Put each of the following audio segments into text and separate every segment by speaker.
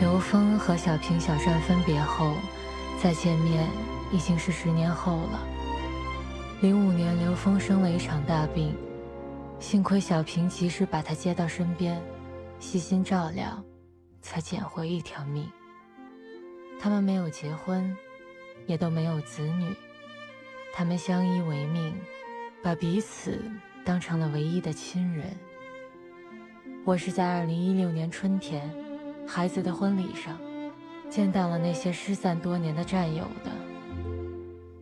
Speaker 1: 刘峰和小平、小善分别后，再见面已经是十年后了。零五年，刘峰生了一场大病，幸亏小平及时把他接到身边，悉心照料，才捡回一条命。他们没有结婚，也都没有子女，他们相依为命，把彼此当成了唯一的亲人。我是在二零一六年春天，孩子的婚礼上，见到了那些失散多年的战友的，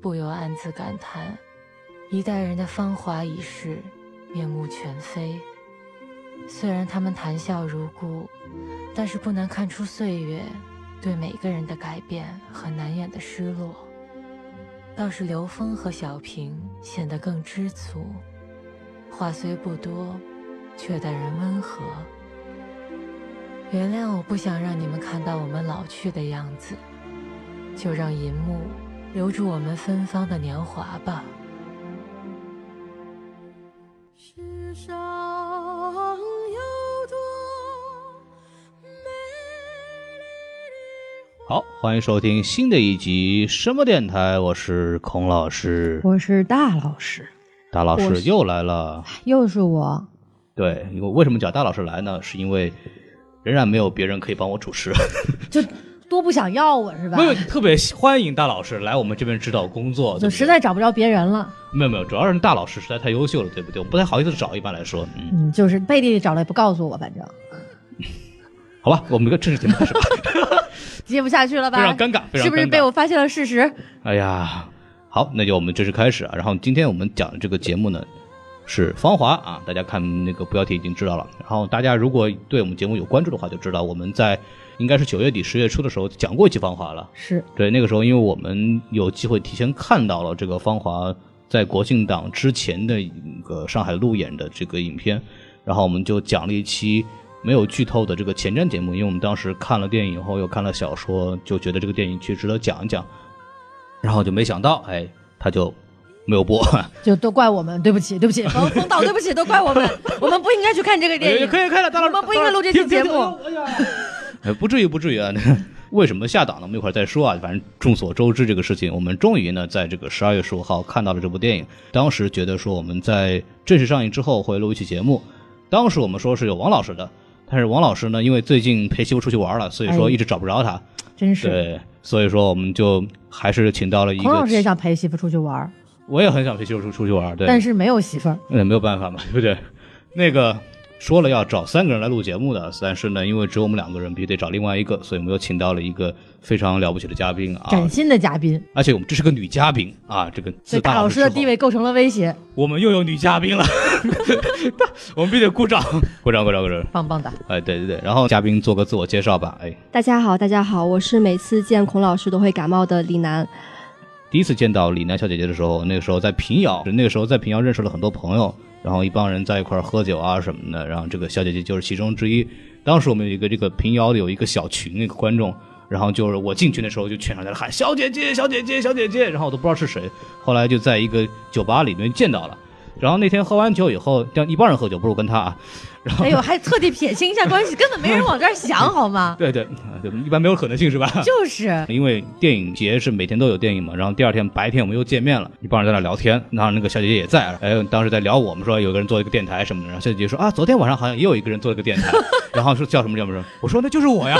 Speaker 1: 不由暗自感叹，一代人的芳华已逝，面目全非。虽然他们谈笑如故，但是不难看出岁月对每个人的改变和难掩的失落。倒是刘峰和小平显得更知足，话虽不多。却待人温和。原谅我不想让你们看到我们老去的样子，就让银幕留住我们芬芳的年华吧。
Speaker 2: 世上有多美丽
Speaker 3: 好，欢迎收听新的一集什么电台，我是孔老师，
Speaker 4: 我是大老师，
Speaker 3: 大老
Speaker 4: 我
Speaker 3: 师
Speaker 4: 是
Speaker 3: 又来 了。
Speaker 4: 又是我，
Speaker 3: 对，因为为什么叫大老师来呢？是因为仍然没有别人可以帮我主持，
Speaker 4: 就多不想要我是 吧
Speaker 3: 没？有特别欢迎大老师来我们这边指导工作。对
Speaker 4: 就
Speaker 3: 不对
Speaker 4: 实在找不着别人了，
Speaker 3: 没有没有，主要是大老师实在太优秀了，对不对？我不太好意思找，一般来说，嗯，
Speaker 4: 嗯，就是背地里找了也不告诉我，反正
Speaker 3: 好吧，我们这个正式节目开 始吧，
Speaker 4: 接不下去了
Speaker 3: 非常
Speaker 4: 吧？
Speaker 3: 尴尬，非常尴尬
Speaker 4: 是不是被我发现了事实？
Speaker 3: 哎呀，好，那就我们正式开始啊。然后今天我们讲的这个节目呢是《芳华》啊，大家看那个标题已经知道了。然后大家如果对我们节目有关注的话，就知道我们在应该是九月底十月初的时候讲过一期《芳华》了。
Speaker 4: 是
Speaker 3: 对，那个时候因为我们有机会提前看到了这个《芳华》在国庆档之前的一个上海路演的这个影片，然后我们就讲了一期没有剧透的这个前瞻节目，因为我们当时看了电影后又看了小说，就觉得这个电影确实值得讲一讲，然后就没想到，哎，它就没有播。
Speaker 4: 就都怪我们，对不起，对不起，冯冯导，对不起，都怪我 们，我们不应该去看这个电
Speaker 3: 也
Speaker 4: 影，
Speaker 3: 可以可以了，大老师
Speaker 4: 我们不应该录这期节目。
Speaker 3: 停停停哎呀呃，不至于不至于啊。那个为什么下档呢？我们一会儿再说啊。反正众所周知这个事情，我们终于呢在这个十二月十五号看到了这部电影。当时觉得说我们在正式上映之后会录一期节目，当时我们说是有王老师的，但是王老师呢因为最近陪媳妇出去玩了，所以说
Speaker 4: 哎
Speaker 3: 一直找不着他。
Speaker 4: 真是。
Speaker 3: 对，所以说我们就还是请到了一
Speaker 4: 孔老
Speaker 3: 个
Speaker 4: 师，也想陪媳妇出去玩儿，
Speaker 3: 我也很想陪媳妇出出去玩，对，
Speaker 4: 但是没有媳妇儿，
Speaker 3: 那没有办法嘛，对不对？那个说了要找三个人来录节目的，但是呢，因为只有我们两个人，必须得找另外一个，所以我们又请到了一个非常了不起的嘉宾啊
Speaker 4: 崭！新的嘉宾，
Speaker 3: 而且我们这是个女嘉宾啊，这个自
Speaker 4: 对大老师
Speaker 3: 之
Speaker 4: 的
Speaker 3: 后
Speaker 4: 地位，构成了威胁，
Speaker 3: 我们又有女嘉宾了， 我们必须得鼓掌，鼓掌，鼓掌，鼓掌！
Speaker 4: 棒棒的。
Speaker 3: 哎，对对对，然后嘉宾做个自我介绍吧。哎，
Speaker 5: 大家好，大家好，我是每次见孔老师都会感冒的 李楠。
Speaker 3: 第一次见到李楠小姐姐的时候，那个时候在平遥，那个时候在平遥认识了很多朋友，然后一帮人在一块儿喝酒啊什么的，然后这个小姐姐就是其中之一。当时我们有一个这个平遥的有一个小群那个观众，然后就是我进群的时候就全场在那喊小姐姐小姐姐小姐姐，然后我都不知道是谁，后来就在一个酒吧里面见到了。然后那天喝完酒以后，让一帮人喝酒，不如跟他啊，
Speaker 4: 哎呦，还特地撇清一下关系，根本没人往这 儿想，好吗？
Speaker 3: 对对，啊对一般没有可能性是吧？
Speaker 4: 就是
Speaker 3: 因为电影节是每天都有电影嘛，然后第二天白天我们又见面了，一帮人在那聊天，然后那个小姐姐也在，哎，当时在聊我们说有个人做了一个电台什么的，然后小姐姐说啊，昨天晚上好像也有一个人做了个电 台，然后说叫什么叫什么，我说那就是我呀，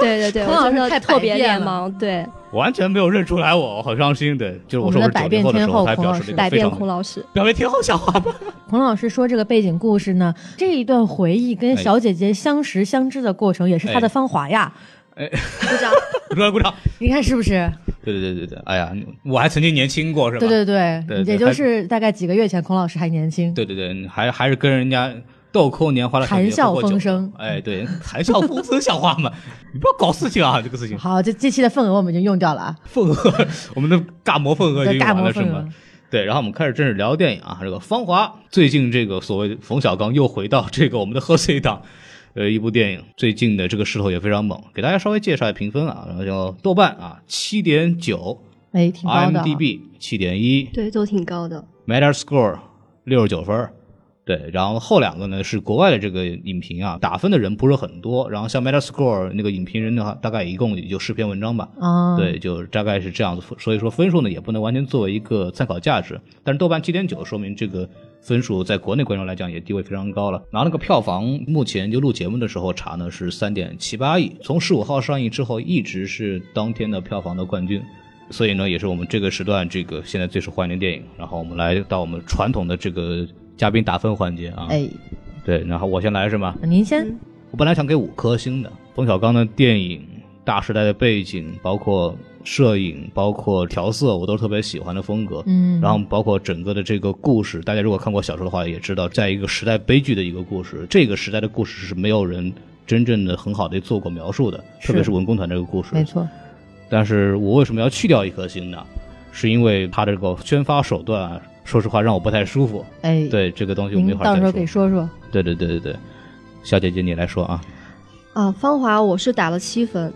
Speaker 5: 对对对，
Speaker 4: 孔
Speaker 5: 我
Speaker 4: 老师
Speaker 5: 真的
Speaker 4: 太
Speaker 5: 特别
Speaker 4: 百变
Speaker 5: 脸
Speaker 4: 了
Speaker 5: 盲，对，
Speaker 3: 完全没有认出来我，我好伤心。对，就是我说
Speaker 4: 我
Speaker 3: 我
Speaker 4: 们
Speaker 3: 是
Speaker 4: 的
Speaker 3: 九零后的时候，他表示了一
Speaker 5: 百
Speaker 3: 个非
Speaker 5: 变
Speaker 3: 常
Speaker 5: 孔老师。
Speaker 3: 表面天后笑话吧，
Speaker 4: 孔老师说这个背景故事呢，这一段回忆
Speaker 3: 哎
Speaker 4: 跟小姐姐相识相知的过程，也是她的芳华呀。
Speaker 3: 哎
Speaker 5: 鼓 掌。
Speaker 3: 鼓掌鼓掌。
Speaker 4: 你看是不是？
Speaker 3: 对对对对对，哎呀，我还曾经年轻过是吧？
Speaker 4: 对对对，
Speaker 3: 对对
Speaker 4: 也就是大概几个月前，孔老师还年轻。
Speaker 3: 对对对，还还是跟人家豆蔻年华的小姐姐
Speaker 4: 谈笑
Speaker 3: 喝过酒
Speaker 4: 风生
Speaker 3: 哎，对，谈笑风生笑话嘛，你不要搞事情啊，这个事情。
Speaker 4: 好，这这期的份额我们已经用掉了啊，
Speaker 3: 份额，我们的尬魔份额已
Speaker 4: 对
Speaker 3: 经
Speaker 4: 大
Speaker 3: 完
Speaker 4: 魔
Speaker 3: 了是
Speaker 4: 份
Speaker 3: 吗
Speaker 4: 额？。
Speaker 3: 对，然后我们开始正式聊电影啊，这个《芳华》最近这个所谓冯小刚又回到这个我们的贺岁档，呃，一部电影最近的这个势头也非常猛，给大家稍微介绍一下评分啊，然后就豆瓣啊七点九
Speaker 4: 哎，挺高的啊。
Speaker 3: ，IMDB 七点一
Speaker 5: 对，都挺高的。
Speaker 3: ，Metascore 六十九分，对，然后后两个呢是国外的这个影评啊，打分的人不是很多。然后像 Metascore 那个影评人的话，大概一共也就十篇文章吧。
Speaker 4: 啊，
Speaker 3: 对，就大概是这样子。所以说分数呢也不能完全作为一个参考价值。但是豆瓣七点九说明这个分数在国内观众来讲也地位非常高了。拿那个票房，目前就录节目的时候查呢是三点七八亿，从十五号上映之后一直是当天的票房的冠军。所以呢，也是我们这个时段这个现在最受欢迎的电影。然后我们来到我们传统的这个嘉宾打分环节啊，
Speaker 4: 哎，
Speaker 3: 对，然后我先来是吗？
Speaker 4: 您先，
Speaker 3: 我本来想给五颗星的。冯小刚的电影、大时代的背景，包括摄影，包括调色，我都是特别喜欢的风格。
Speaker 4: 嗯，
Speaker 3: 然后包括整个的这个故事，大家如果看过小说的话，也知道，在一个时代悲剧的一个故事，这个时代的故事是没有人真正的很好的做过描述的，
Speaker 4: 是
Speaker 3: 特别是文工团这个故事。
Speaker 4: 没错，
Speaker 3: 但是我为什么要去掉一颗星呢？是因为他这个宣发手段啊，说实话让我不太舒服。
Speaker 4: 哎，，
Speaker 3: 对这个东西我没
Speaker 4: 您
Speaker 3: 法
Speaker 4: 到时
Speaker 3: 再
Speaker 4: 候给
Speaker 3: 说。
Speaker 4: 说说，
Speaker 3: 对对对对对，小姐姐你来说啊。
Speaker 5: 啊，《芳华》我是打了七分，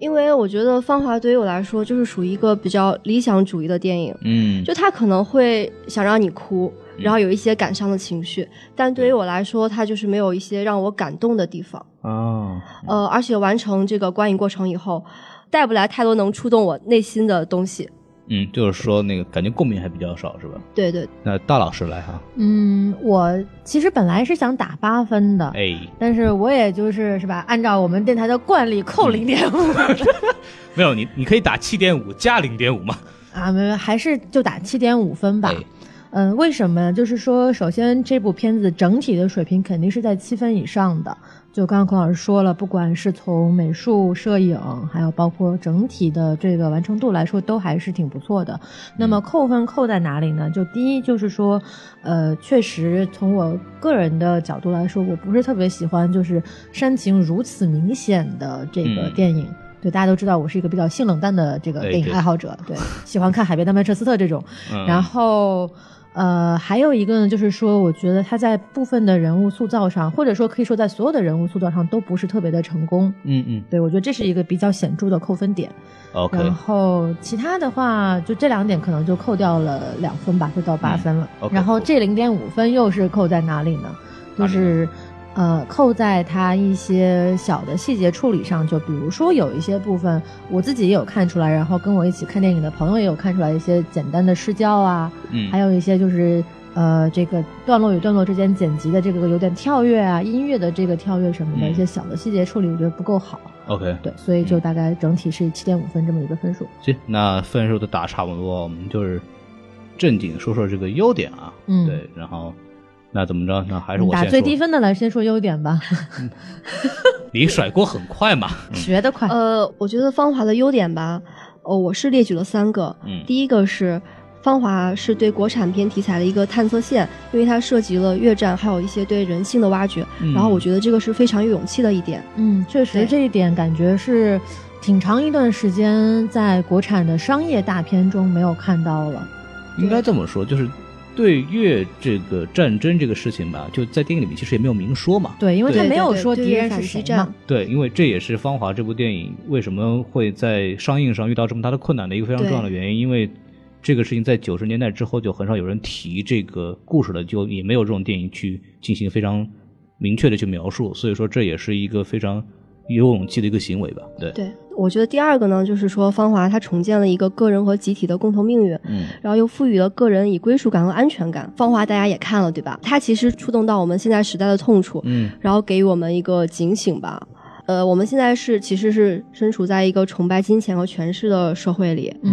Speaker 5: 因为我觉得《芳华》对于我来说就是属于一个比较理想主义的电影，
Speaker 3: 嗯，
Speaker 5: 就它可能会想让你哭，然后有一些感伤的情绪，但
Speaker 3: 嗯
Speaker 5: 对于我来说，它就是没有一些让我感动的地方。
Speaker 3: 啊，
Speaker 5: 呃，而且完成这个观影过程以后，带不来太多能触动我内心的东西。
Speaker 3: 嗯，就是说那个感觉共鸣还比较少，是吧？
Speaker 5: 对对，
Speaker 3: 那大老师来哈、
Speaker 4: 嗯，我其实本来是想打八分的，
Speaker 3: 哎，
Speaker 4: 但是我也就是是吧，按照我们电台的惯例扣零点五
Speaker 3: 嗯没有你，你可以打七点五加零点五嘛。
Speaker 4: 啊，没有，还是就打七点五分吧。
Speaker 3: 哎
Speaker 4: 嗯，为什么呢？就是说，首先这部片子整体的水平肯定是在七分以上的。就刚刚孔老师说了，不管是从美术、摄影，还有包括整体的这个完成度来说，都还是挺不错的。那
Speaker 3: 嗯
Speaker 4: 么扣分扣在哪里呢？就第一就是说，呃，确实从我个人的角度来说，我不是特别喜欢就是煽情如此明显的这个
Speaker 3: 嗯
Speaker 4: 电影。对，大家都知道我是一个比较性冷淡的这个
Speaker 3: 哎
Speaker 4: 电影
Speaker 3: 对
Speaker 4: 爱好者，对，喜欢看《海边的曼彻斯特》这种。
Speaker 3: 嗯、
Speaker 4: 然后，呃，还有一个呢，就是说，我觉得他在部分的人物塑造上，或者说可以说在所有的人物塑造上都不是特别的成功。
Speaker 3: 嗯嗯
Speaker 4: 对，我觉得这是一个比较显著的扣分点。
Speaker 3: ，OK，
Speaker 4: 然后其他的话，就这两点可能就扣掉了两分吧，就到八分了。
Speaker 3: 嗯，OK，
Speaker 4: 然后
Speaker 3: 好
Speaker 4: 这零点五分又是扣在哪里呢？
Speaker 3: 哪
Speaker 4: 就
Speaker 3: 里呢
Speaker 4: 是。呃，扣在它一些小的细节处理上，就比如说有一些部分我自己也有看出来，然后跟我一起看电影的朋友也有看出来一些简单的失焦啊，
Speaker 3: 嗯，
Speaker 4: 还有一些就是呃，这个段落与段落之间剪辑的这个有点跳跃啊，音乐的这个跳跃什么的、
Speaker 3: 嗯
Speaker 4: 一些小的细节处理，我觉得不够好。
Speaker 3: OK，
Speaker 4: 对，所以就大概整体是七点五分这么一个分数。
Speaker 3: 行，那分数都打差不多，我们就是正经说说这个优点啊。
Speaker 4: 嗯
Speaker 3: 对，然后那怎么着？那还是
Speaker 4: 你
Speaker 3: 我
Speaker 4: 打
Speaker 3: 先
Speaker 4: 最
Speaker 3: 说
Speaker 4: 低，分的来先说优点吧，
Speaker 3: 你甩锅很快嘛。
Speaker 4: 学得快。
Speaker 5: 呃，我觉得《芳华》的优点吧，呃，我是列举了三个。
Speaker 3: 嗯
Speaker 5: 第一个是《芳华》是对国产片题材的一个探测线，因为它涉及了越战，还有一些对人性的挖掘。
Speaker 3: 嗯
Speaker 5: 然后我觉得这个是非常有勇气的一点。
Speaker 4: 嗯，确实
Speaker 5: 对
Speaker 4: 这一点感觉是挺长一段时间在国产的商业大片中没有看到了。
Speaker 3: 嗯应该这么说，就是对越这个战争这个事情吧，就在电影里面其实也没有明说嘛。
Speaker 4: 对，因为他
Speaker 3: 对
Speaker 4: 没有
Speaker 5: 对对
Speaker 4: 说
Speaker 5: 对
Speaker 4: 敌人
Speaker 5: 反
Speaker 4: 是
Speaker 5: 击
Speaker 4: 谁
Speaker 5: 战
Speaker 4: 嘛。
Speaker 3: 对，因为这也是《芳华》这部电影为什么会在上映上遇到这么大的困难的一个非常
Speaker 5: 对
Speaker 3: 重要的原因，因为这个事情在九十年代之后就很少有人提这个故事了，就也没有这种电影去进行非常明确的去描述，所以说这也是一个非常有勇气的一个行为吧。对，
Speaker 5: 对，我觉得第二个呢，就是说《芳华》它重建了一个个人和集体的共同命运。
Speaker 3: 嗯
Speaker 5: 然后又赋予了个人以归属感和安全感。芳华大家也看了，对吧？它其实触动到我们现在时代的痛处，
Speaker 3: 嗯
Speaker 5: 然后给予我们一个警醒吧。呃，我们现在是其实是身处在一个崇拜金钱和权势的社会里，
Speaker 4: 嗯，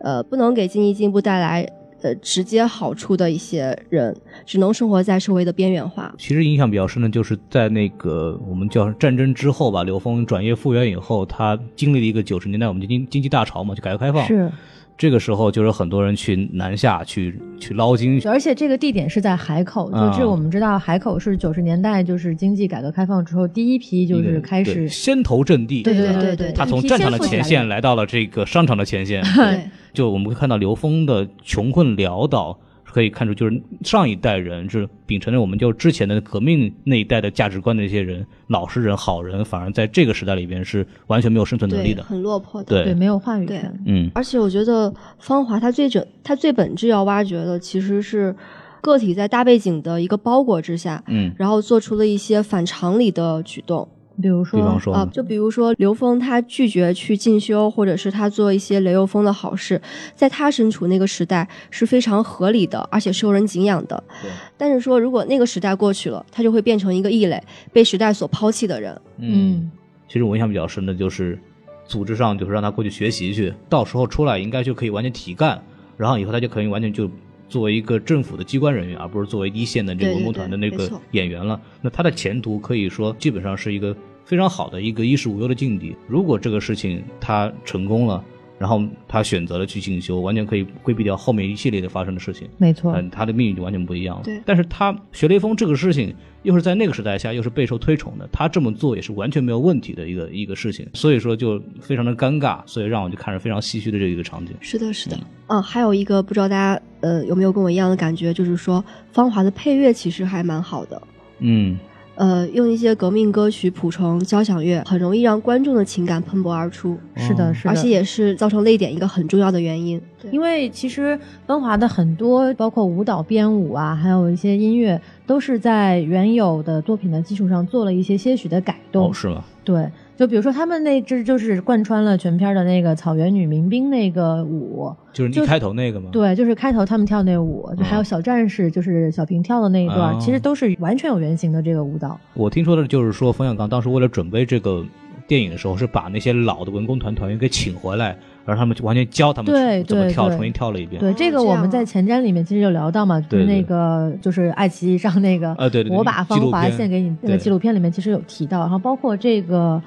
Speaker 5: 呃，不能给经济进步带来呃直接好处的一些人，只能生活在社会的边缘化。
Speaker 3: 其实影响比较深的就是在那个我们叫战争之后吧，刘峰转业复员以后，他经历了一个九十年代我们经经济大潮嘛，就改革开放，
Speaker 4: 是，
Speaker 3: 这个时候就有很多人去南下去去捞金，
Speaker 4: 而且这个地点是在海口，
Speaker 3: 啊
Speaker 4: 就是我们知道海口是九十年代就是经济改革开放之后第一批就
Speaker 3: 一
Speaker 4: 是
Speaker 3: 个
Speaker 4: 开
Speaker 3: 对
Speaker 4: 始，
Speaker 3: 先头阵地，
Speaker 4: 对
Speaker 5: 对
Speaker 4: 对
Speaker 5: 对
Speaker 4: 对
Speaker 5: 对
Speaker 4: 对，
Speaker 3: 他从
Speaker 4: 一批
Speaker 3: 战
Speaker 4: 先
Speaker 3: 场的
Speaker 4: 富起
Speaker 3: 前
Speaker 4: 来
Speaker 3: 线来到了这个商场的前 线，对
Speaker 5: 对，
Speaker 3: 就我们会看到刘峰的穷困潦倒，可以看出就是上一代人是秉承着我们就之前的革命那一代的价值观的一些人，老实人、好人，反而在这个时代里边是完全没有生存能力
Speaker 5: 对，
Speaker 3: 的，
Speaker 5: 很落魄的。
Speaker 3: 对，
Speaker 4: 对，没有话语
Speaker 5: 对
Speaker 4: 权。
Speaker 3: 嗯
Speaker 5: 而且我觉得芳华它最整，它最本质要挖掘的其实是，个体在大背景的一个包裹之下，
Speaker 3: 嗯，
Speaker 5: 然后做出了一些反常理的举动
Speaker 4: 比如
Speaker 3: 比
Speaker 4: 说，
Speaker 3: 方说
Speaker 5: 啊、
Speaker 3: 呢，
Speaker 5: 就比如说刘峰他拒绝去进修，或者是他做一些雷有风的好事，在他身处那个时代是非常合理的，而且受人敬仰的。
Speaker 3: 对
Speaker 5: 但是说如果那个时代过去了，他就会变成一个异类，被时代所抛弃的人。
Speaker 4: 嗯，
Speaker 3: 其实我印象比较深的就是，组织上就是让他过去学习去，到时候出来应该就可以完全体干，然后以后他就可以完全就作为一个政府的机关人员，而不是作为一线的这个
Speaker 5: 对对
Speaker 3: 文工团的那
Speaker 5: 对没
Speaker 3: 个
Speaker 5: 错
Speaker 3: 演员了。那他的前途可以说基本上是一个非常好的一个衣食无忧的境地。如果这个事情他成功了。然后他选择了去进修，完全可以规避掉后面一系列的发生的事情。
Speaker 4: 没错，
Speaker 3: 嗯，他的命运就完全不一样了。
Speaker 5: 对
Speaker 3: 但是他学雷锋这个事情，又是在那个时代下，又是备受推崇的，他这么做也是完全没有问题的一个一个事情，所以说就非常的尴尬，所以让我就看着非常唏嘘的这一个场景。
Speaker 5: 是的，是的。嗯，还有一个不知道大家呃有没有跟我一样的感觉，就是说芳华的配乐其实还蛮好的。
Speaker 3: 嗯，
Speaker 5: 呃，用一些革命歌曲谱成交响乐，很容易让观众的情感喷薄而出，
Speaker 4: 是
Speaker 3: 嗯
Speaker 4: 的，是的，
Speaker 5: 而且也是造成泪点一个很重要的原因。
Speaker 4: 因为其实温华的很多，包括舞蹈、编舞啊，还有一些音乐，都是在原有的作品的基础上做了一些些许的改动。
Speaker 3: 哦，是吗？
Speaker 4: 对，就比如说他们那支就是贯穿了全片的那个草原女民兵那个舞，
Speaker 3: 就是
Speaker 4: 就
Speaker 3: 一
Speaker 4: 是
Speaker 3: 开头那个吗？，
Speaker 4: 对，就是开头他们跳那舞，就还有
Speaker 3: 嗯
Speaker 4: 小战士，就是小平跳的那一段，
Speaker 3: 哦
Speaker 4: 其实都是完全有原型的这个舞蹈。
Speaker 3: 我听说的就是说冯小刚当时为了准备这个电影的时候，是把那些老的文工团团员给请回来，然后他们就完全教他
Speaker 4: 对
Speaker 3: 们怎么
Speaker 4: 对
Speaker 3: 跳，
Speaker 4: 对
Speaker 3: 重新跳了一遍。
Speaker 4: 对，
Speaker 5: 哦
Speaker 4: 这个
Speaker 5: 这
Speaker 4: 我
Speaker 5: 样
Speaker 4: 们在
Speaker 5: 啊
Speaker 4: 前瞻里面其实有聊到嘛，就
Speaker 3: 对
Speaker 4: 是
Speaker 3: 对
Speaker 4: 那个就是爱奇艺上那个
Speaker 3: 啊对对对
Speaker 4: 我把芳华献给你那个
Speaker 3: 对
Speaker 4: 纪录片里面其实有提到，然后包括这个。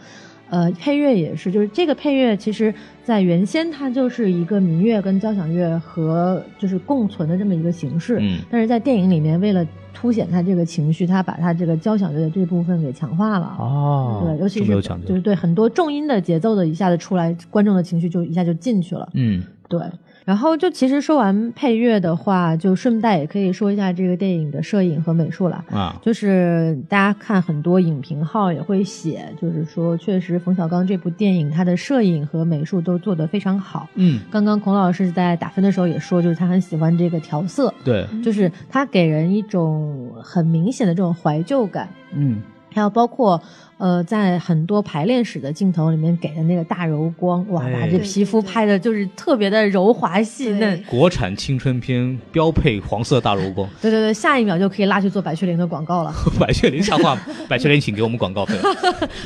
Speaker 4: 呃，配乐也是，就是这个配乐，其实在原先它就是一个民乐跟交响乐和就是共存的这么一个形式，
Speaker 3: 嗯
Speaker 4: 但是在电影里面，为了凸显它这个情绪，它把它这个交响乐的这部分给强化了。
Speaker 3: 哦
Speaker 4: 对，尤其
Speaker 3: 这么
Speaker 4: 是
Speaker 3: 有讲究
Speaker 4: 就是对很多重音的节奏的一下子出来，观众的情绪就一下就进去了。
Speaker 3: 嗯，
Speaker 4: 对，然后就其实说完配乐的话，就顺带也可以说一下这个电影的摄影和美术啦。
Speaker 3: 啊，
Speaker 4: 就是大家看很多影评号也会写，就是说确实冯小刚这部电影他的摄影和美术都做得非常好。
Speaker 3: 嗯，
Speaker 4: 刚刚孔老师在打分的时候也说，就是他很喜欢这个调色，
Speaker 3: 对，
Speaker 4: 就是他给人一种很明显的这种怀旧感。
Speaker 3: 嗯，
Speaker 4: 还有包括呃，在很多排练室的镜头里面给的那个大柔光，哇，
Speaker 3: 哎
Speaker 4: 把这皮肤拍的就是特别的柔滑细嫩
Speaker 5: 对。
Speaker 3: 国产青春片标配黄色大柔光。
Speaker 4: 对对对，下一秒就可以拉去做百雀羚的广告了。
Speaker 3: 百雀羚下话，百雀羚请给我们广告费。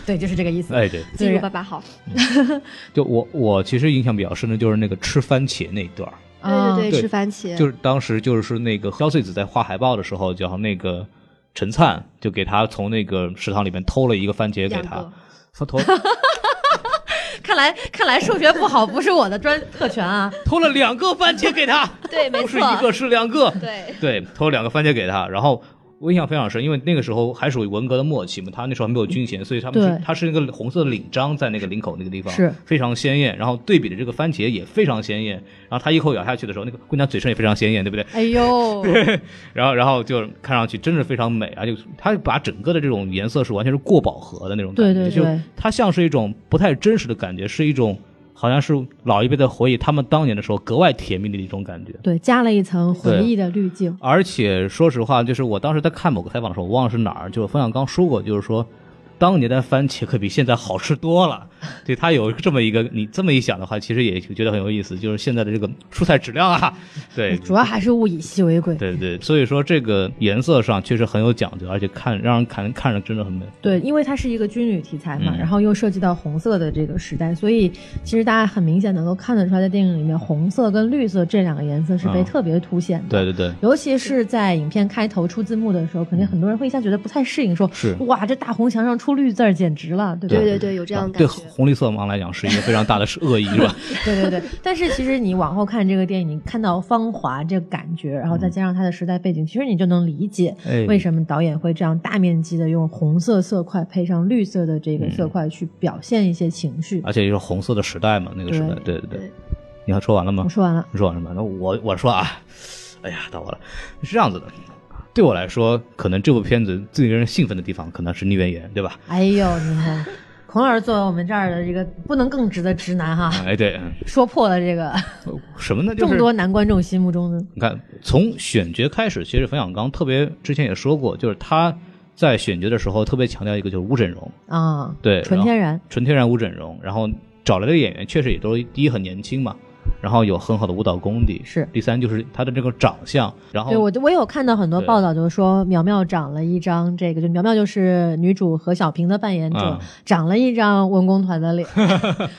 Speaker 4: 对，就是这个意思。
Speaker 3: 哎，对，
Speaker 5: 记
Speaker 4: 对
Speaker 5: 住爸爸好，
Speaker 3: 就我我其实印象比较深的就是那个吃番茄那一段儿，
Speaker 4: 啊
Speaker 5: 对
Speaker 3: 对
Speaker 5: 对对，吃番茄，
Speaker 3: 就是当时就是说那个焦穗子在画海报的时候，然后那个陈灿就给他从那个食堂里面偷了一个番茄给
Speaker 5: 两
Speaker 3: 他
Speaker 5: 个，
Speaker 3: 他偷
Speaker 4: 看来看来数学不好不是我的专特权啊。
Speaker 3: 偷了两个番茄给他，
Speaker 5: 对，没
Speaker 3: 不是
Speaker 5: 错，
Speaker 3: 一个是两个，
Speaker 5: 对，
Speaker 3: 对，偷了两个番茄给他，然后。我印象非常深，因为那个时候还属于文革的末期嘛，他那时候还没有军衔，所以他们
Speaker 4: 对
Speaker 3: 是他是那个红色的领章在那个领口那个地方
Speaker 4: 是
Speaker 3: 非常鲜艳，然后对比的这个番茄也非常鲜艳，然后他一口咬下去的时候，那个姑娘嘴唇也非常鲜艳，对不对？
Speaker 4: 哎呦，
Speaker 3: 然后然后就看上去真是非常美，而且它把整个的这种颜色是完全是过饱和的那种感觉，
Speaker 4: 对对对
Speaker 3: 就它像是一种不太真实的感觉，是一种好像是老一辈的回忆，他们当年的时候格外甜蜜的一种感觉。
Speaker 4: 对，加了一层回忆的滤镜。
Speaker 3: 而且说实话，就是我当时在看某个采访的时候，我忘了是哪儿，就是冯小刚说过，就是说。当年的番茄可比现在好吃多了，对他有这么一个，你这么一想的话，其实也觉得很有意思，就是现在的这个蔬菜质量啊，对，
Speaker 4: 主要还是物以稀为贵。
Speaker 3: 对对，所以说这个颜色上确实很有讲究，而且看让人看看着真的很美。
Speaker 4: 对，因为它是一个军旅题材嘛，
Speaker 3: 嗯
Speaker 4: 然后又涉及到红色的这个时代，所以其实大家很明显能够看得出来，在电影里面红色跟绿色这两个颜色是被
Speaker 3: 嗯
Speaker 4: 特别凸显的。
Speaker 3: 对对对，
Speaker 4: 尤其是在影片开头出字幕的时候，肯定很多人会一下觉得不太适应，说
Speaker 3: 嗯是
Speaker 4: 哇，这大红墙上出绿字儿简直了，对不
Speaker 5: 对
Speaker 4: 对
Speaker 5: 对对，有这样的
Speaker 3: 对
Speaker 5: 感觉，
Speaker 3: 红绿色盲来讲是一个非常大的是 恶意，是吧？
Speaker 4: 对对对。但是其实你往后看这个电影，你看到芳华这个感觉，然后
Speaker 3: 嗯
Speaker 4: 再加上它的时代背景，其实你就能理解
Speaker 3: 哎
Speaker 4: 为什么导演会这样大面积的用红色色块配上绿色的
Speaker 3: 嗯
Speaker 4: 这个色块去表现一些情绪。
Speaker 3: 而且就是红色的时代嘛，那个时代，对对对
Speaker 5: 对。
Speaker 3: 你还说完了吗
Speaker 4: 我？说完了，
Speaker 3: 你说完了吗？那我我说啊，哎呀，到我了，是这样子的。对我来说，可能这部片子最令人兴奋的地方可能是聂远远，对吧？
Speaker 4: 哎呦，你看， 孔老师作为我们这儿的这个不能更直的直男哈，
Speaker 3: 哎，对，嗯
Speaker 4: 说破了这个
Speaker 3: 什么呢？就是
Speaker 4: 众多男观众心目中的
Speaker 3: 你看，从选角开始，其实冯小刚特别之前也说过，就是他在选角的时候特别强调一个就是无整容，
Speaker 4: 啊，
Speaker 3: 对，
Speaker 4: 纯天然，
Speaker 3: 纯天然无整容。然后找来的演员确实也都第一很年轻嘛，然后有很好的舞蹈功底，
Speaker 4: 是
Speaker 3: 第三就是他的这个长相，然后
Speaker 4: 对我我有看到很多
Speaker 3: 对
Speaker 4: 报道，就是说苗苗长了一张这个，就苗苗就是女主何小萍的扮演者
Speaker 3: 嗯，
Speaker 4: 长了一张文工团 的脸。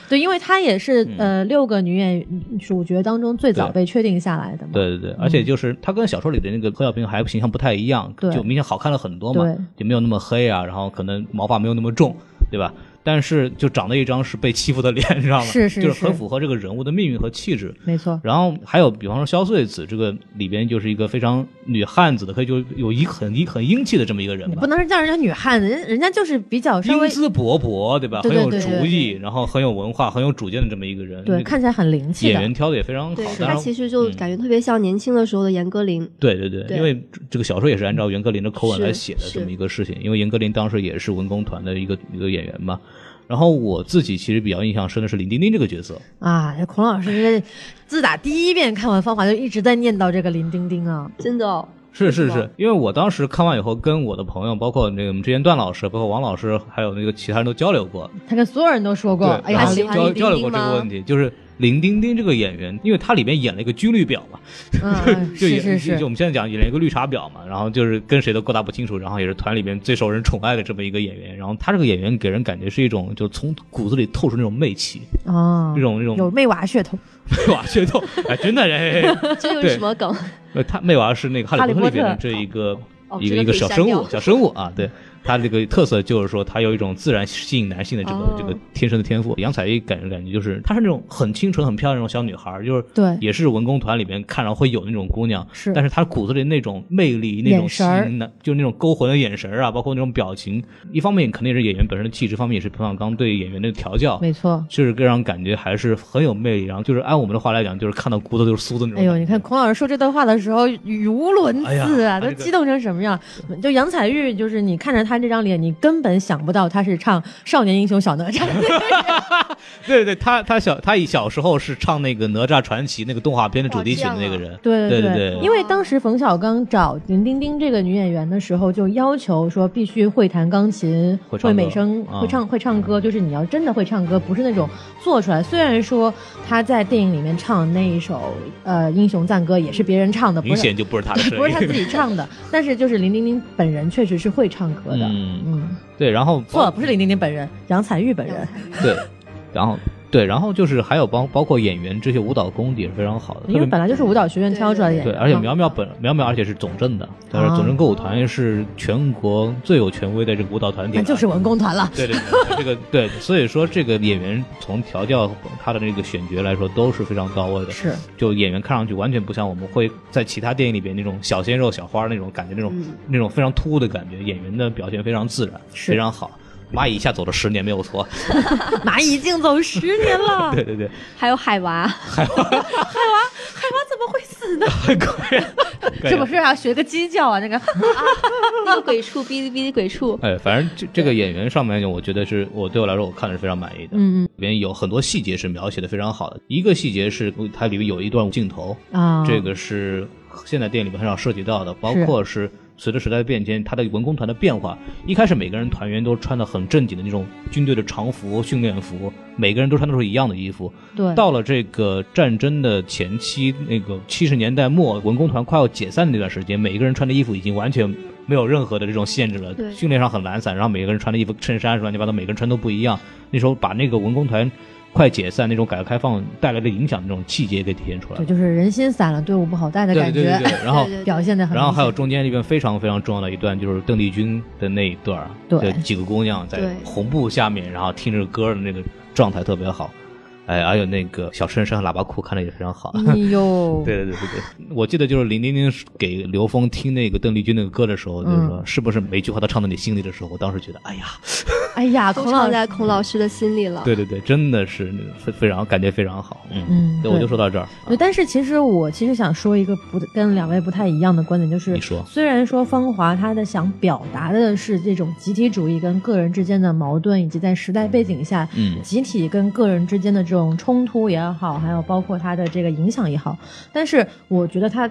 Speaker 4: 对，因为她也是呃六个女演员主角当中最早
Speaker 3: 嗯对
Speaker 4: 被确定下来的嘛。
Speaker 3: 对对对，而且就是他跟小说里的那个何小平还形象不太一样，
Speaker 4: 对
Speaker 3: 就明显好看了很多嘛
Speaker 4: 对，
Speaker 3: 就没有那么黑啊，然后可能毛发没有那么重，对吧？但是就长了一张是被欺负的脸，你知道吗？
Speaker 4: 是是
Speaker 3: 就是很
Speaker 4: 是
Speaker 3: 符合这个人物的命运和气质。
Speaker 4: 没错，
Speaker 3: 然后还有，比方说萧穗子这个里边就是一个非常女汉子的，可以就有一很一很英气的这么一个人
Speaker 4: 你
Speaker 3: 吧
Speaker 4: 不，能叫人家女汉子，人人家就是比较稍
Speaker 3: 英
Speaker 4: 微
Speaker 3: 姿勃勃，对吧？
Speaker 4: 对
Speaker 3: 很
Speaker 4: 对
Speaker 3: 有
Speaker 4: 对对
Speaker 3: 主
Speaker 4: 对
Speaker 3: 意，然后很有文化、很有主见的这么一个人。那
Speaker 4: 对，
Speaker 3: 个
Speaker 4: 看起来很灵气
Speaker 3: 演
Speaker 4: 的
Speaker 3: 员。挑的也非常好
Speaker 5: 对，
Speaker 3: 当
Speaker 5: 他
Speaker 3: 然嗯
Speaker 5: 其实就感觉特别像年轻的时候的严歌苓。
Speaker 3: 对对对，
Speaker 5: 对
Speaker 3: 因为这个小说也是按照严歌苓的口吻
Speaker 5: 是
Speaker 3: 来写的这么
Speaker 5: 是
Speaker 3: 一个事情，因为严歌苓当时也是文工团的一个一个演员嘛。然后我自己其实比较印象深的是林丁丁这个角色，
Speaker 4: 啊，这孔老师这自打第一遍看完《芳华》就一直在念叨这个林丁丁啊，
Speaker 5: 真的 哦、
Speaker 3: 是是
Speaker 5: 吗
Speaker 3: 是，因为我当时看完以后，跟我的朋友，包括那个我们之前段老师，包括王老师，还有那个其他人都交流过，
Speaker 4: 他跟所有人都说过，哎
Speaker 3: 对，
Speaker 4: 呀
Speaker 3: 然，
Speaker 5: 他
Speaker 3: 后
Speaker 5: 喜
Speaker 4: 林
Speaker 5: 欢
Speaker 3: 交
Speaker 5: 林丁
Speaker 3: 交流
Speaker 5: 丁
Speaker 3: 过这个
Speaker 5: 吗
Speaker 3: 问题，就是林丁丁这个演员，因为他里面演了一个军绿表嘛，
Speaker 4: 嗯，嗯
Speaker 3: 就是演
Speaker 4: 是
Speaker 3: 就是我，们现在讲演了一个绿茶婊嘛，然后就是跟谁都勾搭不清楚，然后也是团里面最受人宠爱的这么一个演员。然后他这个演员给人感觉是一种就从骨子里透出那种媚气，
Speaker 4: 啊
Speaker 3: 这，种这
Speaker 4: 有
Speaker 3: 种
Speaker 4: 妹娃血统，
Speaker 3: 媚娃血统。哎，真的人，
Speaker 5: 这又
Speaker 3: 对
Speaker 5: 是什么 梗？
Speaker 3: 呃他媚娃是那个《哈利波特》里边
Speaker 4: 啊
Speaker 3: 的这一个。
Speaker 5: 哦
Speaker 3: 一
Speaker 5: 这
Speaker 3: 个
Speaker 5: 个
Speaker 3: 一个
Speaker 5: 可以
Speaker 3: 小
Speaker 5: 删
Speaker 3: 生
Speaker 5: 掉
Speaker 3: 物，小生物啊，对他这个特色就是说，他有一种自然吸引男性的这个、
Speaker 5: 哦
Speaker 3: 这个天生的天赋。杨采妮感觉感觉就是，她是那种很清纯、很漂亮那种小女孩儿，就是
Speaker 4: 对
Speaker 3: 也是文工团里面看着会有那种姑娘，
Speaker 4: 是
Speaker 3: 但是她骨子里那种魅力、那种
Speaker 4: 眼
Speaker 3: 吸
Speaker 4: 神儿
Speaker 3: 引男，就是那种勾魂的眼神儿啊，包括那种表情，一方面肯定也是演员本身的气质，一方面也是彭小刚对演员的调教，
Speaker 4: 没错。
Speaker 3: 就是让人感觉还是很有魅力。然后就是按我们的话来讲，就是看到骨头就是酥的那种感
Speaker 4: 哎
Speaker 3: 觉。
Speaker 4: 呦，你看孔老师说这段话的时候语无伦次啊，
Speaker 3: 哎呀
Speaker 4: 都
Speaker 3: 他这个
Speaker 4: 激动成什么样？就杨采钰，就是你看着她这张脸，你根本想不到她是唱《少年英雄小哪吒》 的。
Speaker 3: 对对，他他小他小时候是唱那个《哪吒传奇》那个动画片的主题曲的
Speaker 5: 哇这
Speaker 3: 那
Speaker 5: 样啊
Speaker 3: 个人，
Speaker 4: 对
Speaker 3: 对
Speaker 4: 对
Speaker 3: 对
Speaker 4: 因为当时冯小刚找林丁丁这个女演员的时候，就要求说必须会弹钢琴、
Speaker 3: 会
Speaker 4: 会
Speaker 3: 唱歌
Speaker 4: 美声、
Speaker 3: 啊
Speaker 4: 会唱会唱歌，就是你要真的会唱歌，不是那种做出来。虽然说她在电影里面唱那一首呃《英雄赞歌》也是别人唱的，不
Speaker 3: 明
Speaker 4: 是
Speaker 3: 显就不是他的声
Speaker 4: 不是她自
Speaker 3: 音。
Speaker 4: 己唱的，但是就是林丁丁本人确实是会唱歌的，
Speaker 3: 嗯
Speaker 4: 嗯
Speaker 3: 对，然后
Speaker 4: 错了，不是林丁丁本人，杨采钰本人。
Speaker 3: 对，然后对，然后就是还有包包括演员这些舞蹈功底也是非常好的，特
Speaker 4: 因为
Speaker 3: 别
Speaker 4: 本来就是嗯舞蹈学院挑出来的演
Speaker 3: 嗯对，
Speaker 4: 员嘛，
Speaker 3: 而且苗苗本苗苗，而且是总政的，就是总政
Speaker 4: 哦
Speaker 3: 歌舞团是全国最有权威的这个舞蹈团体
Speaker 4: 那
Speaker 3: 了，
Speaker 4: 就是文工 团了。
Speaker 3: 对对对，这个对，所以说这个演员从调教他的那个选角来说都是非常到位的，
Speaker 4: 是
Speaker 3: 就演员看上去完全不像我们会在其他电影里边那种小鲜肉、小花那种感觉，那种、
Speaker 5: 嗯
Speaker 3: 那种非常突兀的感觉，演员的表现非常自然，
Speaker 4: 是
Speaker 3: 非常好。蚂蚁一下走了十年没有错，
Speaker 4: 蚂蚁已经走十年了，
Speaker 3: 对对 对，
Speaker 5: 还有海娃，
Speaker 4: 海娃怎么会死呢？
Speaker 3: 可以啊，可以啊
Speaker 4: 这不是要学个鸡叫啊？那个
Speaker 5: 那个鬼畜，哔哩哔哩鬼畜，
Speaker 3: 哎，反正这这个演员上面，我觉得是我对我来说，我看的是非常满意的。
Speaker 4: 嗯
Speaker 3: 里面有很多细节是描写的非常好的。一个细节是呃它里面有一段镜头，
Speaker 4: 啊，
Speaker 3: 这个是现在电影里面很少涉及到的，包括是随着时代的变迁，它的文工团的变化。一开始每个人团员都穿的很正经的那种军队的常服、训练服，每个人都穿的是一样的衣服。
Speaker 4: 对
Speaker 3: 到了这个战争的前期，那个七十年代末，文工团快要解散的那段时间，每个人穿的衣服已经完全没有任何的这种限制了。
Speaker 5: 对
Speaker 3: 训练上很懒散，然后每个人穿的衣服、衬衫乱七八糟，每个人穿都不一样。那时候把那个文工团快解散那种改革开放带来的影响那种气节给体现出来
Speaker 4: 对，
Speaker 3: 了。
Speaker 4: 就是人心散了，队伍不好带的
Speaker 3: 对对
Speaker 4: 感
Speaker 3: 对
Speaker 4: 觉
Speaker 3: 对，对，然后
Speaker 5: 对对对
Speaker 4: 表现的很明显。
Speaker 3: 然后还有中间一段非常非常重要的一段，就是邓丽君的那一段儿，
Speaker 4: 对
Speaker 3: 就几个姑娘在
Speaker 5: 对
Speaker 3: 红布下面，然后听着歌的那个状态特别好。哎，还有那个小衬衫、喇叭裤看着也非常好。
Speaker 4: 哎呦，
Speaker 3: 对对对对对，我记得就是林丁丁给刘峰听那个邓丽君那个歌的时候，就是说、是不是每句话都唱到你心里的时候，我当时觉得，哎呀，
Speaker 4: 哎呀，
Speaker 5: 都
Speaker 4: 孔老
Speaker 5: 唱
Speaker 4: 师
Speaker 5: 在孔老师的心里了。
Speaker 3: 对对对，真的是那个非非常感觉非常好，嗯，
Speaker 4: 嗯，
Speaker 3: 对，我就说到这儿。
Speaker 4: 对，但是其实我其实想说一个不跟两位不太一样的观点，就是
Speaker 3: 你说
Speaker 4: 虽然说芳华他的想表达的是这种集体主义跟个人之间的矛盾，以及在时代背景下，
Speaker 3: 嗯
Speaker 4: 集体跟个人之间的这种冲突也好，还有包括他的这个影响也好，但是我觉得他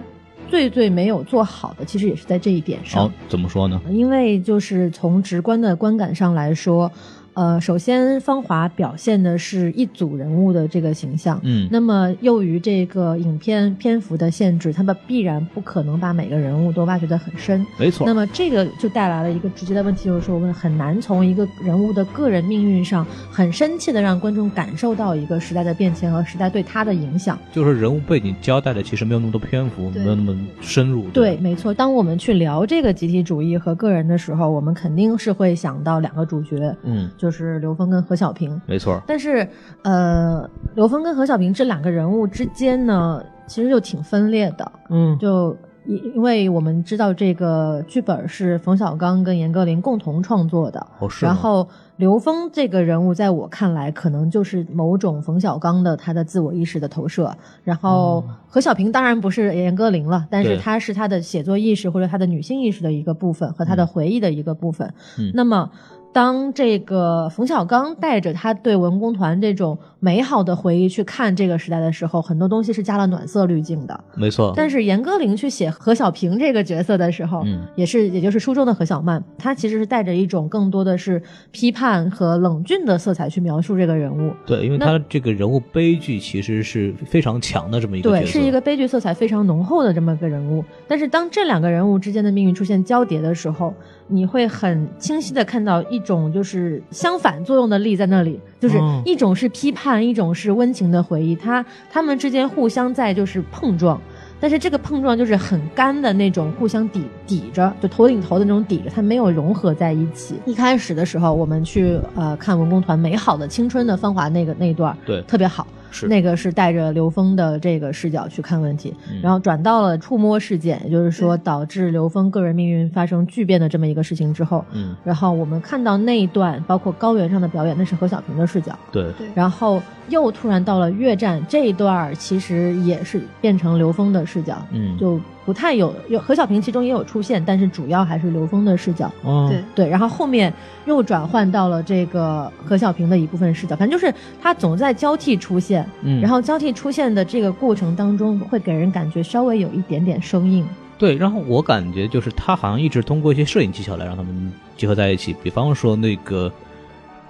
Speaker 4: 最最没有做好的，其实也是在这一点上。
Speaker 3: 好、怎么说呢？
Speaker 4: 因为就是从直观的观感上来说，呃，首先芳华表现的是一组人物的这个形象，
Speaker 3: 嗯，
Speaker 4: 那么由于这个影片篇幅的限制，他们必然不可能把每个人物都挖掘得很深。
Speaker 3: 没错
Speaker 4: 那，么这个就带来了一个直接的问题，就是说我们很难从一个人物的个人命运上，很深切的让观众感受到一个时代的变迁和时代对他的影响。
Speaker 3: 就是人物背景交代的其实没有那么多篇幅，
Speaker 5: 对
Speaker 3: 没有那么深入。
Speaker 4: 对，
Speaker 3: 吧
Speaker 4: 没错。当我们去聊这个集体主义和个人的时候，我们肯定是会想到两个主角，
Speaker 3: 嗯，
Speaker 4: 就是刘峰跟何小平。
Speaker 3: 没错，
Speaker 4: 但是，呃，刘峰跟何小平这两个人物之间呢，其实就挺分裂的。
Speaker 3: 嗯，
Speaker 4: 就因因为我们知道这个剧本是冯小刚跟严歌苓共同创作的，
Speaker 3: 哦是吗
Speaker 4: 然后刘峰这个人物在我看来可能就是某种冯小刚的他的自我意识的投射，然后何小平当然不是严歌苓了，但是
Speaker 3: 哦对
Speaker 4: 她是她的写作意识或者她的女性意识的一个部分和她的
Speaker 3: 嗯
Speaker 4: 回忆的一个部分，
Speaker 3: 嗯
Speaker 4: 那么。当这个冯小刚带着他对文工团这种美好的回忆去看这个时代的时候，很多东西是加了暖色滤镜的。
Speaker 3: 没错，
Speaker 4: 但是严歌苓去写何小平这个角色的时候，
Speaker 3: 嗯
Speaker 4: 也是也就是书中的何小曼，她其实是带着一种更多的是批判和冷峻的色彩去描述这个人物。
Speaker 3: 对，因为
Speaker 4: 那
Speaker 3: 他这个人物悲剧其实是非常强的这么一个
Speaker 4: 对，
Speaker 3: 角色
Speaker 4: 是一个悲剧色彩非常浓厚的这么一个人物。但是当这两个人物之间的命运出现交叠的时候，你会很清晰的看到一种就是相反作用的力在那里，就是
Speaker 3: 哦
Speaker 4: 一种是批判，一种是温情的回忆，他他们之间互相在就是碰撞。但是这个碰撞就是很干的那种，互相抵抵着，就头顶头的那种抵着，它没有融合在一起。一开始的时候，我们去呃看文工团美好的青春的芳华那个那一段儿，
Speaker 3: 对
Speaker 4: 特别好。
Speaker 3: 是
Speaker 4: 那个是带着刘峰的这个视角去看问题，
Speaker 3: 嗯
Speaker 4: 然后转到了触摸事件，也就是说导致刘峰个人命运发生巨变的这么一个事情之后，
Speaker 3: 嗯，
Speaker 4: 然后我们看到那一段，包括高原上的表演，那是何小平的视角，
Speaker 3: 对，
Speaker 5: 对
Speaker 4: 然后又突然到了越战这一段儿，其实也是变成刘峰的视角，
Speaker 3: 嗯，
Speaker 4: 就不太有有何小平其中也有出现，但是主要还是刘峰的视角。
Speaker 3: 哦
Speaker 5: 对，
Speaker 4: 对，然后后面又转换到了这个何小平的一部分视角，反正就是他总在交替出现，
Speaker 3: 嗯，
Speaker 4: 然后交替出现的这个过程当中，会给人感觉稍微有一点点生硬。
Speaker 3: 对，然后我感觉就是他好像一直通过一些摄影技巧来让他们结合在一起，比方说那个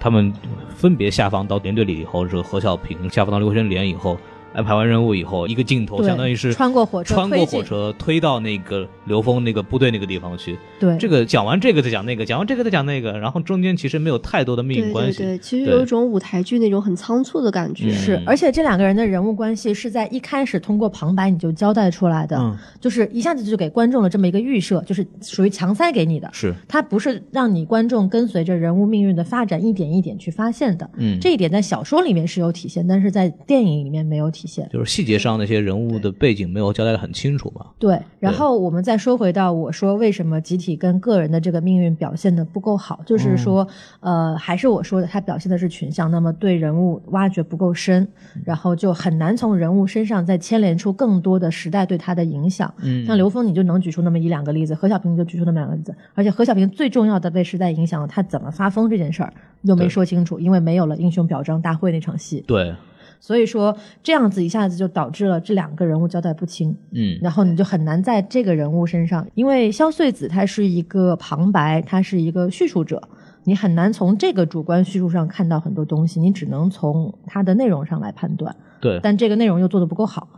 Speaker 3: 他们分别下放到连队里以后，是何小平下放到刘慧珍连以后，安排完任务以后，一个镜头
Speaker 4: 对
Speaker 3: 相当于是
Speaker 4: 穿过火车
Speaker 3: 穿过
Speaker 4: 推进
Speaker 3: 火车推到那个刘峰那个部队那个地方去。
Speaker 4: 对，
Speaker 3: 这个讲完这个再讲那个，讲完这个再讲那个，然后中间其实没有太多的命
Speaker 5: 对
Speaker 3: 运关
Speaker 5: 对
Speaker 3: 系。
Speaker 5: 对，其实有
Speaker 3: 对
Speaker 5: 一种舞台剧那种很仓促的感觉。
Speaker 3: 嗯
Speaker 4: 是，而且这两个人的人物关系是在一开始通过旁白你就交代出来的，
Speaker 3: 嗯，
Speaker 4: 就是一下子就给观众了这么一个预设，就是属于强塞给你的。
Speaker 3: 是，
Speaker 4: 它不是让你观众跟随着人物命运的发展一点一点去发现的，
Speaker 3: 嗯，
Speaker 4: 这一点在小说里面是有体现，但是在电影里面没有体现。
Speaker 3: 就是细节上那些人物的背景没有交代的很清楚吧？
Speaker 4: 对，然后我们再说回到我说为什么集体跟个人的这个命运表现的不够好，就是说，呃，还是我说的，它表现的是群像，那么对人物挖掘不够深，然后就很难从人物身上再牵连出更多的时代对他的影响。
Speaker 3: 嗯
Speaker 4: 像刘峰，你就能举出那么一两个例子；何小平，你就举出那么两个例子。而且何小平最重要的被时代影响了，他怎么发疯这件事儿又没
Speaker 3: 对
Speaker 4: 说清楚，因为没有了英雄表彰大会那场戏，
Speaker 3: 对，
Speaker 4: 所以说这样子一下子就导致了这两个人物交代不清。
Speaker 3: 嗯，
Speaker 4: 然后你就很难在这个人物身上，因为萧穗子她是一个旁白，她是一个叙述者，你很难从这个主观叙述上看到很多东西，你只能从它的内容上来判断，
Speaker 3: 对，
Speaker 4: 但这个内容又做得不够好。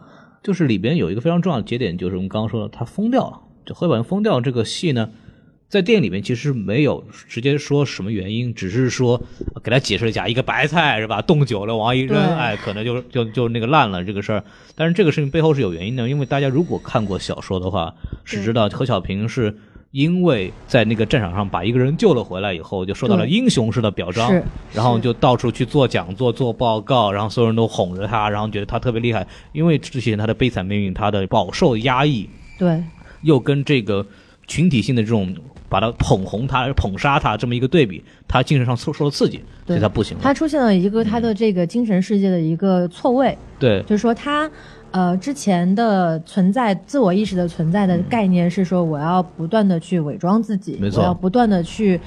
Speaker 3: 就是里边有一个非常重要的节点，就是我们刚刚说的，他疯掉了。这何小平疯掉这个戏呢，在电影里面其实没有直接说什么原因，只是说呃给他解释了一下，一个白菜是吧，冻久了往一扔，
Speaker 4: 对
Speaker 3: 哎，可能就就就那个烂了这个事儿。但是这个事情背后是有原因的，因为大家如果看过小说的话，是
Speaker 5: 对
Speaker 3: 知道何小平是。因为在那个战场上把一个人救了回来以后，就受到了
Speaker 4: 对
Speaker 3: 英雄式的表彰
Speaker 4: 是，
Speaker 3: 然后就到处去做讲座、做报告，然后所有人都哄着他，然后觉得他特别厉害。因为之前他的悲惨命运，他的饱受压抑，
Speaker 4: 对
Speaker 3: 又跟这个群体性的这种把他捧红他、捧杀他这么一个对比，他精神上受受了刺激，所以他不行了。
Speaker 4: 他出现了一个
Speaker 3: 嗯
Speaker 4: 他的这个精神世界的一个错位，
Speaker 3: 对
Speaker 4: 就是说他呃之前的存在自我意识的存在的概念是说我要不断的去伪装自己，
Speaker 3: 嗯没错
Speaker 4: 我要不断的去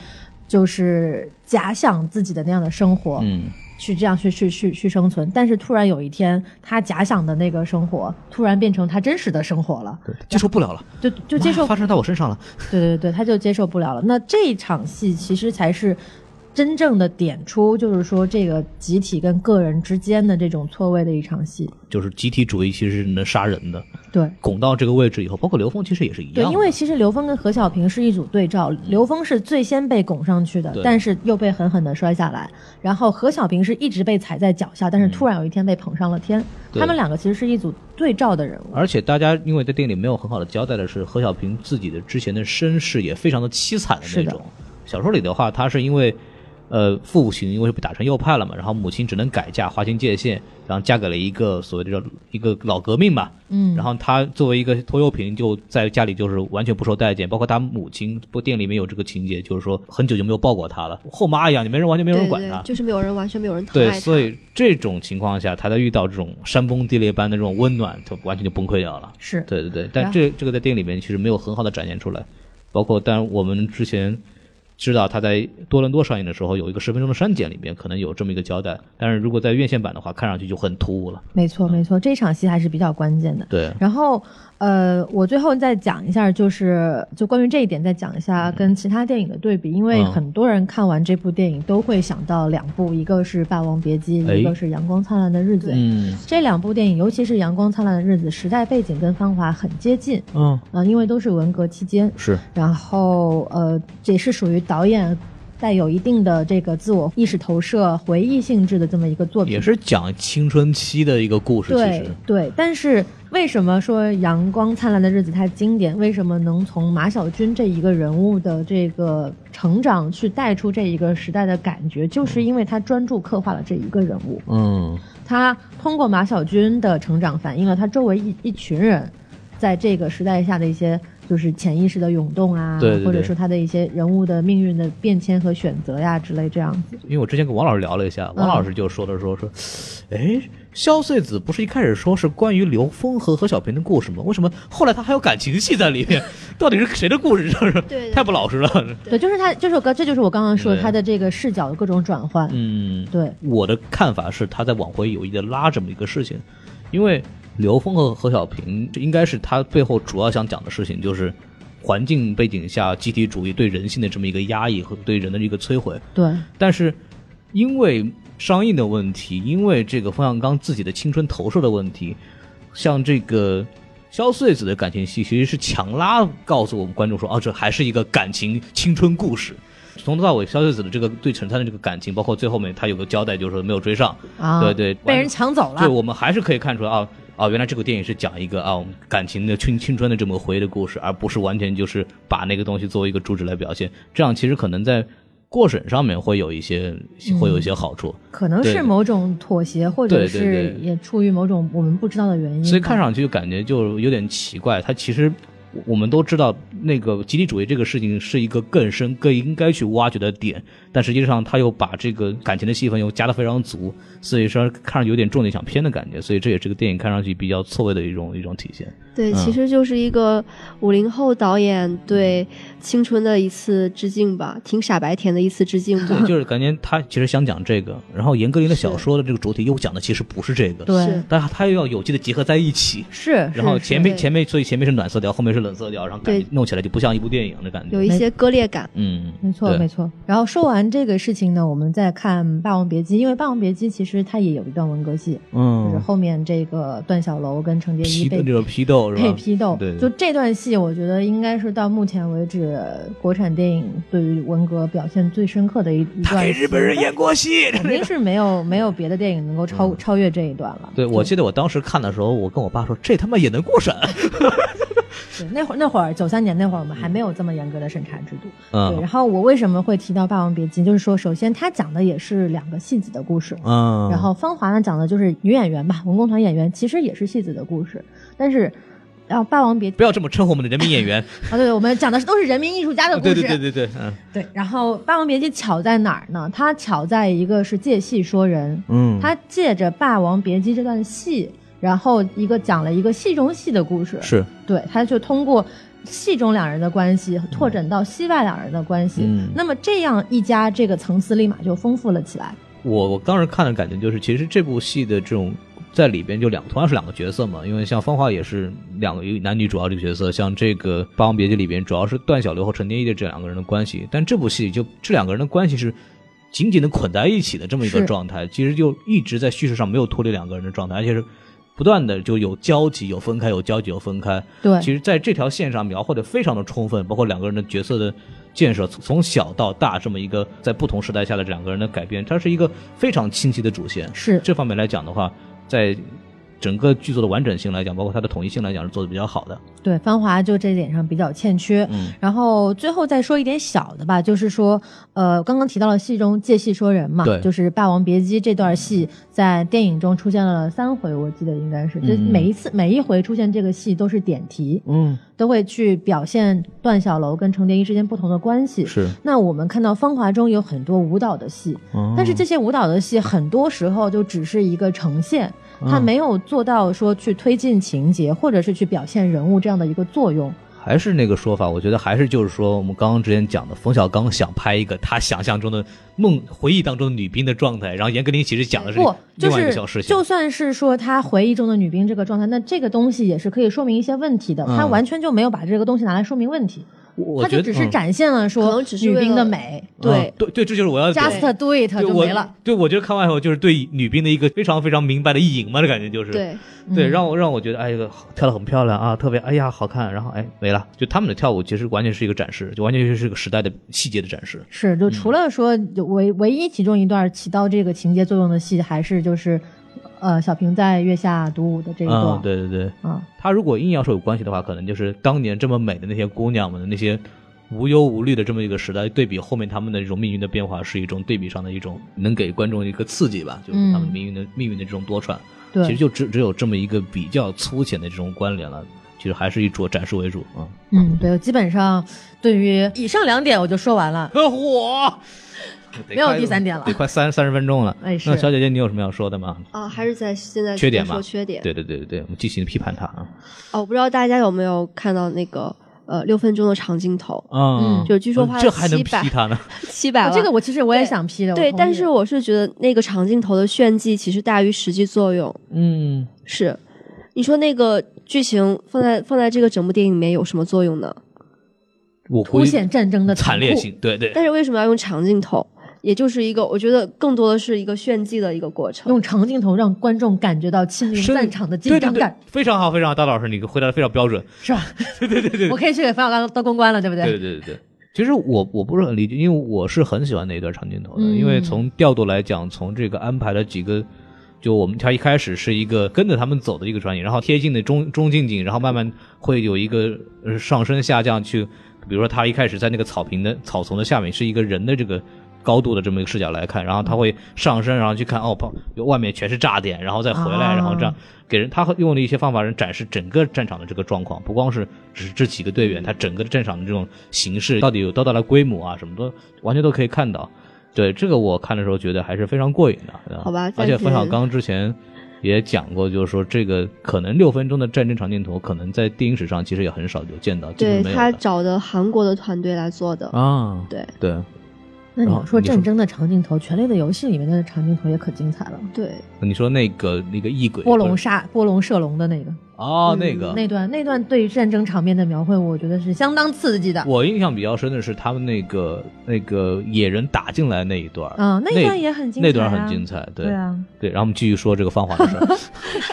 Speaker 4: 就是假想自己的那样的生活，
Speaker 3: 嗯，
Speaker 4: 去这样去去去去生存。但是突然有一天，他假想的那个生活突然变成他真实的生活了，
Speaker 3: 接受不了了，
Speaker 4: 就就接受
Speaker 3: 哇发生到我身上了。
Speaker 4: 对对对，他就接受不了了。那这一场戏其实才是真正的点出，就是说这个集体跟个人之间的这种错位的一场戏。
Speaker 3: 就是集体主义其实是能杀人的，
Speaker 4: 对。
Speaker 3: 拱到这个位置以后，包括刘峰其实也是一
Speaker 4: 对
Speaker 3: 样，的。
Speaker 4: 因为其实刘峰跟何小平是一组对照，刘峰是最先被拱上去的
Speaker 3: 对，
Speaker 4: 但是又被狠狠的摔下来，然后何小平是一直被踩在脚下，但是突然有一天被捧上了天。
Speaker 3: 嗯对
Speaker 4: 他们两个其实是一组对照的人物。
Speaker 3: 而且大家因为在电影里没有很好的交代的是，何小平自己的之前的身世也非常的凄惨的那
Speaker 4: 是
Speaker 3: 种
Speaker 4: 的。
Speaker 3: 小说里的话，他是因为，呃，父亲因为被打成右派了嘛，然后母亲只能改嫁划清界限，然后嫁给了一个所谓的叫一个老革命吧。
Speaker 4: 嗯，
Speaker 3: 然后他作为一个拖油瓶，就在家里就是完全不受待见，包括他母亲，呃不电影里面有这个情节，就是说很久就没有抱过他了， 后妈一样，你没人嗯完全没有
Speaker 5: 对对
Speaker 3: 人管
Speaker 5: 对
Speaker 3: 他。
Speaker 5: 就是没有人完全没有人疼爱
Speaker 3: 对，
Speaker 5: 他。
Speaker 3: 所以这种情况下，他在遇到这种山崩地裂般的这种温暖，他完全就崩溃掉了。
Speaker 4: 是
Speaker 3: 对对对，
Speaker 4: 然
Speaker 3: 但
Speaker 4: 后
Speaker 3: 这这个在电影里面其实没有很好的展现出来，包括但我们之前知道他在多伦多上映的时候有一个十分钟的删减，里面可能有这么一个交代，但是如果在院线版的话，看上去就很突兀了。
Speaker 4: 没错没错，这场戏还是比较关键的。
Speaker 3: 对，
Speaker 4: 然后，呃，我最后再讲一下，就是就关于这一点，再讲一下跟其他电影的对比，因为
Speaker 3: 嗯
Speaker 4: 很多人看完这部电影都会想到两部，一个是《霸王别姬》，
Speaker 3: 哎
Speaker 4: 一个是《阳光灿烂的日子》。
Speaker 3: 嗯
Speaker 4: 这两部电影，尤其是《阳光灿烂的日子》，时代背景跟《芳华》很接近，
Speaker 3: 嗯，
Speaker 4: 啊、因为都是文革期间，
Speaker 3: 是
Speaker 4: 然后呃，这也是属于导演带有一定的这个自我意识投射、回忆性质的这么一个作品
Speaker 3: 也。是讲青春期的一个故事，其
Speaker 4: 对
Speaker 3: 实
Speaker 4: 对，但是为什么说《阳光灿烂的日子》它经典？为什么能从马小军这一个人物的这个成长去带出这一个时代的感觉？就是因为他专注刻画了这一个人物，
Speaker 3: 嗯，
Speaker 4: 他通过马小军的成长，反映了他周围一一群人在这个时代下的一些。就是潜意识的涌动啊，
Speaker 3: 对对对
Speaker 4: 或者说他的一些人物的命运的变迁和选择呀、之类这样子。
Speaker 3: 因为我之前跟王老师聊了一下，王
Speaker 5: 嗯
Speaker 3: 老师就说了说说，哎，萧穗子不是一开始说是关于刘峰和何小平的故事吗？为什么后来他还有感情戏在里面？ 到底是谁的故事？ 是不是？
Speaker 5: 对对
Speaker 3: 太不老实了。
Speaker 4: 对，就是他，就是我刚，这就是我刚刚说的
Speaker 3: 对
Speaker 4: 他的这个视角的各种转换。
Speaker 3: 嗯，
Speaker 4: 对，
Speaker 3: 我的看法是他在往回有意的拉这么一个事情，因为刘峰和何小平这应该是他背后主要想讲的事情，就是环境背景下集体主义对人性的这么一个压抑和对人的一个摧毁。
Speaker 4: 对，
Speaker 3: 但是因为商业的问题，因为这个冯小刚自己的青春投射的问题，像这个萧穗子的感情戏，其实是强拉告诉我们观众说，哦，这还是一个感情青春故事。从头到尾，萧穗子的这个对陈三的这个感情，包括最后面他有个交代，就是说没有追上，
Speaker 4: 啊，
Speaker 3: 对对
Speaker 4: 被人抢走
Speaker 3: 对
Speaker 4: 了。
Speaker 3: 我们还是可以看出来啊啊，原来这个电影是讲一个啊我们感情的青青春的这么回忆的故事，而不是完全就是把那个东西作为一个主旨来表现。这样其实可能在过审上面会有一些会有一些好处，
Speaker 4: 可能
Speaker 3: 对
Speaker 4: 是某种妥协，或者
Speaker 3: 对对
Speaker 4: 是
Speaker 3: 对
Speaker 4: 也出于某种我们不知道的原因吧。
Speaker 3: 所以看上去就感觉就有点奇怪。它其实我我们都知道，那个集体主义这个事情是一个更深、更应该去挖掘的点，但实际上他又把这个感情的戏份又加的非常足，所以说看上去有点重点想偏的感觉。所以这也是个电影看上去比较错位的一种一种体现。
Speaker 5: 对，其
Speaker 3: 嗯
Speaker 5: 实就是一个五零后导演对青春的一次致敬吧，挺傻白甜的一次致敬 吧。
Speaker 3: 对，就是感觉他其实想讲这个，然后严歌苓的小
Speaker 5: 是
Speaker 3: 说的这个主体又讲的其实不是这个，
Speaker 4: 对
Speaker 5: 是
Speaker 3: 但他又要有机的结合在一起。
Speaker 4: 是，
Speaker 3: 然后
Speaker 4: 是
Speaker 3: 前面
Speaker 5: 对
Speaker 3: 前面所以前面是暖色调，后面是冷色调，然后感觉
Speaker 5: 对
Speaker 3: 弄起来就不像一部电影的感
Speaker 5: 有
Speaker 3: 觉。
Speaker 5: 一些割裂感。
Speaker 3: 嗯，
Speaker 4: 没错
Speaker 3: 对
Speaker 4: 没错。然后说完这个事情呢，我们再看《霸王别姬》，因为《霸王别姬》其实它也有一段文革戏，就是
Speaker 3: 嗯，
Speaker 4: 后面这个段小楼跟程蝶
Speaker 3: 批
Speaker 4: 衣
Speaker 3: 斗
Speaker 4: 被
Speaker 3: 这。种批斗是
Speaker 4: 被
Speaker 3: 吧？
Speaker 4: 批斗
Speaker 3: 对，对
Speaker 4: 就这段戏，我觉得应该是到目前为止国产电影对于文革表现最深刻的一一
Speaker 3: 他
Speaker 4: 段
Speaker 3: 给
Speaker 4: 戏。
Speaker 3: 日本人演过戏。
Speaker 4: 肯定是没有没有别的电影能够超、超越这一段了。
Speaker 3: 对，我记得我当时看的时候，我跟我爸说，这他妈也能过 审。
Speaker 4: 对，那会儿那会儿九三年那会儿我们还没有这么严格的审查制度。对，
Speaker 3: 嗯
Speaker 4: 然后我为什么会提到《霸王别姬》，就是说，首先它讲的也是两个戏子的故事。
Speaker 3: 嗯，
Speaker 4: 然后《芳华》呢，讲的就是女演员吧，文工团演员，其实也是戏子的故事，但是，然后《霸王别姬
Speaker 3: 不要这么称呼我们的人民演员。》
Speaker 4: 啊，对，我们讲的是都是人民艺术 家的故
Speaker 3: 对
Speaker 4: 事。
Speaker 3: 对对对对，嗯
Speaker 4: 对然后《霸王别姬》巧在哪儿呢？它巧在一个是借戏说人，
Speaker 3: 嗯，
Speaker 4: 他借着《霸王别姬》这段戏，然后一个讲了一个戏中戏的故事，
Speaker 3: 是，
Speaker 4: 对，他就通过戏中两人的关系拓展到戏外两人的关系，
Speaker 3: 嗯
Speaker 4: 那么这样一家这个层次立马就丰富了起来。
Speaker 3: 我我当时看的感觉就是，其实这部戏的这种在里边就两同样是两个角色嘛，因为像《芳华》也是两个男女主要这个角色，像这个《霸王别姬》里边主要是段小楼和陈蝶衣的这两个人的关系，但这部戏就这两个人的关系是。紧紧的捆在一起的这么一个
Speaker 4: 是
Speaker 3: 状态，其实就一直在叙事上没有脱离两个人的状态，而且是不断的就有交集，有分开，有交集，有分开。
Speaker 4: 对，
Speaker 3: 其实在这条线上描绘的非常的充分，包括两个人的角色的建设，从从小到大这么一个在不同时代下的两个人的改变，它是一个非常清晰的主线。
Speaker 4: 是
Speaker 3: 这方面来讲的话，在整个剧作的完整性来讲，包括它的统一性来讲，是做的比较好的。
Speaker 4: 对，芳华就这点上比较欠缺。
Speaker 3: 嗯
Speaker 4: 然后最后再说一点小的吧，就是说，呃，刚刚提到了戏中借戏说人嘛
Speaker 3: 对，
Speaker 4: 就是《霸王别姬》这段戏在电影中出现了三回，我记得应该是，这
Speaker 3: 嗯
Speaker 4: 每一次每一回出现这个戏都是点题，
Speaker 3: 嗯，
Speaker 4: 都会去表现段小楼跟程蝶衣之间不同的关系。
Speaker 3: 是，
Speaker 4: 那我们看到《芳华》中有很多舞蹈的戏，
Speaker 3: 哦
Speaker 4: 但是这些舞蹈的戏很多时候就只是一个呈现，
Speaker 3: 嗯
Speaker 4: 它没有做到说去推进情节，或者是去表现人物这样的一个作用。
Speaker 3: 还是那个说法，我觉得还是就是说，我们刚刚之前讲的，冯小刚想拍一个他想象中的梦、回忆当中的女兵的状态，然后严歌苓其实讲的是
Speaker 4: 不，
Speaker 3: 另
Speaker 4: 就
Speaker 3: 外一个
Speaker 4: 是
Speaker 3: 小事情，
Speaker 4: 就算是说他回忆中的女兵这个状态，那这个东西也是可以说明一些问题的。他
Speaker 3: 嗯
Speaker 4: 完全就没有把这个东西拿来说明问题，
Speaker 3: 我
Speaker 4: 他
Speaker 3: 觉
Speaker 4: 就
Speaker 3: 得
Speaker 4: 只是
Speaker 3: 嗯
Speaker 4: 展现了
Speaker 5: 可
Speaker 4: 说
Speaker 5: 能只是
Speaker 4: 女
Speaker 5: 为
Speaker 4: 兵的
Speaker 5: 了
Speaker 4: 美。
Speaker 5: 对
Speaker 3: 嗯对对，这就是我要表
Speaker 4: ，just do it
Speaker 3: 对
Speaker 4: 就
Speaker 3: 我
Speaker 4: 没了。
Speaker 3: 对，我觉得看完以后就是对女兵的一个非常非常明白的意淫嘛的感觉，就是
Speaker 5: 对，
Speaker 3: 对
Speaker 4: 嗯
Speaker 3: 让我让我觉得哎，这个好跳的很漂亮啊，特别哎呀好看，然后哎没了，就他们的跳舞其实完全是一个展示，就完全就是一个时代的细节的展示。
Speaker 4: 是，就
Speaker 3: 嗯
Speaker 4: 除了说有唯唯一其中一段起到这个情节作用的戏，还是就是，呃，小平在月下独舞的这一段。
Speaker 3: 嗯，对对对，
Speaker 4: 啊，
Speaker 3: 他如果硬要说有关系的话，可能就是当年这么美的那些姑娘们的那些。无忧无虑的这么一个时代，对比后面他们的这种命运的变化，是一种对比上的一种能给观众一个刺激吧，就是他们
Speaker 4: 嗯
Speaker 3: 命运的、命运的这种多舛。
Speaker 4: 对，
Speaker 3: 其实就只只有这么一个比较粗浅的这种关联了。其实还是以做展示为主啊。
Speaker 4: 嗯，对，基本上对于以上两点我就说完了。
Speaker 3: 可火，
Speaker 4: 没有第三点了
Speaker 3: 得快三三十分钟了。
Speaker 4: 哎是
Speaker 3: 那小姐姐，你有什么要说的吗？
Speaker 5: 啊，还是在现在
Speaker 3: 缺点吧
Speaker 5: 说缺点。
Speaker 3: 对对对对对，我们尽情地批判他啊。
Speaker 5: 哦，我不知道大家有没有看到那个呃六分钟的长镜头，
Speaker 3: 嗯
Speaker 5: 就据说花
Speaker 3: 这
Speaker 5: 了
Speaker 3: 还能
Speaker 5: 七
Speaker 3: 批
Speaker 5: 百
Speaker 3: 他 呢？
Speaker 5: 七百
Speaker 4: 我
Speaker 5: 万。
Speaker 4: 哦这个我其实我也
Speaker 5: 对
Speaker 4: 想批的，我
Speaker 5: 对，
Speaker 4: 同
Speaker 5: 但
Speaker 4: 意
Speaker 5: 是我是觉得那个长镜头的炫技其实大于实际作用。
Speaker 3: 嗯，
Speaker 5: 是，你说那个剧情放在放在这个整部电影里面有什么作用呢？
Speaker 3: 我估
Speaker 4: 凸
Speaker 3: 计
Speaker 4: 显战争的
Speaker 3: 惨
Speaker 4: 残
Speaker 3: 烈
Speaker 4: 酷。
Speaker 3: 性，对对。
Speaker 5: 但是为什么要用长镜头？也就是一个，我觉得更多的是一个炫技的一个过程。
Speaker 4: 用长镜头让观众感觉到亲临
Speaker 3: 身
Speaker 4: 战场的紧
Speaker 3: 对对
Speaker 4: 张
Speaker 3: 对
Speaker 4: 感，，
Speaker 3: 非常好，非常好，大老师，你回答的非常标准。
Speaker 4: 是 吧？对对对我可以去给冯小刚当公关了，对不对？
Speaker 3: 对对对对。其实我我不是很理解，因为我是很喜欢那一段长镜头的，
Speaker 4: 嗯
Speaker 3: 因为从调度来讲，从这个安排的几个，就我们它一开始是一个跟着他们走的一个场景，然后贴近的中中近景，然后慢慢会有一个呃上升下降去，比如说他一开始在那个草坪的草丛的下面是一个人的这个。高度的这么一个视角来看，然后他会上升，然后去看哦，旁外面全是炸点，然后再回来，
Speaker 4: 啊
Speaker 3: 然后这样给人他用了一些方法，人展示整个战场的这个状况，不光是只是这几个队员，他整个战场的这种形式到底有多大的规模啊，什么都完全都可以看到。对这个我看的时候觉得还是非常过瘾的。
Speaker 5: 好吧
Speaker 3: 而且
Speaker 5: 暂时
Speaker 3: 冯小刚之前也讲过，就是说这个可能六分钟的战争长镜头，可能在电影史上其实也很少有见到，基本
Speaker 5: 对
Speaker 3: 没有
Speaker 5: 他
Speaker 3: 的
Speaker 5: 找的韩国的团队来做的，
Speaker 3: 啊，
Speaker 5: 对
Speaker 3: 对，
Speaker 4: 那你
Speaker 3: 然后
Speaker 4: 要说
Speaker 3: 你说
Speaker 4: 战争的长镜头，《权力的游戏》里面的长镜头也可精彩了，
Speaker 5: 对，
Speaker 3: 你说那个那个异鬼
Speaker 4: 波龙杀波龙射龙的那个。
Speaker 3: 哦，
Speaker 5: 嗯
Speaker 3: 那个
Speaker 4: 那段那段对于战争场面的描绘，我觉得是相当刺激的。
Speaker 3: 我印象比较深的是他们那个那个野人打进来那一段儿，
Speaker 4: 嗯那一
Speaker 3: 那
Speaker 4: 段也很精彩
Speaker 3: 那
Speaker 4: 啊
Speaker 3: 段很精彩，对
Speaker 4: 对啊，
Speaker 3: 对然后我们继续说这个芳华的事儿，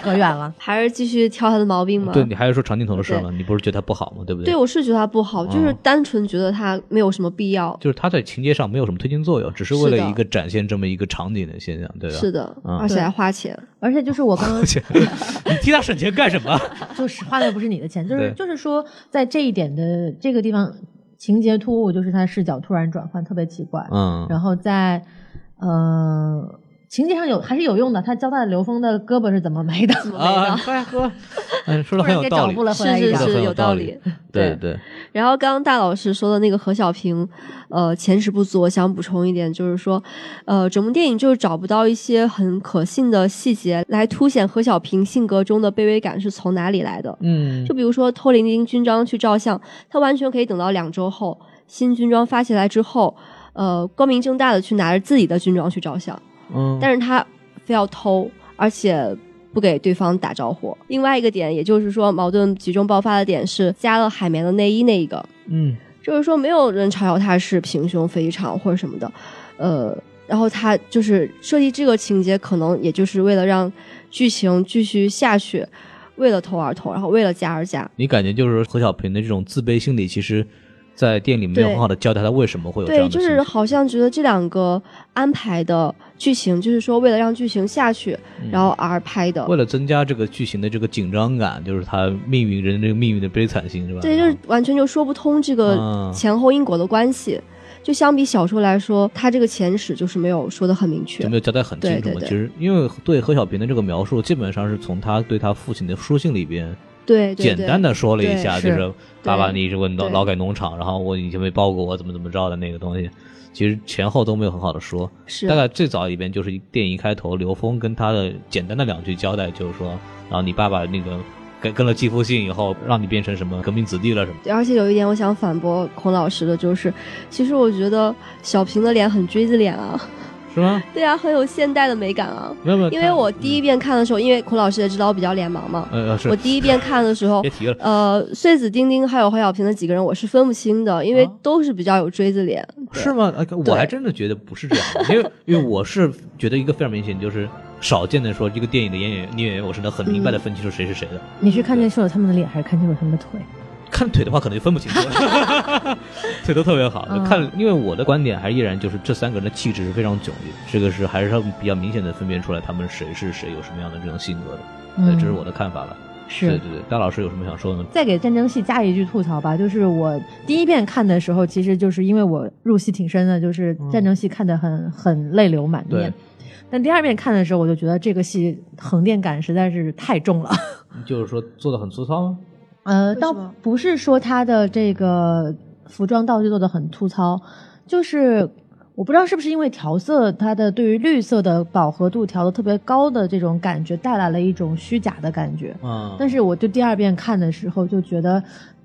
Speaker 4: 扯远了。
Speaker 5: 还是继续挑他的毛病吗？
Speaker 3: 对你还是说长镜头的事儿吗？你不是觉得它不好吗？对不
Speaker 5: 对，我是觉得他不好，就是
Speaker 3: 嗯
Speaker 5: 单纯觉得他没有什么必要。
Speaker 3: 就是它在情节上没有什么推进作用，只是为了
Speaker 5: 是的
Speaker 3: 一个展现这么一个场景的现象，对吧？
Speaker 5: 是的，
Speaker 3: 嗯
Speaker 5: 而且还花钱。
Speaker 4: 而且就是我刚 刚
Speaker 3: 你替他省钱干什么？
Speaker 4: 就是花的不是你的钱，就是
Speaker 3: 对
Speaker 4: 就是说在这一点的这个地方情节突兀，就是他视角突然转换特别奇怪。
Speaker 3: 嗯，
Speaker 4: 然后在呃情节上有还是有用的。他交代刘峰的胳膊是怎么没的，
Speaker 5: 怎么没
Speaker 3: 啊，
Speaker 5: 的？
Speaker 3: 快 喝，嗯，说的很
Speaker 4: 不然
Speaker 3: 有
Speaker 4: 给
Speaker 3: 道
Speaker 4: 找
Speaker 3: 理
Speaker 4: 不，了回来
Speaker 5: 是
Speaker 4: 一
Speaker 5: 是
Speaker 4: 样。
Speaker 5: 是，有道
Speaker 3: 是
Speaker 5: 理。
Speaker 3: 对对，
Speaker 5: 然后刚刚大老师说的那个何小平，呃，前十不足，我想补充一点，就是说，呃，整部电影就是找不到一些很可信的细节来凸显何小平性格中的卑微感是从哪里来的。
Speaker 3: 嗯
Speaker 5: 就比如说偷林林军装去照相，他完全可以等到两周后新军装发起来之后，呃，光明正大的去拿着自己的军装去照相，
Speaker 3: 嗯，
Speaker 5: 但是他非要偷，而且。不给对方打招呼。另外一个点，也就是说，矛盾集中爆发的点是加了海绵的内衣那一个，
Speaker 3: 嗯
Speaker 5: 就是说没有人嘲笑他是平胸肥肠或者什么的，呃，然后他就是设计这个情节，可能也就是为了让剧情继续下去，为了投而投，然后为了加而加。
Speaker 3: 你感觉就是何小平的这种自卑心理，其实，在店里没有
Speaker 5: 对
Speaker 3: 很好的交代他为什么会有这样
Speaker 5: 对，
Speaker 3: 的
Speaker 5: 就
Speaker 3: 心理。
Speaker 5: 是好像觉得这两个安排的剧情，就是说为了让剧情下去，然后而拍的。
Speaker 3: 嗯为了增加这个剧情的这个紧张感，就是他命运人这个命运的悲惨性，是吧？
Speaker 5: 对，就是完全就说不通这个
Speaker 3: 啊
Speaker 5: 前后因果的关系。就相比小说来说，它这个前史就是没有说的很明确
Speaker 3: 就。没有交代很清楚嘛。
Speaker 5: 对对对
Speaker 3: 其实，因为对何小平的这个描述，基本上是从他对他父亲的书信里边
Speaker 5: 对对对，
Speaker 3: 简单的说了一下，
Speaker 4: 对
Speaker 3: 就是是爸爸，
Speaker 5: 对
Speaker 3: 你这个劳
Speaker 5: 对
Speaker 3: 劳改农场，然后我以前被包裹，我怎么怎么着的那个东西，其实前后都没有很好的说。
Speaker 5: 是
Speaker 3: 大概最早里边就是电影一开头，刘峰跟他的简单的两句交代，就是说，然后你爸爸那个跟跟了继父信以后，让你变成什么革命子弟了什么。
Speaker 5: 对，而且有一点我想反驳孔老师的，就是其实我觉得小平的脸很锥子脸啊，
Speaker 3: 是吗？
Speaker 5: 对啊，很有现代的美感啊。
Speaker 3: 没有没有，
Speaker 5: 因为我第一遍看的时候，因为孔老师也知道我比较脸盲嘛，
Speaker 3: 呃嗯是
Speaker 5: 我第一遍看的时候
Speaker 3: 别，提了，
Speaker 5: 呃，穗子、丁丁还有何小平的几个人，我是分不清的，因为
Speaker 3: 啊
Speaker 5: 都是比较有锥子脸。对
Speaker 3: 是吗？呃我
Speaker 5: 对
Speaker 3: 还真的觉得不是这样，因为因为我是觉得一个非常明显，就是少见的说这个电影的演员女演员，我是能很明白的分清楚谁是谁的。
Speaker 4: 你是看清楚了他们的脸，还是看清楚他们的腿？
Speaker 3: 看腿的话，可能就分不清楚， 腿都特别好。
Speaker 4: 嗯
Speaker 3: 看，因为我的观点还依然就是这三个人的气质是非常迥异，这个是还是要比较明显的分辨出来他们谁是谁，有什么样的这种性格的。对，
Speaker 4: 嗯
Speaker 3: 这是我的看法了。对
Speaker 4: 是。
Speaker 3: 对对，大老师有什么想说的吗？
Speaker 4: 再给战争戏加一句吐槽吧，就是我第一遍看的时候，其实就是因为我入戏挺深的，就是战争戏看得很、很泪流满面
Speaker 3: 对。
Speaker 4: 但第二遍看的时候，我就觉得这个戏横店感实在是太重了。
Speaker 3: 就是说做的很粗糙吗？
Speaker 4: 呃，
Speaker 5: 为
Speaker 4: 倒
Speaker 5: 什么
Speaker 4: 不是说他的这个服装道具做的很粗糙，就是我不知道是不是因为调色，它的对于绿色的饱和度调的特别高的这种感觉，带来了一种虚假的感觉。
Speaker 3: 嗯，
Speaker 4: 但是我就第二遍看的时候就觉得。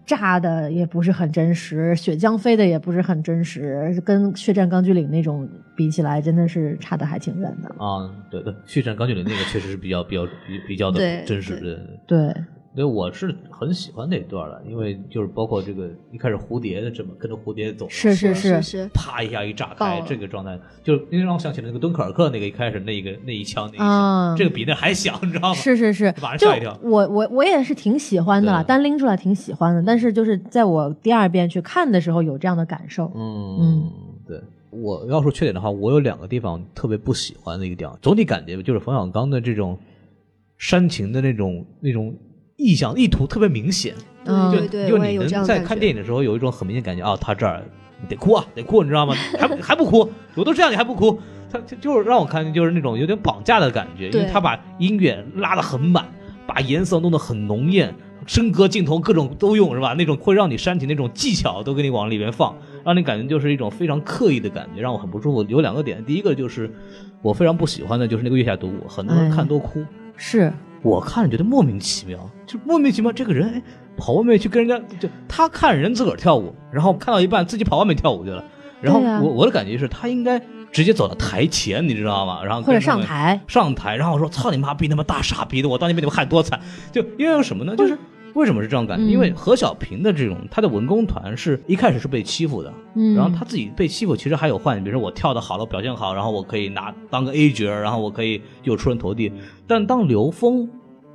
Speaker 4: 炸的也不是很真实，血浆飞的也不是很真实，跟《血战钢锯岭》那种比起来，真的是差的还挺远的。
Speaker 3: 啊，对对，血战钢锯岭那个确实是比较 比较比比较的
Speaker 5: 对
Speaker 3: 真实的。
Speaker 4: 对，
Speaker 3: 对，我是很喜欢那段的，因为就是包括这个一开始蝴蝶的这么跟着蝴蝶走，
Speaker 4: 是
Speaker 5: 是
Speaker 4: 是
Speaker 5: 是，
Speaker 3: 啪一下一炸
Speaker 5: 爆
Speaker 3: 开，
Speaker 5: 了
Speaker 3: 这个状态就是因为让我想起了那个敦刻尔克那个一开始那一个那一枪那一
Speaker 4: 啊
Speaker 3: 响，这个比那还响，你知道吗？
Speaker 4: 是是是
Speaker 3: 把人，
Speaker 4: 就
Speaker 3: 吓一跳
Speaker 4: 我我我也是挺喜欢的啦，
Speaker 3: 对
Speaker 4: 单拎出来挺喜欢的，但是就是在我第二遍去看的时候有这样的感受。
Speaker 3: 嗯，对。我要说缺点的话，我有两个地方特别不喜欢的一个地方，总体感觉就是冯小刚的这种煽情的那种那种意向意图特别明显，
Speaker 4: 嗯
Speaker 5: 对
Speaker 3: 就
Speaker 5: 对对，
Speaker 3: 就
Speaker 5: 我也
Speaker 3: 你
Speaker 5: 有这样
Speaker 3: 能
Speaker 5: 的
Speaker 3: 在
Speaker 5: 感
Speaker 3: 看
Speaker 5: 觉
Speaker 3: 电影的时候有一种很明显感觉啊，他这儿你得哭啊，得哭，你 知道吗？还不还不哭，我都这样你还不哭，他就就是让我看就是那种有点绑架的感觉，因为
Speaker 5: 对
Speaker 3: 他把音乐拉得很满，把颜色弄得很浓艳，升格镜头各种都用是吧？那种会让你煽情那种技巧都给你往里面放，让你感觉就是一种非常刻意的感觉，让我很不舒服。有两个点，第一个就是我非常不喜欢的就是那个月下独舞，很多人
Speaker 4: 哎
Speaker 3: 看都哭。
Speaker 4: 是，
Speaker 3: 我看着觉得莫名其妙，就莫名其妙，这个人哎跑外面去跟人家，就他看人自个儿跳舞，然后看到一半自己跑外面跳舞去了。然后我、
Speaker 4: 对啊
Speaker 3: 我的感觉是他应该直接走到台前，你知道吗？然后
Speaker 4: 或
Speaker 3: 跟
Speaker 4: 者
Speaker 3: 他
Speaker 4: 上
Speaker 3: 们
Speaker 4: 台，
Speaker 3: 上台，然后我说操你妈逼他妈大傻逼的，我当年被你们害多惨。就因为什么呢？就是为什么是这样感觉？
Speaker 4: 嗯
Speaker 3: 因为何小平的这种他的文工团是一开始是被欺负的，
Speaker 4: 嗯，
Speaker 3: 然后他自己被欺负，其实还有幻想，比如说我跳的好了，我表现好，然后我可以拿当个 A 角，然后我可以有出人头地。但当刘峰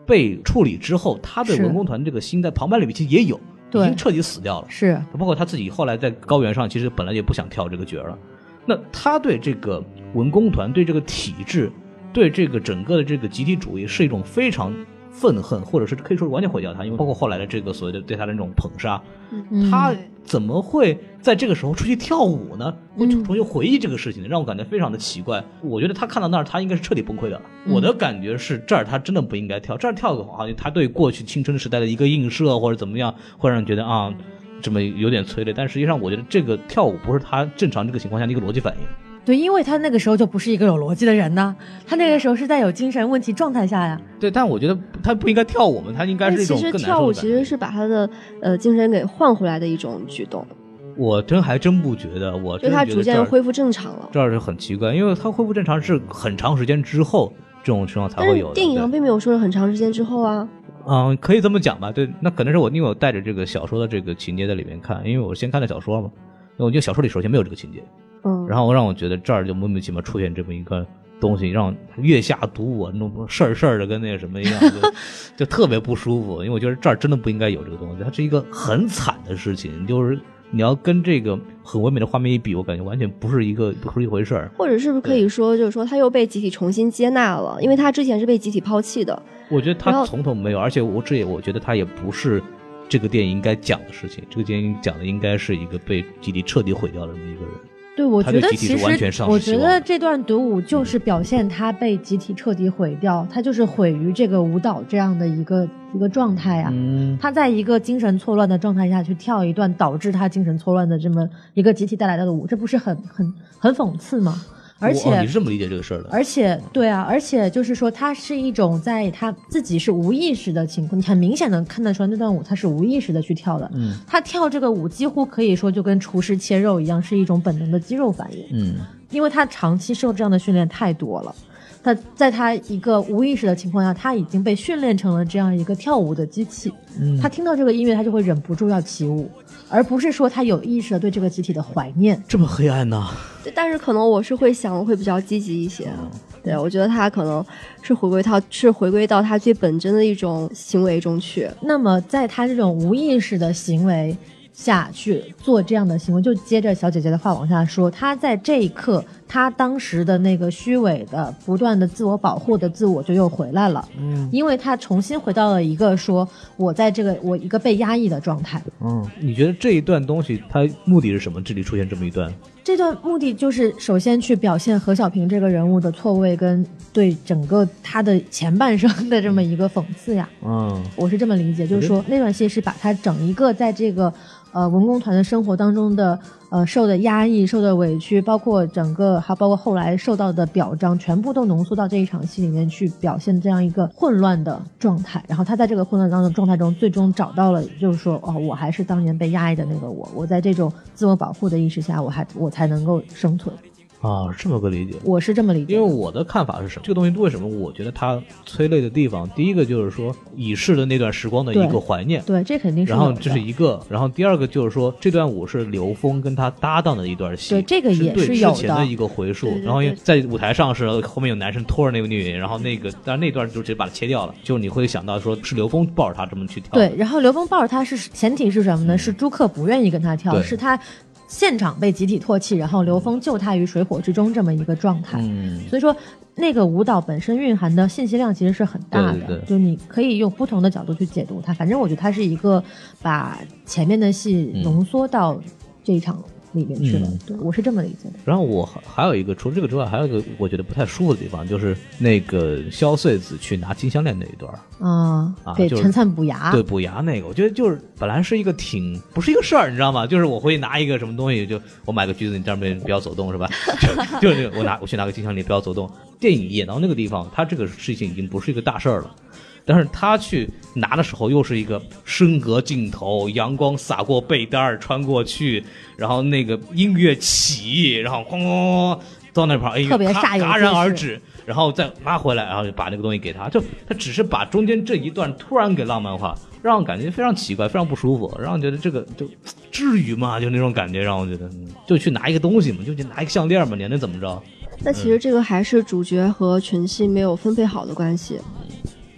Speaker 3: 被处理之后，他对
Speaker 4: 是
Speaker 3: 文工团这个心在旁白里面其实也有，已
Speaker 4: 对
Speaker 3: 经彻底死掉了。
Speaker 4: 是
Speaker 3: 包括他自己后来在高原上，其实本来也不想跳这个角了。那他对这个文工团、对这个体制、对这个整个的这个集体主义是一种非常愤恨，或者是可以说是完全毁掉他，因为包括后来的这个所谓的对他的那种捧杀，
Speaker 4: 嗯
Speaker 3: 他怎么会在这个时候出去跳舞呢？
Speaker 5: 嗯
Speaker 3: 会重新回忆这个事情，让我感觉非常的奇怪。我觉得他看到那儿，他应该是彻底崩溃的。
Speaker 5: 嗯
Speaker 3: 我的感觉是这儿他真的不应该跳，这儿跳的话好像他对过去青春时代的一个映射或者怎么样，会让人觉得啊。这么有点催泪，但实际上我觉得这个跳舞不是他正常这个情况下的一个逻辑反应。
Speaker 4: 对，因为他那个时候就不是一个有逻辑的人呐、他那个时候是在有精神问题状态下呀。
Speaker 3: 对，但我觉得他不应该跳舞嘛，他应该
Speaker 5: 但
Speaker 3: 是一
Speaker 5: 哎其
Speaker 3: 种
Speaker 5: 实
Speaker 3: 更难
Speaker 5: 跳
Speaker 3: 受
Speaker 5: 舞
Speaker 3: 的
Speaker 5: 其
Speaker 3: 感觉
Speaker 5: 实是把他的呃精神给换回来的一种举动，
Speaker 3: 我真还真不觉得，我
Speaker 5: 就
Speaker 3: 真
Speaker 5: 他
Speaker 3: 觉
Speaker 5: 逐
Speaker 3: 得这
Speaker 5: 渐
Speaker 3: 儿
Speaker 5: 恢复正常了。
Speaker 3: 这儿是很奇怪，因为他恢复正常是很长时间之后这种情况才
Speaker 5: 但
Speaker 3: 会
Speaker 5: 是
Speaker 3: 有的。
Speaker 5: 电影
Speaker 3: 对
Speaker 5: 上并没有说是很长时间之后啊，
Speaker 3: 嗯，可以这么讲吧，对，那可能是我因为我带着这个小说的这个情节在里面看，因为我先看的小说嘛，那我觉得小说里首先没有这个情节，
Speaker 5: 嗯，
Speaker 3: 然后让我觉得这儿就莫名其妙出现这么一个东西，让月下独舞啊，弄事儿事儿的跟那个什么一样， 就就特别不舒服。因为我觉得这儿真的不应该有这个东西，它是一个很惨的事情，就是你要跟这个很唯美的画面一比，我感觉完全不是一个不是一回事儿。
Speaker 5: 或者是不是可以说就是说他又被集体重新接纳了，因为他之前是被集体抛弃的。
Speaker 3: 我觉得
Speaker 5: 然
Speaker 3: 他
Speaker 5: 后
Speaker 3: 从头没有，而且我这也我觉得他也不是这个电影应该讲的事情，这个电影讲的应该是一个被集体彻底毁掉的这么一个人。
Speaker 4: 对，我
Speaker 3: 他
Speaker 4: 觉
Speaker 3: 对
Speaker 4: 得
Speaker 3: 集体
Speaker 4: 其
Speaker 3: 是完全
Speaker 4: 实
Speaker 3: 丧失
Speaker 4: 我
Speaker 3: 希
Speaker 4: 觉
Speaker 3: 望
Speaker 4: 得
Speaker 3: 的嗯
Speaker 4: 这段独舞就是表现他被集体彻底毁掉，他就是毁于这个舞蹈这样的一个一个状态啊。
Speaker 3: 嗯，
Speaker 4: 他在一个精神错乱的状态下去跳一段导致他精神错乱的这么一个集体带来的舞，这不是很很很讽刺吗？而且、
Speaker 3: 我哦你是这么理解这个事儿的？
Speaker 4: 而且，对啊，而且就是说，他是一种在他自己是无意识的情况，你很明显能看得出来，那段舞他是无意识的去跳的。
Speaker 3: 嗯，
Speaker 4: 他跳这个舞几乎可以说就跟厨师切肉一样，是一种本能的肌肉反应，
Speaker 3: 嗯。
Speaker 4: 因为他长期受这样的训练太多了。他在他一个无意识的情况下，他已经被训练成了这样一个跳舞的机器。
Speaker 3: 嗯
Speaker 4: 他听到这个音乐，他就会忍不住要起舞，而不是说他有意识的对这个集体的怀念。
Speaker 3: 这么黑暗呢、
Speaker 5: 对，但是可能我是会想会比较积极一些。
Speaker 3: 哦
Speaker 5: 对，我觉得他可能是回归到是回归到他最本真的一种行为中去。
Speaker 4: 那么在他这种无意识的行为下去做这样的行为，就接着小姐姐的话往下说，他在这一刻，他当时的那个虚伪的、不断的自我保护的自我就又回来了，嗯，因为他重新回到了一个说我在这个我一个被压抑的状态。
Speaker 3: 嗯，你觉得这一段东西它目的是什么？这里出现这么一段，
Speaker 4: 这段目的就是首先去表现何小平这个人物的错位跟对整个他的前半生的这么一个讽刺呀。
Speaker 3: 嗯，
Speaker 4: 我是这么理解，就是说那段戏是把他整一个在这个呃文工团的生活当中的呃受的压抑、受的委屈，包括整个呃还包括后来受到的表彰，全部都浓缩到这一场戏里面去表现这样一个混乱的状态。然后他在这个混乱当中状态中，最终找到了，就是说哦，我还是当年被压抑的那个我，我在这种自我保护的意识下，我还我才能够生存。
Speaker 3: 啊，这么个理解。
Speaker 4: 我是这么理解
Speaker 3: 因为
Speaker 4: 的。
Speaker 3: 我的看法是什么？这个东西为什么我觉得它催泪的地方，第一个就是说已逝的那段时光的一个
Speaker 4: 对
Speaker 3: 怀念，
Speaker 4: 对，这肯定是
Speaker 3: 然后
Speaker 4: 有的
Speaker 3: 这是一个，然后第二个就是说这段舞是刘峰跟他搭档的一段戏，
Speaker 4: 对这个也
Speaker 3: 是对
Speaker 4: 是有
Speaker 3: 之前
Speaker 4: 的
Speaker 3: 的一个回溯
Speaker 5: 对对，对
Speaker 3: 然后在舞台上是后面有男生拖着那个女人，然后那个但是那段就直接把它切掉了，就你会想到说是刘峰抱着她这么去跳的，
Speaker 4: 对，然后刘峰抱着他是前提是什么呢？是朱克不愿意跟他跳，
Speaker 3: 嗯对
Speaker 4: 是他现场被集体唾弃，然后刘峰救他于水火之中这么一个状态。
Speaker 3: 嗯，
Speaker 4: 所以说，那个舞蹈本身蕴含的信息量其实是很大的，
Speaker 3: 对对对
Speaker 4: 就你可以用不同的角度去解读它。反正我觉得它是一个把前面的戏浓缩到这一场里面去了。
Speaker 3: 嗯
Speaker 4: 对我是这么理解的。
Speaker 3: 然后我还还有一个，除了这个之外，还有一个我觉得不太舒服的地方，就是那个萧穗子去拿金项链那一段儿，
Speaker 4: 嗯，
Speaker 3: 啊
Speaker 4: 对，
Speaker 3: 就是
Speaker 4: 陈灿补牙，
Speaker 3: 对补牙那个，我觉得就是本来是一个挺不是一个事儿，你知道吗？就是我会拿一个什么东西，就我买个橘子，你这边不要走动是吧？ 就就是我拿我去拿个金项链，不要走动。电影演到那个地方，他这个事情已经不是一个大事儿了。但是他去拿的时候，又是一个升格镜头，阳光洒过被单儿穿过去，然后那个音乐起，然后哐哐哐哐到那旁，哎呦，
Speaker 4: 特别
Speaker 3: 戛
Speaker 4: 煞有
Speaker 3: 戛
Speaker 4: 其
Speaker 3: 然而
Speaker 4: 事
Speaker 3: 止，然后再拉回来，然后就把那个东西给他，就他只是把中间这一段突然给浪漫化，让我感觉非常奇怪，非常不舒服，让我觉得这个就至于吗？就那种感觉，让我觉得、嗯就去拿一个东西嘛，就去拿一个项链嘛，你还能怎么着？
Speaker 5: 那
Speaker 3: 嗯
Speaker 5: 其实这个还是主角和群戏没有分配好的关系。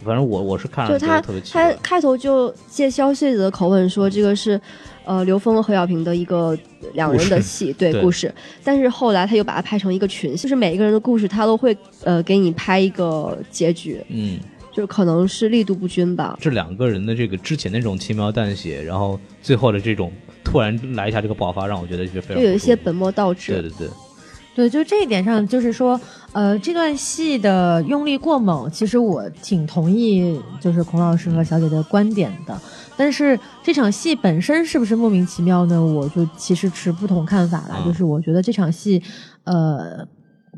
Speaker 3: 反正我我是看
Speaker 5: 就
Speaker 3: 着觉得
Speaker 5: 他
Speaker 3: 特别奇
Speaker 5: 他
Speaker 3: 怪。
Speaker 5: 开头就借肖穗子的口吻说这个是，呃，刘峰和何小平的一个两人的戏，对
Speaker 3: 对
Speaker 5: 故事。但是后来他又把它拍成一个群戏，就是每一个人的故事他都会呃给你拍一个结局。
Speaker 3: 嗯，
Speaker 5: 就可能是力度不均吧。
Speaker 3: 这两个人的这个之前的这种轻描淡写，然后最后的这种突然来一下这个爆发，让我觉得就非常
Speaker 5: 就有一些
Speaker 3: 不舒
Speaker 5: 本末倒
Speaker 3: 服对
Speaker 5: 置，
Speaker 3: 对对，
Speaker 4: 对，就这一点上，就是说，呃，这段戏的用力过猛，其实我挺同意，就是孔老师和小姐的观点的。但是这场戏本身是不是莫名其妙呢？我就其实持不同看法啦。
Speaker 3: 嗯
Speaker 4: 就是我觉得这场戏，呃。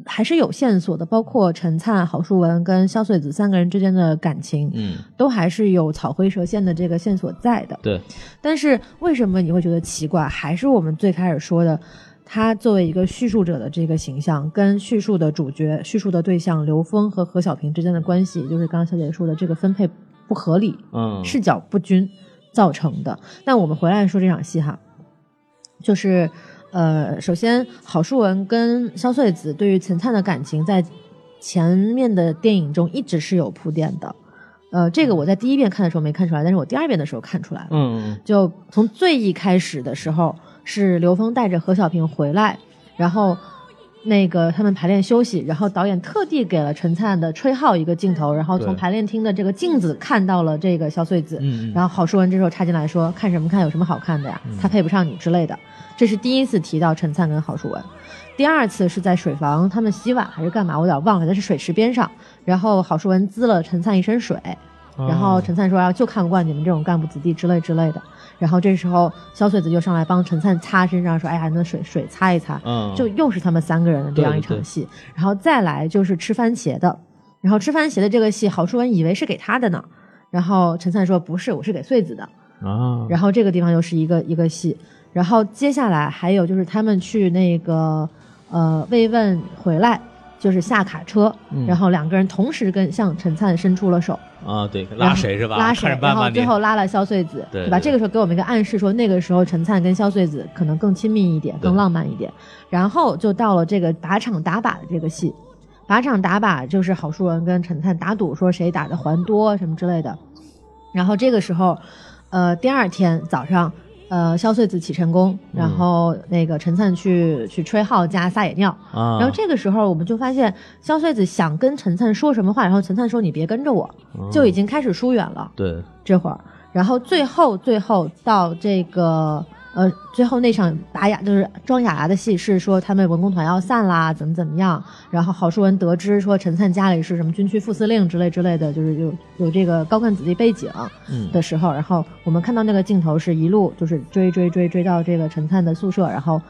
Speaker 4: 还是有线索的，包括陈灿、郝淑文跟萧穗子三个人之间的感情，
Speaker 3: 嗯，
Speaker 4: 都还是有草灰蛇线的这个线索在的。
Speaker 3: 对，
Speaker 4: 但是为什么你会觉得奇怪？还是我们最开始说的，他作为一个叙述者的这个形象，跟叙述的主角、叙述的对象刘峰和何小平之间的关系，就是刚刚小姐说的这个分配不合理，
Speaker 3: 嗯，
Speaker 4: 视角不均造成的。那我们回来说这场戏哈，就是呃，首先郝淑文跟萧穗子对于陈灿的感情，在前面的电影中一直是有铺垫的。呃，这个我在第一遍看的时候没看出来，但是我第二遍的时候看出来了。
Speaker 3: 嗯，
Speaker 4: 就从最一开始的时候，是刘峰带着何小平回来，然后那个他们排练休息，然后导演特地给了陈灿的吹号一个镜头，然后从
Speaker 3: 对
Speaker 4: 排练厅的这个镜子看到了这个萧穗子，
Speaker 3: 嗯嗯
Speaker 4: 然后郝淑文这时候插进来说：“看什么看？有什么好看的呀？
Speaker 3: 嗯
Speaker 4: 他配不上你之类的。”这是第一次提到陈灿跟郝淑文。第二次是在水房，他们洗碗还是干嘛，我有点忘了，但是水池边上，然后郝淑文滋了陈灿一身水，
Speaker 3: 嗯，
Speaker 4: 然后陈灿说啊，就看不惯你们这种干部子弟之类之类的。然后这时候萧穗子就上来帮陈灿擦身上，说：“哎呀，那水水擦一擦。
Speaker 3: 嗯，
Speaker 4: 就又是他们三个人的这样一场戏。然后再来就是吃番茄的，然后吃番茄的这个戏，郝淑文以为是给他的呢，然后陈灿说不是，我是给穗子的。
Speaker 3: 啊，
Speaker 4: 然后这个地方又是一个一个戏，然后接下来还有就是他们去那个呃慰问回来，就是下卡车，
Speaker 3: 嗯
Speaker 4: 然后两个人同时跟向陈灿伸出了手。
Speaker 3: 啊，对，拉谁是吧？
Speaker 4: 拉谁
Speaker 3: 看着？慢
Speaker 4: 然后
Speaker 3: 慢
Speaker 4: 最
Speaker 3: 点
Speaker 4: 后拉了萧穗子，
Speaker 3: 对
Speaker 4: 吧？
Speaker 3: 对
Speaker 4: 这个时候给我们一个暗示，说那个时候陈灿跟萧穗子可能更亲密一点，
Speaker 3: 对
Speaker 4: 更浪漫一点。然后就到了这个靶场打靶的这个戏，靶场打靶就是郝淑文跟陈灿打赌，说谁打的还多什么之类的。然后这个时候，呃，第二天早上。呃，萧穗子起晨功，
Speaker 3: 嗯
Speaker 4: 然后那个陈灿去去吹号加撒野尿，
Speaker 3: 啊，
Speaker 4: 然后这个时候我们就发现萧穗子想跟陈灿说什么话，然后陈灿说你别跟着我，就已经开始疏远了。
Speaker 3: 嗯对，
Speaker 4: 这会儿，然后最后最后到这个呃最后那场拔牙就是装哑牙的戏是说他们文工团要散啦，怎么怎么样，然后郝淑文得知说陈灿家里是什么军区副司令之类之类的，就是有有这个高干子弟背景
Speaker 3: 嗯
Speaker 4: 的时候，然后我们看到那个镜头是一路就是追追追追到这个陈灿的宿舍，然后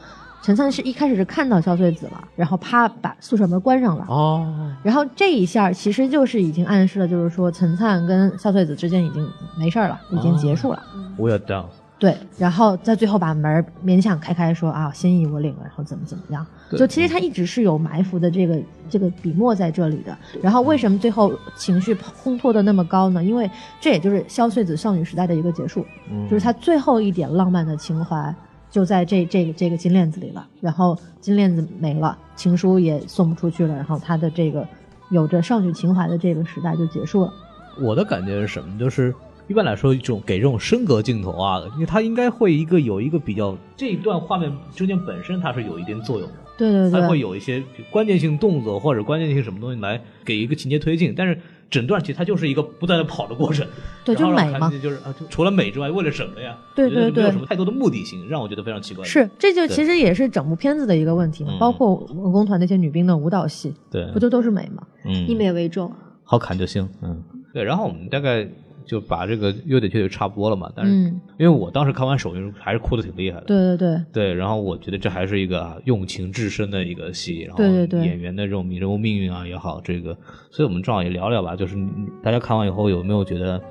Speaker 4: 陈灿是一开始是看到萧穗子了，然后啪把宿舍门关上了。
Speaker 3: 哦，
Speaker 4: 然后这一下其实就是已经暗示了，就是说陈灿跟萧穗子之间已经没事儿了，已经结束了。
Speaker 3: 我有 down，
Speaker 4: 对，然后在最后把门儿勉强开开说，啊心意我领了，然后怎么怎么样。
Speaker 3: 对
Speaker 4: 就其实他一直是有埋伏的这个这个笔墨在这里的。然后为什么最后情绪烘托的那么高呢？因为这也就是萧穗子少女时代的一个结束，
Speaker 3: 嗯
Speaker 4: 就是她最后一点浪漫的情怀。就在这这个这个金链子里了，然后金链子没了，情书也送不出去了，然后她的这个有着少女情怀的这个时代就结束了。
Speaker 3: 我的感觉是什么？就是一般来说，这种给这种升格镜头啊，因为它应该会一个有一个比较这一段画面中间本身它是有一定作用的，
Speaker 4: 对对对，
Speaker 3: 它会有一些关键性动作或者关键性什么东西来给一个情节推进，但是。整段其实它就是一个不断的跑的过程，
Speaker 4: 对就
Speaker 3: 然后让
Speaker 4: 美
Speaker 3: 看
Speaker 4: 嘛
Speaker 3: 见就是啊，就除了美之外，为了什么呀？
Speaker 4: 对
Speaker 3: 我觉得
Speaker 4: 对
Speaker 3: 就没有
Speaker 4: 对
Speaker 3: 什么太多的目的性，让我觉得非常奇怪。，
Speaker 4: 是，这就
Speaker 3: 对
Speaker 4: 其实也是整部片子的一个问题嘛，
Speaker 3: 嗯
Speaker 4: 包括文工团那些女兵的舞蹈戏，
Speaker 3: 对，
Speaker 4: 不就都是美吗？
Speaker 3: 嗯，
Speaker 5: 以美为重。
Speaker 3: 好砍就行，嗯，对。然后我们大概就把这个优点缺点差不多了嘛，但是、
Speaker 4: 嗯，
Speaker 3: 因为我当时看完首映还是哭的挺厉害的，
Speaker 4: 对对对，
Speaker 3: 对然后我觉得这还是一个啊用情至深的一个戏，然后
Speaker 4: 对对对
Speaker 3: 演员的这种人物命运啊也好，这个，所以我们正好也聊聊吧，就是你你大家看完以后有没有觉得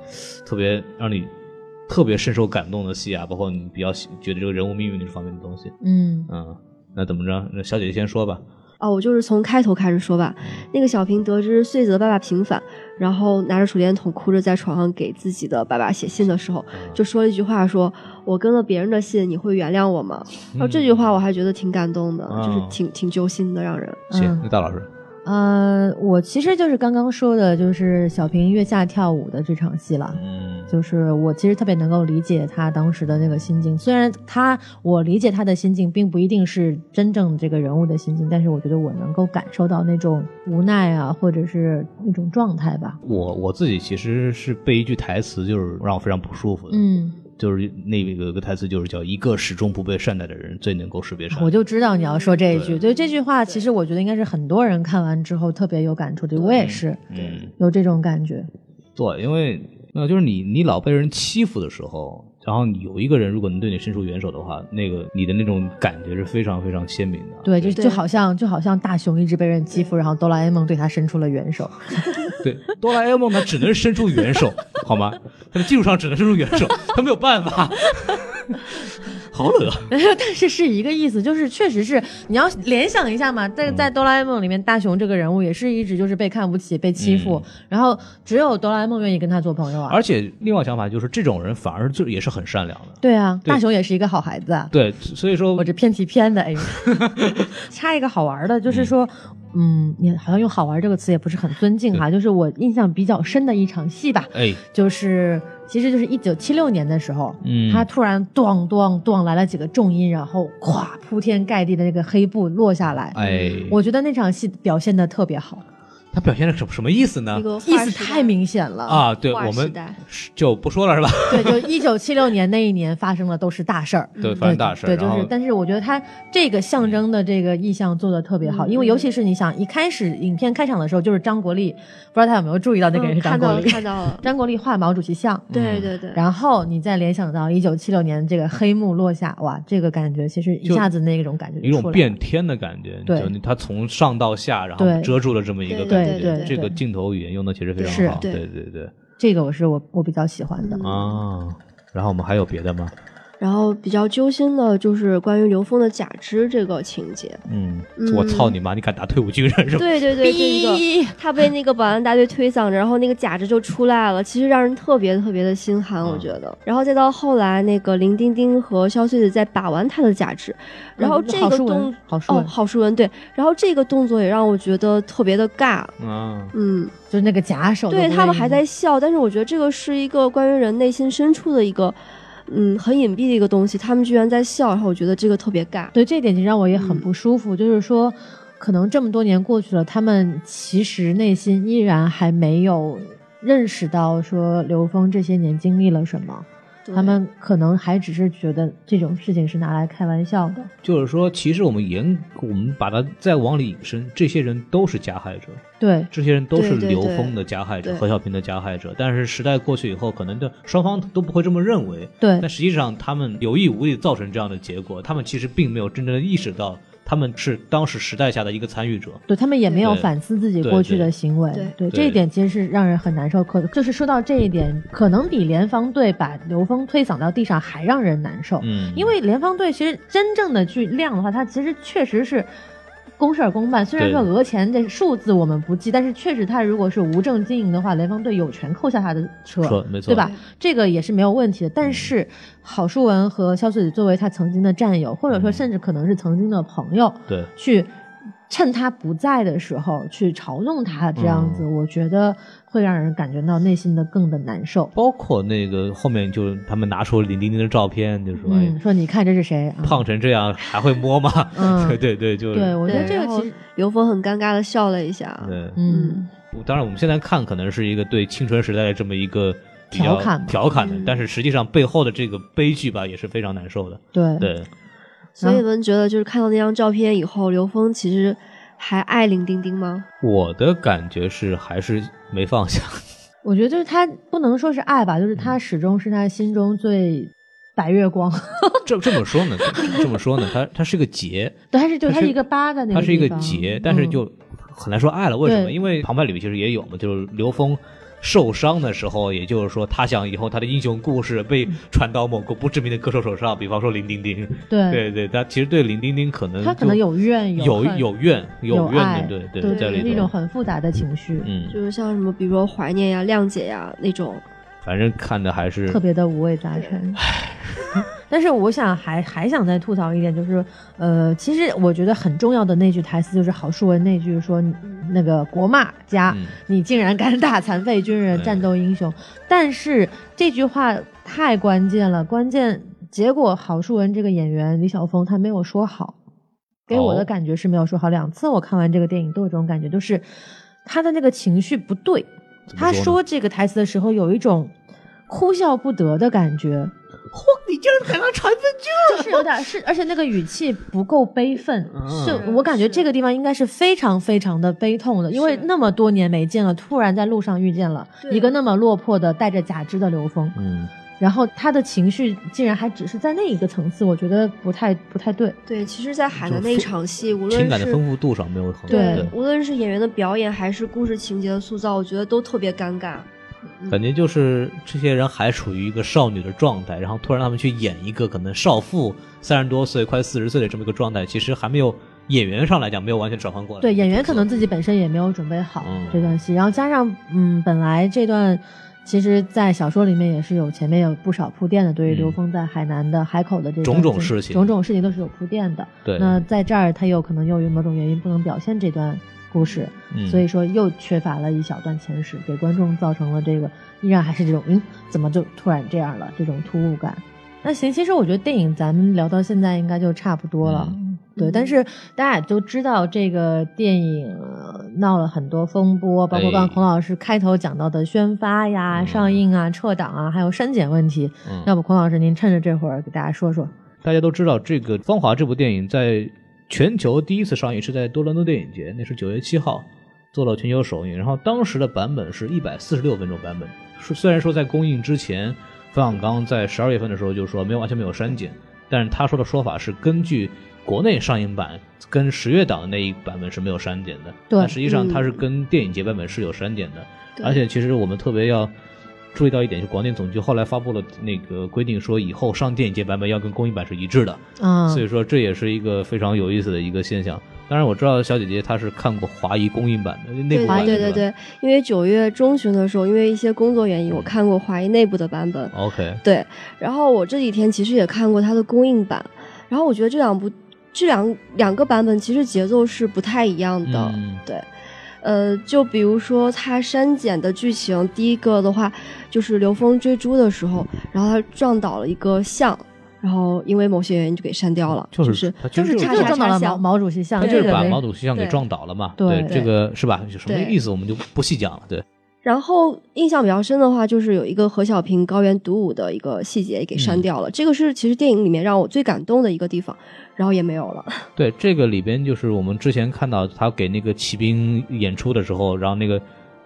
Speaker 3: 特别让你特别深受感动的戏啊？包括你比较喜觉得这个人物命运这方面的东西，
Speaker 4: 嗯
Speaker 3: 嗯，那怎么着？那小姐姐先说吧，
Speaker 5: 哦，我就是从开头开始说吧。
Speaker 3: 嗯
Speaker 5: 那个小平得知穗子的爸爸平反，然后拿着手电筒哭着在床上给自己的爸爸写信的时候，
Speaker 3: 嗯
Speaker 5: 就说了一句话说：“我跟了别人的信，你会原谅我吗？”然
Speaker 4: 哦
Speaker 5: 后这句话我还觉得挺感动的，
Speaker 3: 嗯啊
Speaker 5: 就是挺挺揪心的，让人。
Speaker 3: 行
Speaker 4: 嗯，
Speaker 3: 那大老师，
Speaker 4: 呃，我其实就是刚刚说的，就是小平月下跳舞的这场戏了，
Speaker 3: 嗯，
Speaker 4: 就是我其实特别能够理解他当时的那个心境，虽然他我理解他的心境，并不一定是真正这个人物的心境，但是我觉得我能够感受到那种无奈啊，或者是那种状态吧。
Speaker 3: 我我自己其实是被一句台词就是让我非常不舒服的，
Speaker 4: 嗯，
Speaker 3: 就是那个有个台词就是叫一个始终不被善待的人最能够识别善
Speaker 4: 我
Speaker 3: 良。
Speaker 4: 就知道你要说这一句，对这句话，其实我觉得应该是很多人看完之后特别有感触的，我也是
Speaker 3: 嗯，
Speaker 4: 有这种感觉。
Speaker 3: 对，因为那就是你你老被人欺负的时候，然后有一个人如果能对你伸出援手的话，那个你的那种感觉是非常非常鲜明的。
Speaker 4: 对，就
Speaker 5: 对
Speaker 4: 就好像就好像大雄一直被人欺负，然后哆啦 A 梦对他伸出了援手。
Speaker 3: 对，哆啦 A 梦它只能伸出援手，好吗？它的技术上只能伸出援手，它没有办法。好冷啊！
Speaker 4: 但是是一个意思，就是确实是你要联想一下嘛，在
Speaker 3: 嗯
Speaker 4: 在哆啦 A 梦里面，大雄这个人物也是一直就是被看不起、被欺负，然后只有哆啦 A 梦愿意跟他做朋友啊。
Speaker 3: 嗯而且另外想法就是，这种人反而就也是很善良的。
Speaker 4: 对啊，
Speaker 3: 对
Speaker 4: 大雄也是一个好孩子啊。
Speaker 3: 对，所以说
Speaker 4: 我这偏题偏的，哎 呦，插一个好玩的，就是说，嗯，你好像用“好玩”这个词也不是很尊敬哈、就是我印象比较深的一场戏吧，
Speaker 3: 哎，
Speaker 4: 就是其实就是一九七六年的时候，
Speaker 3: 嗯
Speaker 4: 他突然咚咚咚来了几个重音，然后咵铺天盖地的那个黑布落下来，
Speaker 3: 哎
Speaker 4: 嗯我觉得那场戏表现的特别好，
Speaker 3: 他表现的什么什么意思呢
Speaker 5: 一？个划
Speaker 4: 意思
Speaker 5: 时代
Speaker 4: 太明显了。
Speaker 3: 啊，对
Speaker 5: 划
Speaker 3: 我
Speaker 5: 时
Speaker 3: 们
Speaker 5: 代
Speaker 3: 就不说了是吧？
Speaker 4: 对，就一九七六年那一年发生的都是大事儿，
Speaker 3: 对，发生嗯大事儿，
Speaker 4: 嗯对，就
Speaker 3: 然后
Speaker 4: 是，但是我觉得他这个象征的这个意象做的特别好，因
Speaker 5: 嗯
Speaker 4: 为尤其是你想一开始影片开场的时候，就是张国立，不知道他有没有注意到那个人
Speaker 5: 嗯
Speaker 4: 是张
Speaker 5: 看到
Speaker 4: 国
Speaker 5: 了
Speaker 4: 立，
Speaker 5: 看到 了，
Speaker 4: 张国立画毛主席像，
Speaker 5: 对对对，
Speaker 4: 嗯然后你再联想到一九七六年这个黑幕落下，哇，这个感觉其实一
Speaker 3: 就
Speaker 4: 下子那种感觉就
Speaker 3: 一
Speaker 4: 出
Speaker 3: 种
Speaker 4: 来
Speaker 3: 变
Speaker 4: 了
Speaker 3: 天的感觉，
Speaker 4: 对
Speaker 3: 就你他从上到下，然后
Speaker 4: 对
Speaker 3: 遮住了这么一个
Speaker 5: 对
Speaker 3: 感觉。
Speaker 4: 对对对
Speaker 3: 这个镜头语言用的其实非
Speaker 4: 是
Speaker 3: 常好，
Speaker 5: 对
Speaker 3: 对对对
Speaker 4: 这个我是我我比较喜欢
Speaker 5: 嗯
Speaker 4: 的。
Speaker 3: 啊。然后我们还有别的吗？
Speaker 5: 然后比较揪心的就是关于刘峰的假肢这个情节。
Speaker 3: 嗯
Speaker 5: 嗯，
Speaker 3: 我操你妈！你敢打退伍军人是吧？
Speaker 5: 对对对，这一个
Speaker 4: 哔
Speaker 5: 他被那个保安大队推搡着，然后那个假肢就出来了，其实让人特别特别的心寒，
Speaker 3: 啊
Speaker 5: 我觉得。然后再到后来，那个林丁丁和肖穗子在把玩他的假肢，然后
Speaker 4: 嗯
Speaker 5: 这
Speaker 4: 郝
Speaker 5: 个
Speaker 4: 淑
Speaker 5: 动、
Speaker 4: 文郝淑
Speaker 5: 哦，
Speaker 4: 文
Speaker 5: 郝淑文对，然后这个动作也让我觉得特别的尬，
Speaker 3: 啊，
Speaker 5: 嗯，
Speaker 4: 就是那个假手的那
Speaker 5: 对
Speaker 4: 个，
Speaker 5: 他们还在笑，但是我觉得这个是一个关于人内心深处的一个，嗯，很隐蔽的一个东西，他们居然在笑，然后我觉得这个特别尬，
Speaker 4: 对这一点就让我也很不舒服，就是说，可能这么多年过去了，他们其实内心依然还没有认识到说刘峰这些年经历了什么，他们可能还只是觉得这种事情是拿来开玩笑的。
Speaker 3: 就是说，其实我们严，我们把它再往里引申，这些人都是加害者，
Speaker 4: 对，
Speaker 3: 这些人都是
Speaker 5: 对对对
Speaker 3: 刘峰的加害者、
Speaker 5: 对
Speaker 3: 何小平的加害者。但是时代过去以后，可能的双方都不会这么认为。
Speaker 4: 对
Speaker 3: 但实际上，他们有意无意造成这样的结果，他们其实并没有真正的意识到，他们是当时时代下的一个参与者。
Speaker 4: 对他们也没有
Speaker 3: 对
Speaker 4: 反思自己
Speaker 3: 对
Speaker 4: 过去的
Speaker 3: 对
Speaker 4: 行为，
Speaker 5: 对
Speaker 3: 对
Speaker 4: 对这一点其实是让人很难受。可就是说到这一点，可能比联防队把刘峰推搡到地上还让人难受，
Speaker 3: 嗯，
Speaker 4: 因为联防队其实真正的去量的话，它其实确实是。公事儿公办，虽然说
Speaker 3: 对
Speaker 4: 讹钱这数字我们不记，但是确实他如果是无证经营的话，联防队有权扣下他的车，
Speaker 3: 车嗯没错
Speaker 4: 对吧？这个也是没有问题的。但是郝淑文和肖穗子作为他曾经的战友，或者
Speaker 3: 嗯
Speaker 4: 说甚至可能是曾经的朋友，
Speaker 3: 对，
Speaker 4: 去趁他不在的时候去嘲弄他，这样子，
Speaker 3: 嗯
Speaker 4: 我觉得会让人感觉到内心的更的难受。
Speaker 3: 包括那个后面就是他们拿出林丁丁的照片，就说、
Speaker 4: 嗯，
Speaker 3: 哎，
Speaker 4: 说你看这是谁啊？
Speaker 3: 胖成这样还会摸吗？
Speaker 4: 嗯
Speaker 3: 对对对，就是
Speaker 4: 对，我觉得
Speaker 5: 对
Speaker 4: 这个
Speaker 5: 然后
Speaker 4: 其实，
Speaker 5: 刘峰很尴尬的笑了一下，啊
Speaker 3: 对
Speaker 4: 嗯，
Speaker 3: 当然，我们现在看可能是一个对青春时代的这么一个比较
Speaker 4: 调侃吧
Speaker 3: 调侃的
Speaker 5: 嗯，
Speaker 3: 但是实际上背后的这个悲剧吧，也是非常难受的。
Speaker 4: 对，
Speaker 3: 对，
Speaker 5: 所以你们觉得就是看到那张照片以后，刘峰其实还爱林丁丁吗？
Speaker 3: 我的感觉是还是没放下。
Speaker 4: 我觉得就是他不能说是爱吧，就是
Speaker 3: 嗯
Speaker 4: 他始终是他心中最白 月光，
Speaker 3: 这这么说呢，这这么说呢，它它是个结，
Speaker 4: 对，还是 就
Speaker 3: 它
Speaker 4: 他
Speaker 3: 是
Speaker 4: 一个疤在那个
Speaker 3: 它
Speaker 4: 地方，
Speaker 3: 是一个结，但是
Speaker 4: 嗯
Speaker 3: 就很难说爱了。为什么？
Speaker 4: 对
Speaker 3: 因为旁白里面其实也有嘛，就是刘峰。受伤的时候，也就是说，他想以后他的英雄故事
Speaker 4: 嗯
Speaker 3: 被传到某个不知名的歌手手上，比方说林丁丁。
Speaker 4: 对，
Speaker 3: 对对，他其实对林丁丁可能
Speaker 4: 嗯他可能
Speaker 3: 就
Speaker 4: 有怨
Speaker 3: 有
Speaker 4: 恨
Speaker 3: 有怨
Speaker 4: 有爱
Speaker 3: 怨的，对对，在
Speaker 4: 对，
Speaker 3: 里
Speaker 4: 是一种
Speaker 3: 头，
Speaker 4: 很复杂的情绪，
Speaker 3: 嗯
Speaker 5: 就，是像什么，比如说怀念呀、谅解呀那种。
Speaker 3: 反正看的还是
Speaker 4: 特别的五味杂陈。 但是我想还还想再吐槽一点，就是呃，其实我觉得很重要的那句台词就是郝淑文那句说你那个国骂家，
Speaker 3: 嗯
Speaker 4: 你竟然敢打残废军人、
Speaker 3: 嗯
Speaker 4: 战斗英雄。但是这句话太关键了，关键结果郝淑文这个演员李晓峰他没有说好，给我
Speaker 3: 哦
Speaker 4: 的感觉是没有说好。两次我看完这个电影都有这种感觉，就是他的那个情绪不对，
Speaker 3: 怎么
Speaker 4: 他
Speaker 3: 呢
Speaker 4: 说这个台词的时候有一种哭笑不得的感觉。
Speaker 3: 你竟然敢拿残废军
Speaker 4: 就是有点是，而且那个语气不够悲愤，
Speaker 3: 嗯
Speaker 4: 是我感觉这个地方应该是非常非常的悲痛的，因为那么多年没见了，突然在路上遇见了一个那么落魄的带着假肢的刘峰，
Speaker 3: 嗯，
Speaker 4: 然后他的情绪竟然还只是在那一个层次，我觉得不太不太对。
Speaker 6: 对，其实，在海南
Speaker 3: 就
Speaker 6: 那一
Speaker 3: 丰
Speaker 6: 场戏，无论
Speaker 3: 情感的
Speaker 6: 是
Speaker 3: 丰富度上没有很
Speaker 4: 对
Speaker 6: 无论是演员的表演还是故事情节的塑造，我觉得都特别尴尬。
Speaker 3: 感觉就是这些人还处于一个少女的状态，然后突然他们去演一个可能少妇三十多岁、快四十岁的这么一个状态，其实还没有演员上来讲没有完全转换过来。
Speaker 4: 对演员可能自己本身也没有准备好
Speaker 3: 呃嗯
Speaker 4: 这段戏，然后加上嗯，本来这段其实，在小说里面也是有前面有不少铺垫的，对于
Speaker 3: 嗯
Speaker 4: 刘峰在海南的海口的这
Speaker 3: 种
Speaker 4: 段
Speaker 3: 种事情
Speaker 4: 种种事情都是有铺垫的。
Speaker 3: 对，
Speaker 4: 那在这儿他又可能由于某种原因不能表现这段故事，
Speaker 3: 嗯
Speaker 4: 所以说又缺乏了一小段前史，给观众造成了这个依然还是这种嗯，怎么就突然这样了这种突兀感。那行，其实我觉得电影咱们聊到现在应该就差不多了。
Speaker 3: 嗯
Speaker 4: 对，但是大家也都知道，这个电影呃闹了很多风波，包括刚刚
Speaker 3: 哎
Speaker 4: 孔老师开头讲到的宣发呀、上映啊、撤档啊，还有删减问题。
Speaker 3: 嗯
Speaker 4: 要不孔老师您趁着这会儿给大家说说。
Speaker 3: 大家都知道，这个《芳华》这部电影在全球第一次上映是在多伦多电影节，那是九月七号做了全球首映。然后当时的版本是一百四十六分钟版本，是虽然说在公映之前，冯小刚在十二月份的时候就说没有完全没有删减，但是他说的说法是根据国内上映版跟十月档的那一版本是没有删减的，
Speaker 4: 对
Speaker 3: 但实际上它
Speaker 5: 嗯
Speaker 3: 是跟电影节版本是有删减的。
Speaker 5: 对
Speaker 3: 而且其实我们特别要注意到一点，就广电总局后来发布了那个规定，说以后上电影节版本要跟公映版是一致的，
Speaker 5: 嗯
Speaker 4: 啊、
Speaker 3: 所以说这也是一个非常有意思的一个现象。当然，我知道小姐姐她是看过华谊公映版的内部
Speaker 5: 对
Speaker 3: 版
Speaker 5: 对
Speaker 3: 的，
Speaker 5: 对对对，因为九月中旬的时候，因为一些工作原因，我
Speaker 3: 嗯
Speaker 5: 看过华谊内部的版本。
Speaker 3: o k
Speaker 5: 对，然后我这几天其实也看过它的公映版，然后我觉得这两部这两两个版本其实节奏是不太一样的。
Speaker 3: 嗯
Speaker 5: 对，呃，就比如说它删减的剧情，第一个的话就是刘峰追猪的时候，然后他撞倒了一个象，然后因为某些原因就给删掉了，
Speaker 3: 就是
Speaker 5: 是
Speaker 3: 他其实
Speaker 5: 是
Speaker 3: 就是
Speaker 5: 叉
Speaker 4: 就
Speaker 5: 叉
Speaker 4: 撞到
Speaker 5: 叉
Speaker 4: 了毛
Speaker 5: 象。
Speaker 4: 毛主席像，
Speaker 5: 对
Speaker 3: 就
Speaker 4: 这
Speaker 3: 是
Speaker 4: 个
Speaker 3: 把
Speaker 4: 没
Speaker 3: 毛主席像给
Speaker 5: 对
Speaker 3: 撞倒了嘛？
Speaker 4: 对
Speaker 3: 这个是吧？有什么
Speaker 5: 对
Speaker 3: 意思我们就不细讲了。对，
Speaker 5: 然后印象比较深的话，就是有一个何小平高原独舞的一个细节也给
Speaker 3: 嗯
Speaker 5: 删掉了，这个是其实电影里面让我最感动的一个地方，然后也没有了。
Speaker 3: 对，这个里边就是我们之前看到他给那个骑兵演出的时候，然后那个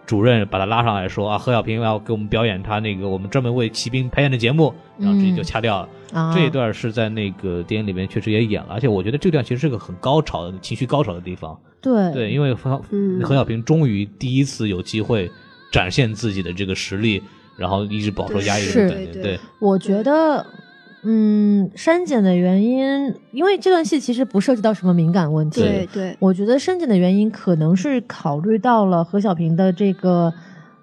Speaker 3: 主任把他拉上来说啊，何小平要给我们表演他那个我们专门为骑兵排演的节目，然后直接就掐掉了。
Speaker 5: 嗯
Speaker 4: 啊，
Speaker 3: 这一段是在那个电影里面确实也演了，而且我觉得这段其实是个很高潮的情绪高潮的地方。
Speaker 4: 对
Speaker 3: 对，因为何小
Speaker 5: 嗯
Speaker 3: 何小平终于第一次有机会展现自己的这个实力，然后一直饱受压抑
Speaker 4: 是
Speaker 3: 的感觉。
Speaker 5: 对
Speaker 3: 对
Speaker 5: 对，
Speaker 4: 我觉得，嗯，删减的原因，因为这段戏其实不涉及到什么敏感问题。
Speaker 5: 对对，
Speaker 4: 我觉得删减的原因可能是考虑到了何小平的这个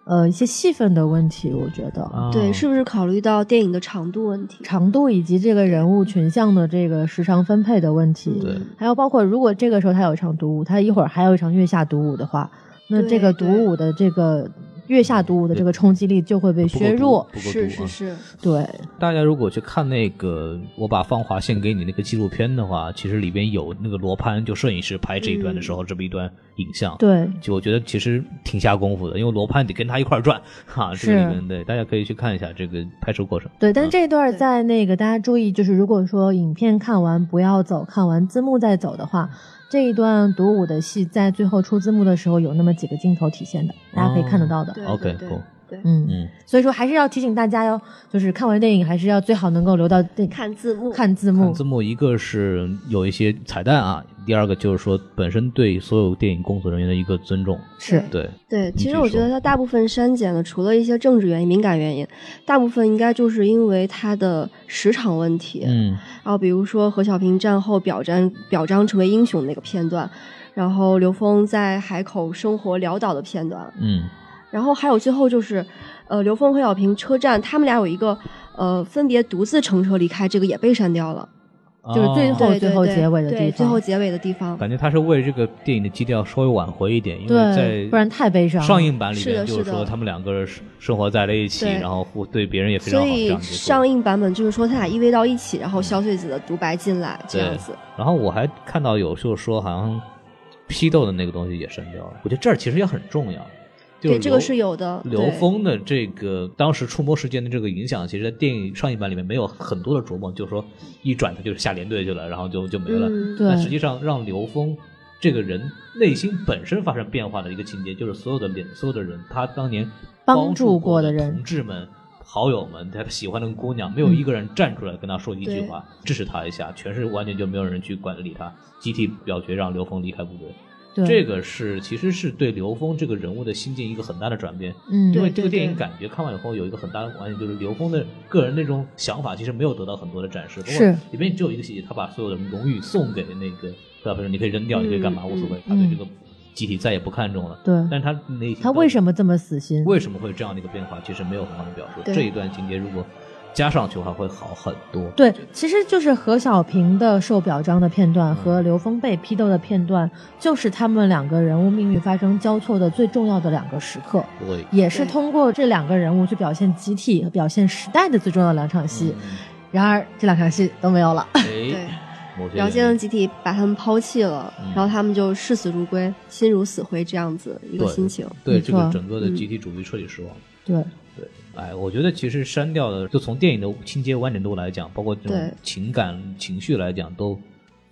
Speaker 4: 呃一些戏份的问题，我觉得、
Speaker 3: 啊
Speaker 5: 对，是不是考虑到电影的长度问题？
Speaker 4: 长度以及这个人物群像的这个时长分配的问
Speaker 5: 嗯
Speaker 4: 题，
Speaker 3: 对
Speaker 4: 还有包括如果这个时候他有一场独舞，他一会儿还有一场月下独舞的话，那
Speaker 5: 对
Speaker 4: 这个独
Speaker 5: 对
Speaker 4: 舞的这个月下独舞的这个冲击力就会被
Speaker 3: 啊不够
Speaker 4: 削
Speaker 3: 毒
Speaker 4: 弱。
Speaker 3: 不够
Speaker 5: 是
Speaker 3: 毒
Speaker 5: 是
Speaker 3: 啊
Speaker 5: 是，
Speaker 4: 对，
Speaker 3: 大家如果去看那个《我把芳华献给你》那个纪录片的话，其实里边有那个罗盘，就摄影师拍这一段的时候，这么一段影像。，
Speaker 4: 嗯对，
Speaker 3: 就我觉得其实挺下功夫的，因为罗盘得跟他一块儿转哈。这个
Speaker 4: 是
Speaker 3: 里面对，大家可以去看一下这个拍摄过程。
Speaker 4: 对，但是这一段
Speaker 5: 对
Speaker 4: 在那个大家注意，就是如果说影片看完不要走，看完字幕再走的
Speaker 3: 嗯
Speaker 4: 话，这一段独舞的戏在最后出字幕的时候有那么几个镜头体现的，大家可以看得到的。
Speaker 5: 对
Speaker 3: OK，
Speaker 5: 对
Speaker 3: cool
Speaker 5: 对，
Speaker 4: 嗯，
Speaker 3: 哦嗯，
Speaker 4: 所以说还是要提醒大家哟，就是看完电影还是要最好能够留到电
Speaker 6: 看字幕，
Speaker 4: 看字
Speaker 3: 看
Speaker 4: 幕。
Speaker 3: 字幕一个是有一些彩蛋啊，第二个就是说本身对所有电影工作人员的一个尊重。
Speaker 4: 是
Speaker 3: 对，
Speaker 5: 对，
Speaker 3: 嗯继
Speaker 5: 其
Speaker 3: 续
Speaker 5: 实我觉
Speaker 3: 说
Speaker 5: 得它大部分删减的，除了一些政治原因、敏感原因，大部分应该就是因为它的时长问题。
Speaker 3: 嗯，
Speaker 5: 然后比如说何小平战后表彰表彰成为英雄那个片段，然后刘峰在海口生活潦倒的片段，
Speaker 3: 嗯，
Speaker 5: 然后还有最后就是，呃，刘峰和小平车站，他们俩有一个呃分别独自乘车离开，这个也被删掉了。
Speaker 4: 就是最
Speaker 3: 哦
Speaker 4: 后
Speaker 5: 对
Speaker 4: 最后结尾的地
Speaker 5: 对，最
Speaker 4: 方
Speaker 5: 后结尾的地方。
Speaker 3: 感觉他是为这个电影的基调稍微挽回一点，因为
Speaker 4: 嗯对
Speaker 3: 在，
Speaker 4: 不然太悲伤了。
Speaker 3: 上映版里
Speaker 5: 是的
Speaker 3: 面就是是
Speaker 5: 的
Speaker 3: 说他们两个人生生活在了一起，
Speaker 5: 对
Speaker 3: 然后互对别人也非常
Speaker 5: 所
Speaker 3: 好，这
Speaker 5: 以
Speaker 3: 样结束
Speaker 5: 上映版本就是说他俩依偎到一起，
Speaker 3: 嗯
Speaker 5: 然后小穗子的独白进来这样子。
Speaker 3: 然后我还看到有就是说好像批斗的那个东西也删掉了，我觉得这儿其实也很重要。就
Speaker 5: 对，
Speaker 3: 刘
Speaker 5: 这个是有的。
Speaker 3: 刘
Speaker 5: 对
Speaker 3: 峰的这个当时触摸事件的这个影响，其实，在电影上映版里面没有很多的琢磨，就是说一转他就是下连队去了，然后就就没了。
Speaker 5: 嗯
Speaker 4: 对
Speaker 3: 但实际上让刘峰这个人内心本身发生变化的一个情节，就是所有的脸，所有的人，他当年
Speaker 4: 帮助
Speaker 3: 助
Speaker 4: 过的
Speaker 3: 的
Speaker 4: 人嗯
Speaker 3: 同志们、好友们，他喜欢的姑娘，没有一个人站出来跟他说一句话、支持他一下，全是完全就没有人去管理他，集体表决让刘峰离开部队。
Speaker 4: 对
Speaker 3: 这个是其实是对刘峰这个人物的心境一个很大的转变，
Speaker 4: 嗯
Speaker 3: 因为
Speaker 5: 对
Speaker 3: 这个电影感觉看完以后有一个很大的关系，就是刘峰的个人那种想法其实没有得到很多的展示，包括
Speaker 4: 是
Speaker 3: 里面只有一个细节，他把所有的荣誉送给那个他不是你可以扔掉，你可以干嘛
Speaker 5: 嗯
Speaker 3: 无所谓
Speaker 5: 嗯，
Speaker 3: 他对这个集体再也不看重了。
Speaker 4: 对，
Speaker 3: 但是他内心
Speaker 4: 他为什么这么死心？
Speaker 3: 为什么会有这样的一个变化，其实没有很好的表述。
Speaker 5: 对
Speaker 3: 这一段情节如果加上去的话，会好很多。
Speaker 4: 对，其实就是何小平的受表彰的片
Speaker 3: 嗯
Speaker 4: 段和刘峰被批斗的片段，就是他们两个人物命运发生交错的最重要的两个时刻，
Speaker 3: 对，
Speaker 4: 也是
Speaker 5: 对
Speaker 4: 通过这两个人物去表现集体和表现时代的最重要的两场
Speaker 3: 嗯
Speaker 4: 戏。然而这两场戏都没有了。
Speaker 5: 对
Speaker 3: 哎，某些
Speaker 5: 姚
Speaker 3: 原
Speaker 5: 先生
Speaker 3: 因
Speaker 5: 集体把他们抛弃了，
Speaker 3: 嗯
Speaker 5: 然后他们就视死如归，心如死灰这样子一个
Speaker 3: 对
Speaker 5: 心情。
Speaker 3: 对
Speaker 4: 没
Speaker 3: 这个
Speaker 4: 错
Speaker 3: 整个的
Speaker 5: 嗯
Speaker 3: 集体主义彻底失望。
Speaker 4: 对，
Speaker 3: 对，哎，我觉得其实删掉的，就从电影的情节完整度来讲，包括这
Speaker 5: 对
Speaker 3: 种情感情绪来讲，都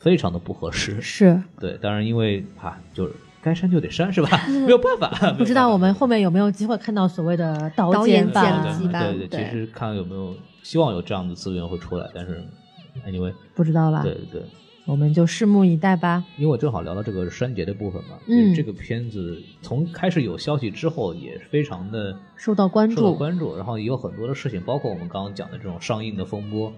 Speaker 3: 非常的不合适。
Speaker 4: 是
Speaker 3: 对，当然因为啊，就是该删就得删，是吧？ 没有办法，
Speaker 4: 嗯不知道我们后面有没有机会看到所谓的导
Speaker 5: 导
Speaker 4: 演
Speaker 5: 演
Speaker 3: 没有办
Speaker 4: 版
Speaker 3: 法
Speaker 5: 剪
Speaker 3: 对
Speaker 5: 辑吧
Speaker 3: 对对，
Speaker 5: 对
Speaker 3: 其实看有没有希望有这样的资源会出来，但是 anyway，
Speaker 4: 不知道吧？
Speaker 3: 对对对。
Speaker 4: 我们就拭目以待吧。
Speaker 3: 因为我正好聊到这个删节的部分嘛，就
Speaker 4: 嗯
Speaker 3: 是这个片子从开始有消息之后，也非常的
Speaker 4: 受到关
Speaker 3: 受到
Speaker 4: 注，
Speaker 3: 关注，然后也有很多的事情，包括我们刚刚讲的这种上映的风波，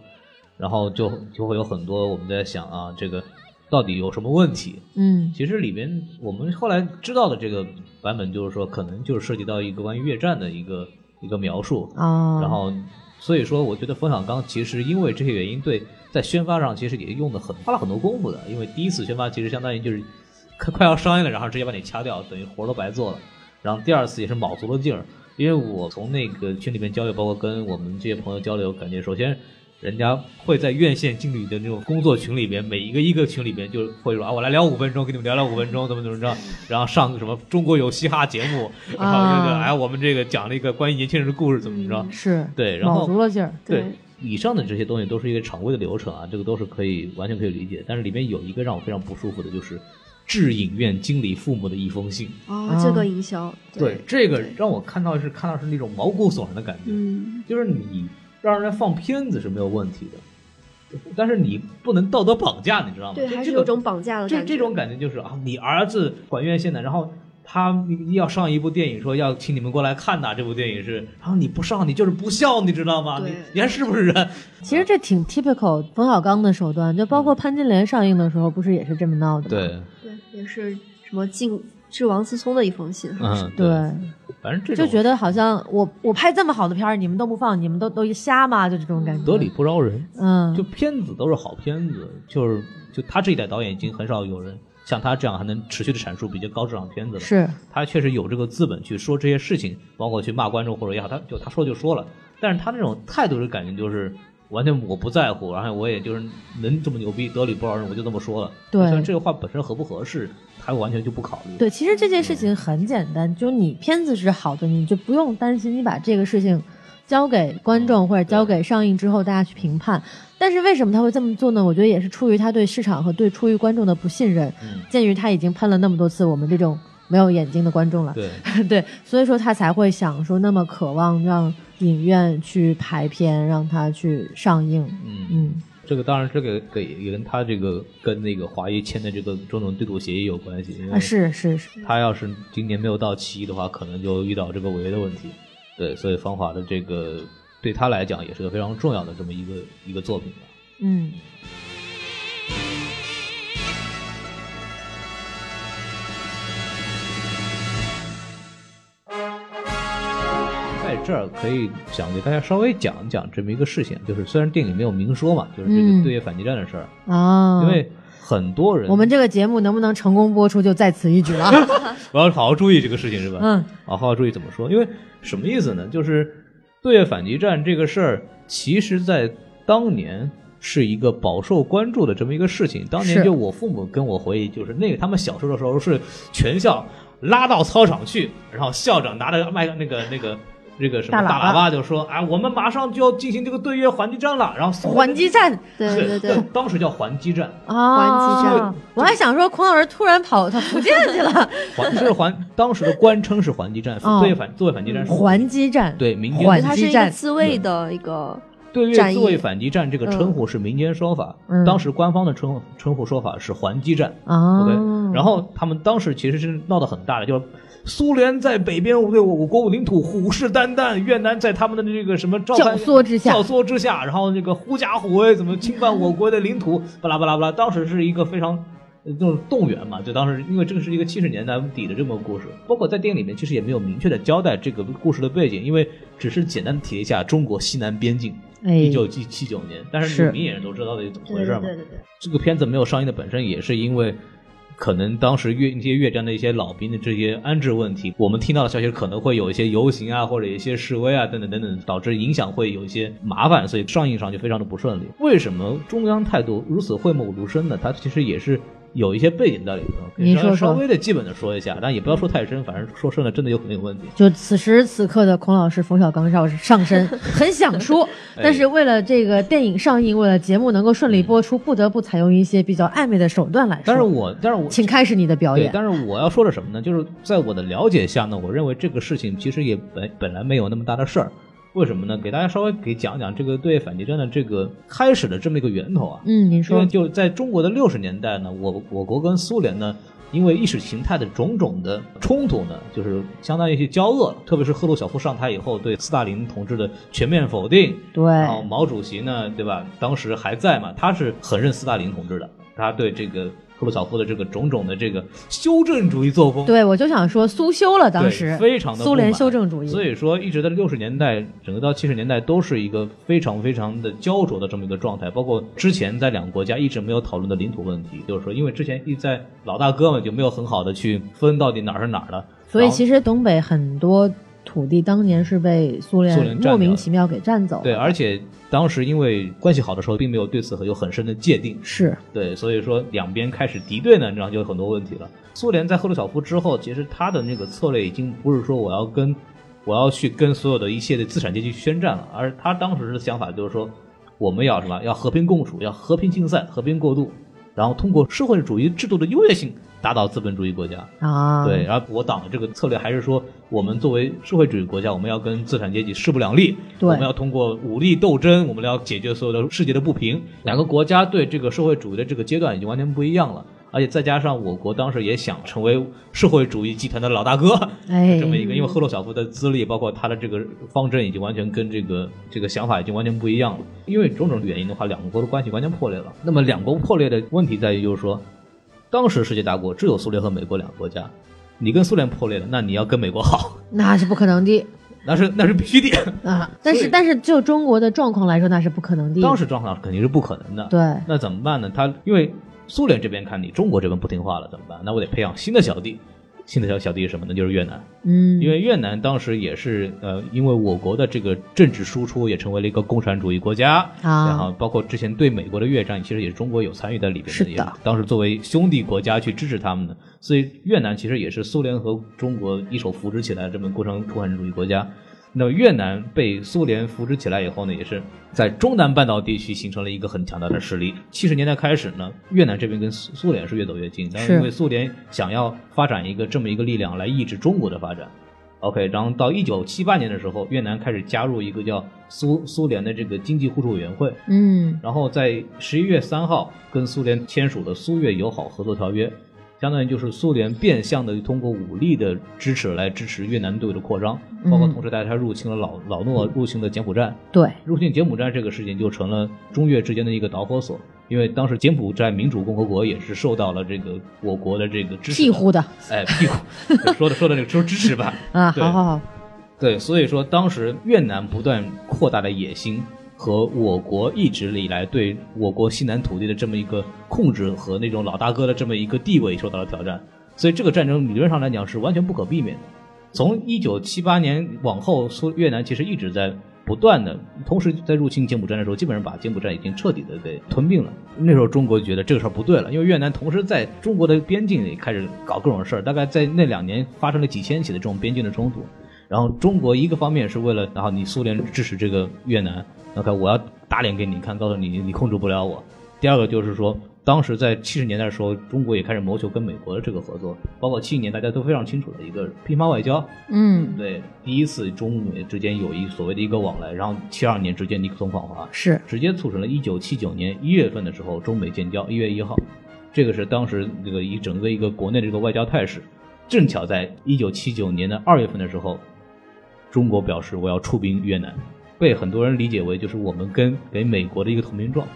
Speaker 3: 然后就就会有很多我们在想啊，这个到底有什么问题？
Speaker 4: 嗯，
Speaker 3: 其实里边我们后来知道的这个版本，就是说可能就是涉及到一个关于越战的一个一个描述，
Speaker 4: 啊，
Speaker 3: 然后所以说我觉得冯小刚其实因为这些原因，对在宣发上其实也用的很花了很多功夫的，因为第一次宣发其实相当于就是 快快要上映了，然后直接把你掐掉，等于活儿都白做了。然后第二次也是卯足了劲儿，因为我从那个群里面交流，包括跟我们这些朋友交流，感觉首先。人家会在院线经理的那种工作群里面，每一个一个群里面就会说啊，我来聊五分钟，跟你们聊聊五分钟，怎么怎么着， 然后上个什么中国有嘻哈节目，然后这个
Speaker 4: 啊
Speaker 3: 哎，我们这个讲了一个关于年轻人的故事，怎么怎么着，
Speaker 4: 是
Speaker 3: 对，然
Speaker 4: 卯
Speaker 3: 后
Speaker 4: 足了劲儿，
Speaker 3: 对以上的这些东西都是一个常规的流程啊，这个都是可以完全可以理解。但是里面有一个让我非常不舒服的，就是致影院经理父母的一封信。
Speaker 5: 哦，这个营销，
Speaker 3: 这个
Speaker 5: 对
Speaker 3: 让我看到是看到是那种毛骨悚然的感觉，
Speaker 5: 嗯，
Speaker 3: 就是你让人家放片子是没有问题的，但是你不能道德绑架，你知道吗？
Speaker 5: 对，
Speaker 3: 就
Speaker 5: 还
Speaker 3: 这
Speaker 5: 是
Speaker 3: 个
Speaker 5: 有种绑架的
Speaker 3: 这
Speaker 5: 感觉。
Speaker 3: 这种感觉就是啊，你儿子管院线的，然后他要上一部电影，说要请你们过来看呐，这部电影是，然后你不上，你就是不孝，你知道吗？
Speaker 5: 对
Speaker 3: 你你还是不是人？
Speaker 4: 其实这挺 typical 冯小刚的手段，就
Speaker 3: 嗯
Speaker 4: 包括潘金莲上映的时候，不是也是这么闹的吗？
Speaker 3: 对，
Speaker 5: 对，也是什么敬致王思聪的一封信，
Speaker 3: 嗯，
Speaker 4: 对，
Speaker 3: 反正这
Speaker 4: 就
Speaker 3: 种
Speaker 4: 觉得好像我我拍这么好的片儿，你们都不放，你们都都瞎吗？就这种感觉。
Speaker 3: 得理，不饶人，
Speaker 4: 嗯，
Speaker 3: 就片子都是好片子，就是就他这一代导演已经很少有人像他这样还能持续的产出比较高质量的片子了。
Speaker 4: 是
Speaker 3: 他确实有这个资本去说这些事情，包括去骂观众或者也好，他就他说就说了，但是他那种态度的感觉就是完全我不在乎，然后我也就是能这么牛逼得理不饶人，我就这么说了。
Speaker 4: 对
Speaker 3: 像这个话本身合不合适，他完全就不考虑。
Speaker 4: 对。其实这件
Speaker 3: 嗯
Speaker 4: 事情很简单，就你片子是好的，你就不用担心你把这个事情交给观
Speaker 3: 嗯
Speaker 4: 众或者交给上映之后大家去评判。但是为什么他会这么做呢？我觉得也是出于他对市场和对出于观众的不信任。
Speaker 3: 嗯
Speaker 4: 鉴于他已经喷了那么多次我们这种没有眼睛的观众了，
Speaker 3: 对
Speaker 4: 对，所以说他才会想说那么渴望让影院去排片，让它去上映。
Speaker 3: 嗯
Speaker 4: 嗯，
Speaker 3: 这个当然这个给也跟他这个跟那个华谊签的这个种种对赌协议有关系，因
Speaker 4: 啊，
Speaker 3: 为
Speaker 4: 是是是，
Speaker 3: 他要是今年没有到期的话，可能就遇到这个违约的问题。对，所以芳华的这个对他来讲也是个非常重要的这么一个一个作品吧。
Speaker 4: 嗯，
Speaker 3: 在这儿可以想给大家稍微讲一讲这么一个事情，就是虽然电影没有明说嘛，就是这
Speaker 4: 嗯
Speaker 3: 个对越反击战的事儿，
Speaker 4: 啊，
Speaker 3: 因为很多人
Speaker 4: 我们这个节目能不能成功播出就在此一举了。
Speaker 3: 我要好好注意这个事情是吧？
Speaker 4: 嗯，
Speaker 3: 好好啊注意怎么说，因为什么意思呢？就是对越反击战这个事儿，其实在当年是一个饱受关注的这么一个事情。当年
Speaker 4: 是
Speaker 3: 就我父母跟我回忆，就是那个他们小时候的时候是全校拉到操场去，然后校长拿着麦克那个那个。那个什么
Speaker 4: 大喇叭
Speaker 3: 大喇叭就说啊，我们马上就要进行这个对越还击战了，然后所有人
Speaker 4: 还击战
Speaker 5: 对对对，，
Speaker 3: 当时叫还击战，
Speaker 4: 啊，
Speaker 5: 还击战，
Speaker 4: 我还想说孔老师突然跑到福建去了，
Speaker 3: 还是还当时的官称是还击战，
Speaker 4: 哦
Speaker 3: 对越反对越反击战是
Speaker 4: 还击战，
Speaker 3: 对民间
Speaker 4: 还
Speaker 5: 它
Speaker 4: 击
Speaker 5: 是一
Speaker 4: 战
Speaker 5: 个自卫
Speaker 3: 嗯
Speaker 5: 的一个，
Speaker 3: 对越
Speaker 5: 战
Speaker 3: 自
Speaker 5: 役
Speaker 3: 卫反击战这个称呼是民间说法，
Speaker 4: 嗯
Speaker 3: 当时官方的称称呼说法是还击战。
Speaker 4: 啊
Speaker 3: OK，、然后他们当时其实是闹得很大的，就是苏联在北边对我国领土虎视眈眈，越南在他们的这个什么照
Speaker 4: 教
Speaker 3: 办
Speaker 4: 唆之下
Speaker 3: 教，唆之下，然后那个狐假虎威怎么侵犯我国的领土，巴拉巴拉巴拉。当时是一个非常呃那种动员嘛，就当时因为这个是一个七十年代底的这么个故事，包括在电影里面其实也没有明确的交代这个故事的背景，因为只是简单的提了一下中国西南边境。
Speaker 4: 哎
Speaker 3: 一，九七七九年，但
Speaker 4: 是
Speaker 3: 是明眼人都知道的怎么回
Speaker 6: 对
Speaker 3: 事
Speaker 6: 对
Speaker 3: 嘛。
Speaker 6: 对对对，
Speaker 3: 这个片子没有上映的本身也是因为，可能当时越那些越战的一些老兵的这些安置问题，我们听到的消息可能会有一些游行啊，或者一些示威啊，等等等等，导致影响会有一些麻烦，所以上映上就非常的不顺利。为什么中央态度如此讳莫如深呢？它其实也是。有一些背景在里头，给
Speaker 4: 您
Speaker 3: 大家
Speaker 4: 说说
Speaker 3: 稍微的基本的说一下，但也不要说太深，反正说深了真的有可能有问题。
Speaker 4: 就此时此刻的孔老师冯小刚上上 身，很想说，
Speaker 3: 哎
Speaker 4: 但是为了这个电影上映，为了节目能够顺利播出，不得不采用一些比较暧昧的手段来说。
Speaker 3: 但是我，但是我
Speaker 4: 请开始你的表
Speaker 3: 对，
Speaker 4: 演。
Speaker 3: 但是我要说的什么呢？就是在我的了解下呢，我认为这个事情其实也本本来没有那么大的事儿。为什么呢？给大家稍微给讲讲这个对反击战的这个开始的这么一个源头啊。
Speaker 4: 嗯，您
Speaker 3: 因为
Speaker 4: 说，
Speaker 3: 就在中国的六十年代呢，我我国跟苏联呢，因为意识形态的种种的冲突呢，就是相当于去交恶，特别是赫鲁晓夫上台以后对斯大林同志的全面否定，
Speaker 4: 对，
Speaker 3: 然后毛主席呢，对吧？当时还在嘛，他是很认斯大林同志的，他对这个赫鲁晓夫的这个种种的这个修正主义作风，
Speaker 4: 对我就想说苏修了，当
Speaker 3: 对
Speaker 4: 时
Speaker 3: 非常的
Speaker 4: 苏联修正主义，
Speaker 3: 所以说一直在六十年代，整个到七十年代都是一个非常非常的焦灼的这么一个状态。包括之前在两个国家一直没有讨论的领土问题，就是说因为之前一在老大哥们就没有很好的去分到底哪儿是哪儿了，
Speaker 4: 所以
Speaker 3: 然后
Speaker 4: 其实东北很多土地当年是被苏
Speaker 3: 苏联
Speaker 4: 联
Speaker 3: 占掉
Speaker 4: 莫名
Speaker 3: 了
Speaker 4: 其妙给占走了。
Speaker 3: 对，而且当时因为关系好的时候，并没有对此有很深的界定。
Speaker 4: 是
Speaker 3: 对，所以说两边开始敌对呢，这样就有很多问题了。苏联在赫鲁晓夫之后，其实他的那个策略已经不是说我要跟我要去跟所有的一切的资产阶级宣战了，而他当时的想法就是说，我们要什么？要和平共处，要和平竞赛，和平过渡，然后通过社会主义制度的优越性打倒资本主义国家。
Speaker 4: 啊，
Speaker 3: 对，，然后我党的这个策略还是说，我们作为社会主义国家，我们要跟资产阶级势不两立，
Speaker 4: 对
Speaker 3: 我们要通过武力斗争，我们要解决所有的世界的不平。两个国家对这个社会主义的这个阶段已经完全不一样了，而且再加上我国当时也想成为社会主义集团的老大哥，
Speaker 4: 哎
Speaker 3: 这，么一个，因为赫鲁晓夫的资历，包括他的这个方针，已经完全跟这个这个想法已经完全不一样了。因为种种原因的话，两国的关系完全破裂了。那么两国破裂的问题在于，就是说，当时世界大国只有苏联和美国两个国家，你跟苏联破裂了，那你要跟美国好，
Speaker 4: 那是不可能的
Speaker 3: 那是那是必须的。
Speaker 4: 啊。但
Speaker 3: 所
Speaker 4: 是
Speaker 3: 以
Speaker 4: 但是就中国的状况来说，那是不可能的。
Speaker 3: 当时状况肯定是不可能的。
Speaker 4: 嗯对，
Speaker 3: 那怎么办呢？他因为苏联这边看你中国这边不听话了，怎么办？那我得培养新的小弟。新的小小弟是什么呢？就是越南。
Speaker 4: 嗯，
Speaker 3: 因为越南当时也是呃，因为我国的这个政治输出也成为了一个共产主义国家，然
Speaker 4: 啊
Speaker 3: 后包括之前对美国的越战，其实也是中国有参与在里边
Speaker 4: 是的
Speaker 3: 也当时作为兄弟国家去支持他们的，所以越南其实也是苏联和中国一手扶植起来的这么共产共产主义国家。那么越南被苏联扶植起来以后呢，也是在中南半岛地区形成了一个很强大的势力。七十年代开始呢，越南这边跟苏苏联是越走越近，但是
Speaker 4: 是
Speaker 3: 因为苏联想要发展一个这么一个力量来抑制中国的发展。OK，然后到一九七八年的时候，越南开始加入一个叫苏苏联的这个经济互助委员会，
Speaker 4: 嗯
Speaker 3: 然后在十一月三号跟苏联签署了苏越友好合作条约，相当于就是苏联变相的通过武力的支持来支持越南队的扩张，包括
Speaker 4: 嗯
Speaker 3: 同时带他入侵了老老诺入侵了柬埔寨，
Speaker 4: 对
Speaker 3: 入侵柬埔寨这个事情就成了中越之间的一个导火索，因为当时柬埔寨民主共和国也是受到了这个我国的这个支持的，
Speaker 4: 庇护的
Speaker 3: 哎，庇护，说的说的那个说支持吧，
Speaker 4: 啊，
Speaker 3: 对
Speaker 4: 好好好，
Speaker 3: 对，所以说当时越南不断扩大的野心和我国一直以来对我国西南土地的这么一个控制和那种老大哥的这么一个地位受到了挑战，所以这个战争理论上来讲是完全不可避免的。从一九七八年往后，苏越南其实一直在不断的，同时在入侵柬埔寨的时候，基本上把柬埔寨已经彻底的给吞并了。那时候中国觉得这个事儿不对了，因为越南同时在中国的边境里开始搞各种事儿，大概在那两年发生了几千起的这种边境的冲突。然后中国一个方面是为了，然后你苏联支持这个越南，OK，我要打脸给你看，告诉你你控制不了我。第二个就是说，当时在七十年代的时候，中国也开始谋求跟美国的这个合作，包括七一年大家都非常清楚的一个乒乓外交，
Speaker 4: 嗯，
Speaker 3: 对，第一次中美之间有一所谓的一个往来，然后七二年之间尼克松访华，
Speaker 4: 是
Speaker 3: 直接促成了一九七九年一月份的时候中美建交，一月一号，这个是当时这个一整个一个国内的这个外交态势，正巧在一九七九年的二月份的时候，中国表示我要出兵越南，被很多人理解为就是我们跟给美国的一个投名状，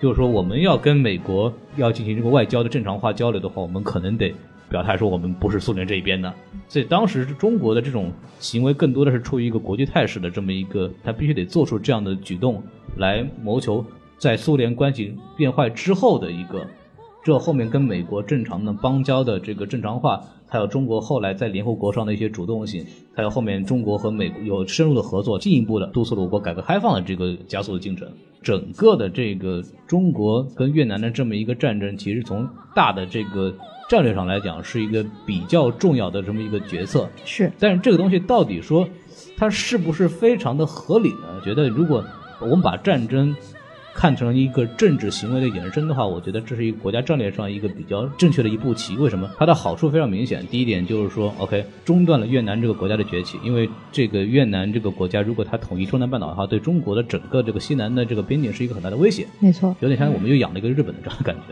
Speaker 3: 就是说我们要跟美国要进行这个外交的正常化交流的话，我们可能得表态说我们不是苏联这一边的。所以当时中国的这种行为更多的是出于一个国际态势的这么一个，他必须得做出这样的举动来谋求在苏联关系变坏之后的一个。这后面跟美国正常的邦交的这个正常化，还有中国后来在联合国上的一些主动性，还有后面中国和美国有深入的合作，进一步的督促了我国改革开放的这个加速的进程。整个的这个中国跟越南的这么一个战争，其实从大的这个战略上来讲，是一个比较重要的这么一个角色。
Speaker 4: 是，
Speaker 3: 但是这个东西到底说它是不是非常的合理呢？觉得如果我们把战争看成一个政治行为的延伸的话，我觉得这是一个国家战略上一个比较正确的一步棋。为什么？它的好处非常明显。第一点就是说，OK，中断了越南这个国家的崛起，因为这个越南这个国家如果它统一中南半岛的话，对中国的整个这个西南的这个边境是一个很大的威胁。
Speaker 4: 没错，
Speaker 3: 有点像我们又养了一个日本的这样的感觉。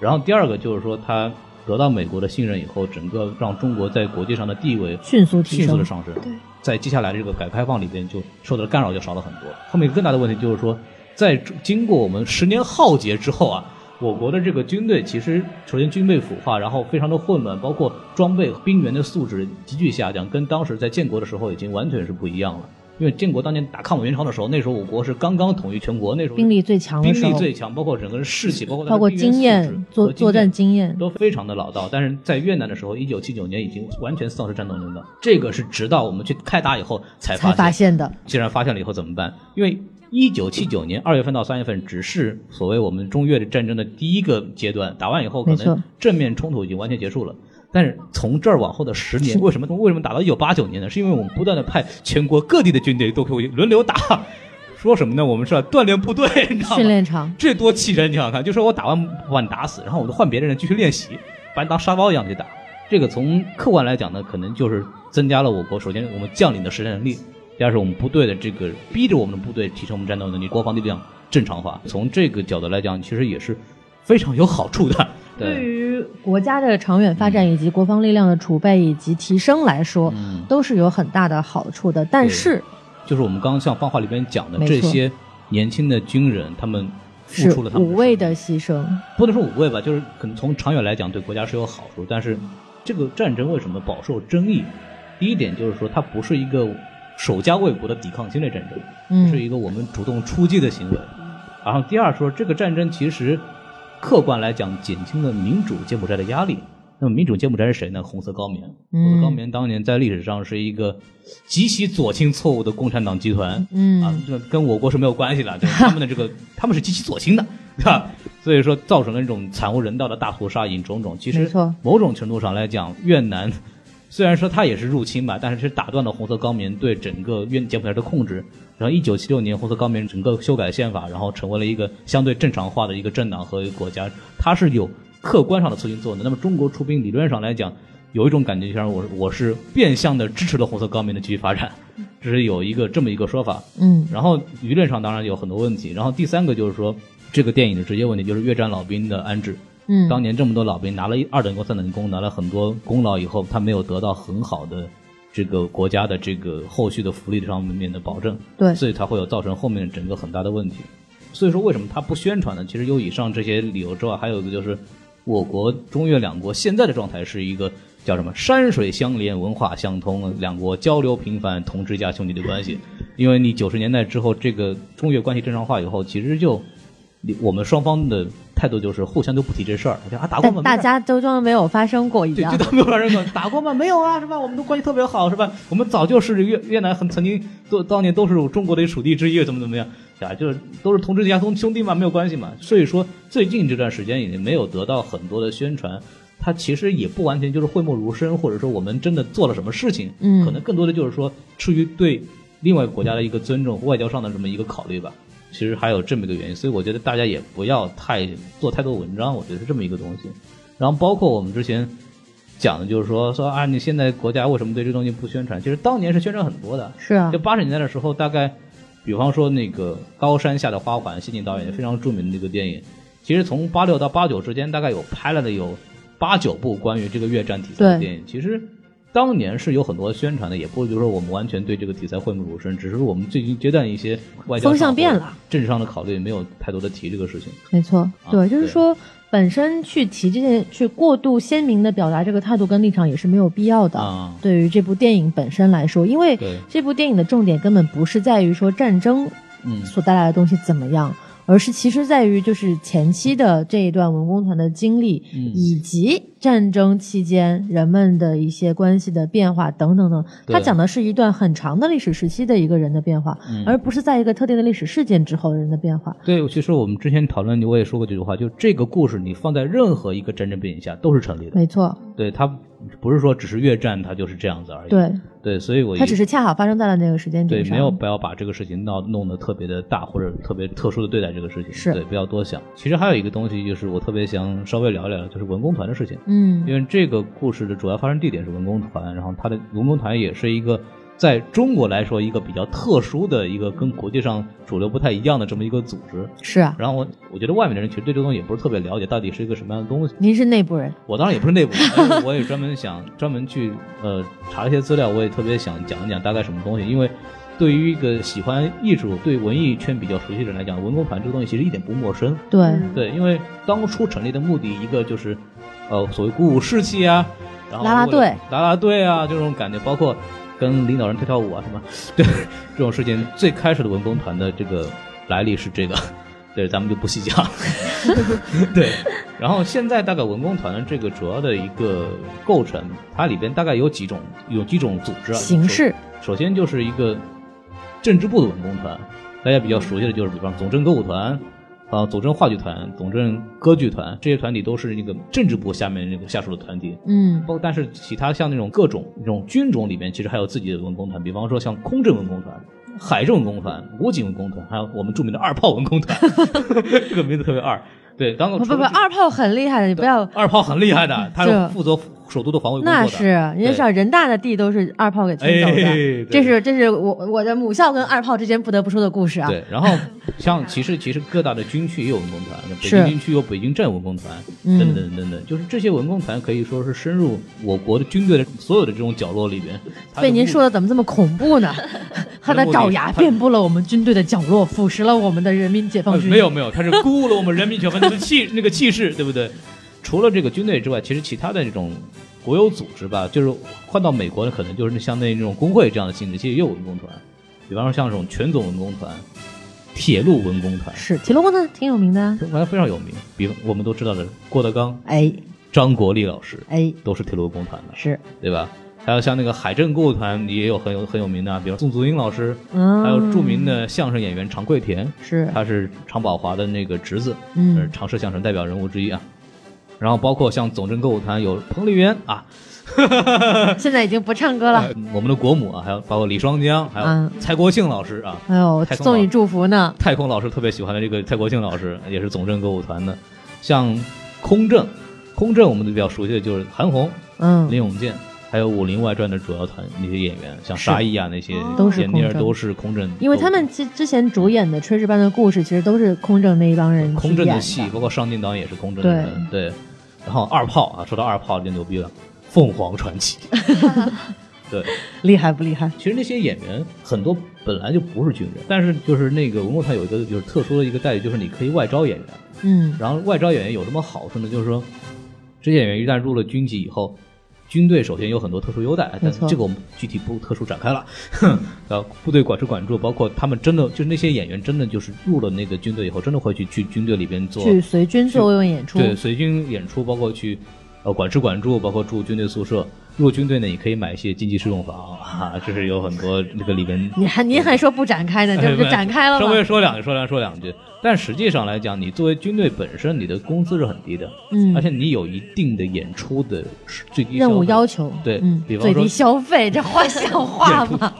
Speaker 3: 然后第二个就是说，他得到美国的信任以后，整个让中国在国际上的地位
Speaker 4: 迅速提
Speaker 3: 迅速
Speaker 4: 升
Speaker 3: 的，上升。在接下来这个改革开放里边，就受到的干扰就少了很多。后面更大的问题就是说，在经过我们十年浩劫之后啊，我国的这个军队其实首先军备腐化，然后非常的混乱，包括装备、兵员的素质急剧下降，跟当时在建国的时候已经完全是不一样了。因为建国当年打抗美援朝的时候，那时候我国是刚刚统一全国，那时候
Speaker 4: 兵力最强的
Speaker 3: 兵
Speaker 4: 时
Speaker 3: 力
Speaker 4: 候，
Speaker 3: 最强，包括整个人士气，包括它的
Speaker 4: 包括
Speaker 3: 兵员
Speaker 4: 经
Speaker 3: 素质
Speaker 4: 验、作
Speaker 3: 和
Speaker 4: 作战经验，
Speaker 3: 都非常的老道。但是在越南的时候，一九七九年已经完全丧失战斗能力了。这个是直到我们去开打以后才
Speaker 4: 才发
Speaker 3: 发现。
Speaker 4: 现的，
Speaker 3: 既然发现了以后怎么办？因为一九七九年二月份到三月份只是所谓我们中越的战争的第一个阶段，打完以后可
Speaker 4: 没错
Speaker 3: 能正面冲突已经完全结束了。但是从这儿往后的十年，为什么为什么打到一九八九年呢？是因为我们不断的派全国各地的军队都会轮流打，说什么呢？我们是要锻炼部队，你知道吗？
Speaker 4: 训练场
Speaker 3: 这多气人！你想想看，就说我打完把你打死，然后我就换别的人继续练习，把你当沙包一样去打。这个从客观来讲呢，可能就是增加了我国首先我们将领的实战能力，第二是我们部队的这个逼着我们的部队提升我们战斗能力，国防力量正常化。从这个角度来讲，其实也是非常有好处 的。
Speaker 4: 对
Speaker 3: 对，
Speaker 4: 于国家的长远发展以及国防力量的储备以及提升来说，
Speaker 3: 嗯，
Speaker 4: 都是有很大的好处的。但是，
Speaker 3: 就是我们刚刚像放话里边讲的
Speaker 4: 没错
Speaker 3: 这些年轻的军人，他们付
Speaker 4: 是
Speaker 3: 出了他们
Speaker 4: 无谓的牺牲，
Speaker 3: 不能说无谓吧，就是可能从长远来讲对国家是有好处，但是这个战争为什么饱受争议？第一点就是说，它不是一个守家卫国的抵抗心理战争，是
Speaker 4: 嗯，
Speaker 3: 一个我们主动出击的行为。然后第二说，这个战争其实客观来讲减轻了民主柬埔寨的压力。那么民主柬埔寨是谁呢？红色高棉。红色高棉当年在历史上是一个极其左倾错误的共产党集团。
Speaker 4: 嗯
Speaker 3: 啊，这跟我国是没有关系的，就是他们的 这个他们是极其左倾的，对吧？所以说造成了这种惨无人道的大屠杀，引种种。其
Speaker 4: 没
Speaker 3: 实
Speaker 4: 错
Speaker 3: 某种程度上来讲，越南虽然说它也是入侵吧，但是是打断了红色高棉对整个越柬埔寨的控制。然后，一九七六年，红色高棉整个修改宪法，然后成为了一个相对正常化的一个政党和一个国家，它是有客观上的促进作用的。那么，中国出兵理论上来讲，有一种感觉，就像我我是变相的支持了红色高棉的继续发展，这是有一个这么一个说法。
Speaker 4: 嗯，
Speaker 3: 然后舆论上当然有很多问题，然后第三个就是说，这个电影的直接问题就是越战老兵的安置。
Speaker 4: 嗯
Speaker 3: 当年这么多老兵拿了一二等功、三等功，拿了很多功劳以后，他没有得到很好的这个国家的这个后续的福利上面的保证，
Speaker 4: 对
Speaker 3: 所以才会有造成后面整个很大的问题。所以说，为什么他不宣传呢？其实有以上这些理由之外，还有一个就是，我国中越两国现在的状态是一个叫什么“山水相连，文化相通”，两国交流频繁，同志加兄弟的关系。因为你九十年代之后，这个中越关系正常化以后，其实就你我们双方的态度就是互相都不提这事儿，就啊打过吗？
Speaker 4: 但大家都装没有发生过一
Speaker 3: 对，
Speaker 4: 样
Speaker 3: 就。当没有发生过，打过吗？没有啊，是吧？我们都关系特别好，是吧？我们早就是越越南很曾经都当年都是中国的属地之一，怎么怎么样啊？就是都是同志家兄兄弟嘛，没有关系嘛。所以说最近这段时间也没有得到很多的宣传，它其实也不完全就是讳莫如深，或者说我们真的做了什么事情，
Speaker 4: 嗯
Speaker 3: 可能更多的就是说出于对另外国家的一个尊重，外交上的这么一个考虑吧。其实还有这么一个原因，所以我觉得大家也不要太做太多文章，我觉得是这么一个东西。然后包括我们之前讲的就是说说啊，你现在国家为什么对这东西不宣传？其实当年是宣传很多的，
Speaker 4: 是啊
Speaker 3: 就，八十年代的时候，大概比方说那个《高山下的花环》，谢晋导演非常著名的一个电影，其实从八六到八九之间，大概有拍了的有八九部关于这个越战题材的
Speaker 4: 对
Speaker 3: 电影。其实当年是有很多宣传的，也不是说我们完全对这个题材讳莫如深，只是我们最近阶段一些外交
Speaker 4: 风向
Speaker 3: 上或
Speaker 4: 变了，
Speaker 3: 政治上的考虑没有太多的提这个事情。
Speaker 4: 没错，
Speaker 3: 啊
Speaker 4: 对，就是
Speaker 3: 对
Speaker 4: 说本身去提这件，去过度鲜明的表达这个态度跟立场也是没有必要的。
Speaker 3: 啊
Speaker 4: 对于这部电影本身来说，因为
Speaker 3: 对
Speaker 4: 这部电影的重点根本不是在于说战争
Speaker 3: 嗯
Speaker 4: 所带来的东西怎么样，而是其实在于就是前期的这一段文工团的经历，
Speaker 3: 嗯
Speaker 4: 以及战争期间人们的一些关系的变化等等等。
Speaker 3: 对
Speaker 4: 它讲的是一段很长的历史时期的一个人的变化，
Speaker 3: 嗯
Speaker 4: 而不是在一个特定的历史事件之后人的变化。
Speaker 3: 对，其实我们之前讨论，我也说过这句话，就这个故事你放在任何一个战争背景下都是成立的。
Speaker 4: 没错，
Speaker 3: 对，它不是说只是越战，它就是这样子而已。
Speaker 4: 对。
Speaker 3: 对，所以我
Speaker 4: 它
Speaker 3: 一
Speaker 4: 只是恰好发生在了那个时间
Speaker 3: 对
Speaker 4: 点上，
Speaker 3: 没有不要把这个事情闹弄得特别的大或者特别特殊的对待这个事情，
Speaker 4: 是
Speaker 3: 对，不要多想。其实还有一个东西，就是我特别想稍微聊一聊，就是文工团的事情，因
Speaker 4: 嗯，
Speaker 3: 为这个故事的主要发生地点是文工团，然后它的文工团也是一个。在中国来说，一个比较特殊的一个跟国际上主流不太一样的这么一个组织，
Speaker 4: 是啊，
Speaker 3: 然后我我觉得外面的人其实对这个东西也不是特别了解，到底是一个什么样的东西。
Speaker 4: 您是内部人，
Speaker 3: 我当然也不是内部人，但是我也专门想专门去呃查了一些资料，我也特别想讲一讲大概什么东西，因为对于一个喜欢艺术、对文艺圈比较熟悉的人来讲，文工团这个东西其实一点不陌生。
Speaker 4: 对，
Speaker 5: 嗯
Speaker 3: 对，因为当初成立的目的，一个就是呃所谓鼓舞士气啊，然后
Speaker 4: 啦啦
Speaker 3: 为了
Speaker 4: 队、
Speaker 3: 啦啦队啊这种感觉，包括跟领导人跳跳舞啊什么，对这种事情，最开始的文工团的这个来历是这个，对，咱们就不细 讲了。对，然后现在大概文工团的这个主要的一个构成，它里边大概有几种有几种组织啊
Speaker 4: 形式，
Speaker 3: 首先就是一个政治部的文工团，大家比较熟悉的就是，比方总政歌舞团。啊，总政话剧团、总政歌剧团这些团体都是那个政治部下面那个下属的团体，
Speaker 4: 嗯，
Speaker 3: 包但是其他像那种各种那种军种里面，其实还有自己的文工团，比方说像空政文工团、海政文工团、武警文工团，还有我们著名的二炮文工团， 这个名字特别二。对，当
Speaker 4: 不不不，
Speaker 3: 除了
Speaker 4: 二炮很厉害的，你不要，
Speaker 3: 二炮很厉害的，他
Speaker 4: 这
Speaker 3: 是负责首都的防卫工作的。
Speaker 4: 那是人家
Speaker 3: 对
Speaker 4: 知道人大的地都是二炮给吞走
Speaker 3: 哎
Speaker 4: 的
Speaker 3: 对，
Speaker 4: 这是这是我我的母校跟二炮之间不得不说的故事啊，
Speaker 3: 对，然后像其实其实各大的军区也有文工团，北
Speaker 4: 是
Speaker 3: 京军区有北京站文工团，
Speaker 4: 嗯
Speaker 3: 等等等等等，就是这些文工团可以说是深入我国的军队的所有的这种角落里边。它的
Speaker 4: 被您
Speaker 3: 目
Speaker 4: 说的怎么这么恐怖呢？它的爪牙遍布了我们军队的角落，腐蚀了我们的人民解放
Speaker 3: 呃
Speaker 4: 军。
Speaker 3: 没有，没有，他是鼓舞了我们人民解放军的气那个气势，对不对？除了这个军队之外，其实其他的这种国有组织吧，就是换到美国呢，可能就是像那种工会这样的性质，其实也有文工团，比方说像这种全总文工团、铁路文工团，
Speaker 4: 是铁路工呢挺有名的啊，
Speaker 3: 反正非常有名。比方我们都知道的郭德纲、
Speaker 4: 哎
Speaker 3: 张国立老师
Speaker 4: 哎，
Speaker 3: 都是铁路文工团的，
Speaker 4: 是，
Speaker 3: 对吧？还有像那个海政歌舞团也有很有很有名的啊，比如宋祖英老师，
Speaker 4: 嗯，
Speaker 3: 还有著名的相声演员常贵田，
Speaker 4: 是，
Speaker 3: 他呃是常宝华的那个侄子，是
Speaker 4: 嗯，
Speaker 3: 常设相声代表人物之一啊。然后包括像总政歌舞团有彭丽媛啊，
Speaker 4: 现在已经不唱歌了。
Speaker 3: 我们的国母啊，还有包括李双江，还有
Speaker 4: 嗯
Speaker 3: 蔡国庆老师啊，
Speaker 4: 哎呦，
Speaker 3: 太空
Speaker 4: 送你
Speaker 3: 老
Speaker 4: 祝福呢。
Speaker 3: 太空老师特别喜欢的这个蔡国庆老师也是总政歌舞团的。像空政，空政我们都比较熟悉的就是韩红、
Speaker 4: 嗯，
Speaker 3: 林永健，还有《武林外传》的主要团那些演员，像沙溢啊那些
Speaker 4: 都是
Speaker 3: 演妮儿
Speaker 4: 空政
Speaker 3: 都是空政，
Speaker 4: 因为他们之之前主演的《炊事班的故事》，其实都是空政那一帮人
Speaker 3: 空政
Speaker 4: 去演
Speaker 3: 的
Speaker 4: 的
Speaker 3: 戏，包括上镜导演也是空政的人，对。然后二炮啊，说到二炮就牛逼了，凤凰传奇。对，
Speaker 4: 厉害不厉害？
Speaker 3: 其实那些演员很多本来就不是军人，但是就是那个文工团有一个就是特殊的一个待遇，就是你可以外招演员。
Speaker 4: 嗯，
Speaker 3: 然后外招演员有什么好处呢？就是说，这些演员一旦入了军级以后，军队首先有很多特殊优待，
Speaker 4: 没
Speaker 3: 但
Speaker 4: 错
Speaker 3: 这个我们具体不特殊展开了。哼，然后部队管吃管住，包括他们真的就是那些演员真的就是入了那个军队以后，真的会去去军队里边做
Speaker 4: 去随军作用演出，
Speaker 3: 对，随军演出，包括去呃管吃管住，包括住军队宿舍。入军队呢，也可以买一些经济适用房啊，这是有很多那个里边。
Speaker 4: 你还你还说不展开 呢，这不就展开了
Speaker 3: 哎稍
Speaker 4: 吗？
Speaker 3: 微说两句，说两说两句。但实际上来讲，你作为军队本身，你的工资是很低的，
Speaker 4: 嗯
Speaker 3: 而且你有一定的演出的最低消
Speaker 4: 任务
Speaker 3: 费
Speaker 4: 要求，
Speaker 3: 对
Speaker 4: 嗯，
Speaker 3: 比方
Speaker 4: 最
Speaker 3: 说
Speaker 4: 低消费，这话像话吗？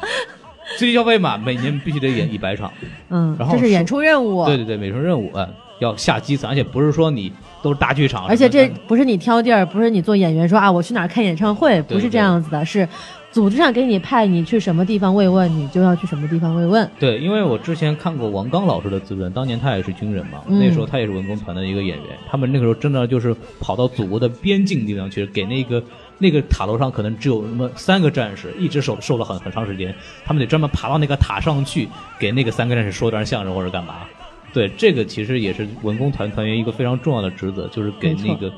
Speaker 3: 最低消费嘛，每年必须得演一百场，
Speaker 4: 嗯，
Speaker 3: 然后
Speaker 4: 这是
Speaker 3: 是
Speaker 4: 演出任务，
Speaker 3: 对对对，每成任务嗯要下基层，而且不是说你都是大剧场，
Speaker 4: 而且这
Speaker 3: 什么
Speaker 4: 不是你挑地儿，不是你做演员说啊，我去哪儿看演唱会，
Speaker 3: 对
Speaker 4: 不是这样子的，是组织上给你派你去什么地方慰问，你就要去什么地方慰问。
Speaker 3: 对，因为我之前看过王刚老师的自传，当年他也是军人嘛，
Speaker 4: 嗯
Speaker 3: 那时候他也是文工团的一个演员，他们那个时候真的就是跑到祖国的边境地方去，给那个那个塔楼上可能只有那么三个战士，一直守守了很很长时间，他们得专门爬到那个塔上去，给那个三个战士说段相声或者干嘛。对，这个其实也是文工团团员一个非常重要的职责，就是给
Speaker 4: 没错
Speaker 3: 那个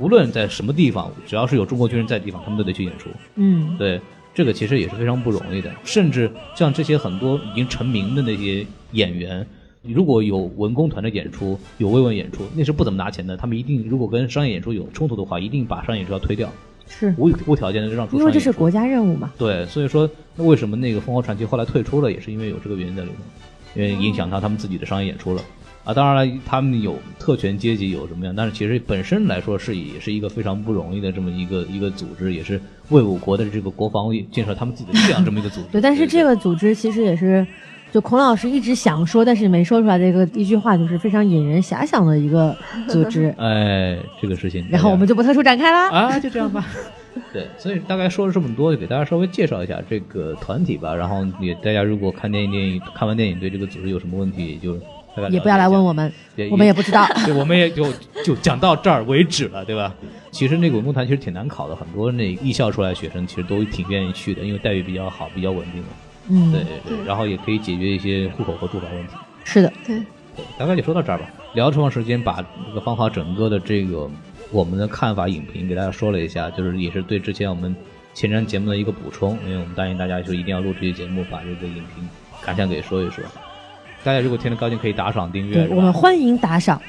Speaker 3: 无论在什么地方，只要是有中国军人在的地方，他们都得去演出。
Speaker 4: 嗯，
Speaker 3: 对，这个其实也是非常不容易的。甚至像这些很多已经成名的那些演员，如果有文工团的演出，有慰问演出，那是不怎么拿钱的。他们一定如果跟商业演出有冲突的话，一定把商业演出要推掉，
Speaker 4: 是
Speaker 3: 无无条件的让出
Speaker 4: 因
Speaker 3: 商业
Speaker 4: 为这
Speaker 3: 演
Speaker 4: 是
Speaker 3: 出。
Speaker 4: 国家任务嘛。
Speaker 3: 对，所以说那为什么那个凤凰传奇后来退出了，也是因为有这个原因在里面，因为影响到他们自己的商业演出了。啊，当然了，他们有特权阶级有什么样，但是其实本身来说是也是一个非常不容易的这么一个一个组织，也是为我国的这个国防建设他们自己的力量这么一个组织。
Speaker 4: 对，但是这
Speaker 3: 个。
Speaker 4: 个组织其实也是，就孔老师一直想说，但是没说出来的一个一句话，就是非常引人遐想的一个组织
Speaker 3: 哎，这个事情，
Speaker 4: 然后我们
Speaker 3: 就
Speaker 4: 就不特殊展开啦。
Speaker 3: 啊就这样吧。 对，所以大概说了这么多，就给大家稍微介绍一下这个团体吧。然后也大家如果看电影电影看完电影对这个组织有什么问题，也就大概了解
Speaker 4: 也不要来
Speaker 3: 一下
Speaker 4: 问我们
Speaker 3: 对，
Speaker 4: 我们也不知道。
Speaker 3: 对，我们也就就讲到这儿为止了，对吧？其实那个文工团其实挺难考的，很多那艺校出来的学生其实都挺愿意去的，因为待遇比较好，比较稳定嘛。
Speaker 4: 嗯，
Speaker 3: 对对对，然后也可以解决一些户口和住房问题。
Speaker 4: 是的，
Speaker 3: 对，大概就说到这儿吧。聊这么长时间，把这个芳华整个的这个我们的看法、影评给大家说了一下，就是也是对之前我们前瞻节目的一个补充，因为我们答应大家说一定要录这期节目，把这个影评感想给说一说。大家如果听得高兴，可以打赏、订阅，
Speaker 4: 对
Speaker 3: 是，吧
Speaker 4: 我们欢迎打赏。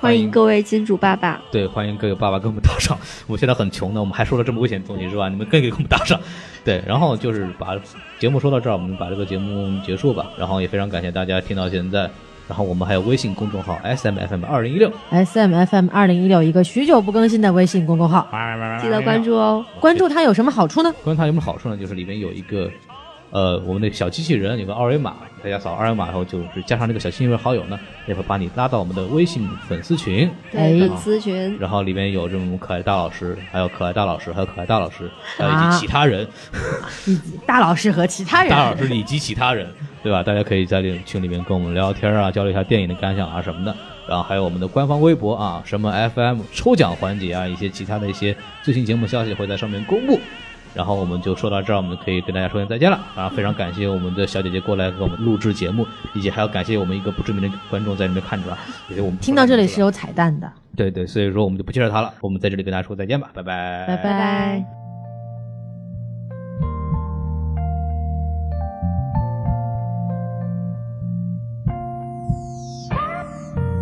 Speaker 5: 欢迎各位金主爸爸。
Speaker 3: 对，欢迎各位爸爸给我们打赏。我们现在很穷的，我们还说了这么危险的东西是吧？你们更给我们打赏。对，然后就是把节目说到这儿，我们把这个节目结束吧。然后也非常感谢大家听到现在。然后我们还有微信公众号 S M F M 二零一六，
Speaker 4: S M F M 二零一六一个许久不更新的微信公众号，
Speaker 5: 记得关注哦。
Speaker 4: 关注它有什么好处呢？
Speaker 3: 关于它有什么好处呢？就是里面有一个，呃，我们的小机器人有个二维码，大家扫二维码以后，就是加上这个小机器人好友呢，也会把你拉到我们的微信粉丝群。
Speaker 5: 对，
Speaker 4: 哎
Speaker 5: 粉丝群，
Speaker 3: 然后里面有这种可爱大老师，还有可爱大老师，还有可爱大老师，还有以
Speaker 5: 啊
Speaker 3: 及其他人。
Speaker 4: 大老师和其他 人，
Speaker 3: 大老师以及其他人，对吧？大家可以在这个群里面跟我们聊聊天啊，交流一下电影的感想啊什么的。然后还有我们的官方微博啊，什么 FM 抽奖环节啊，一些其他的一些最新节目消息会在上面公布。然后我们就说到这儿，我们可以跟大家说声再见了。啊，非常感谢我们的小姐姐过来给我们录制节目，以及还要感谢我们一个不知名的观众在里面看着啊。也就我们
Speaker 4: 听到这里是有彩蛋的，
Speaker 3: 对对，所以说我们就不介绍他了，我们在这里跟大家说再见吧，拜拜，
Speaker 4: 拜
Speaker 5: 拜拜。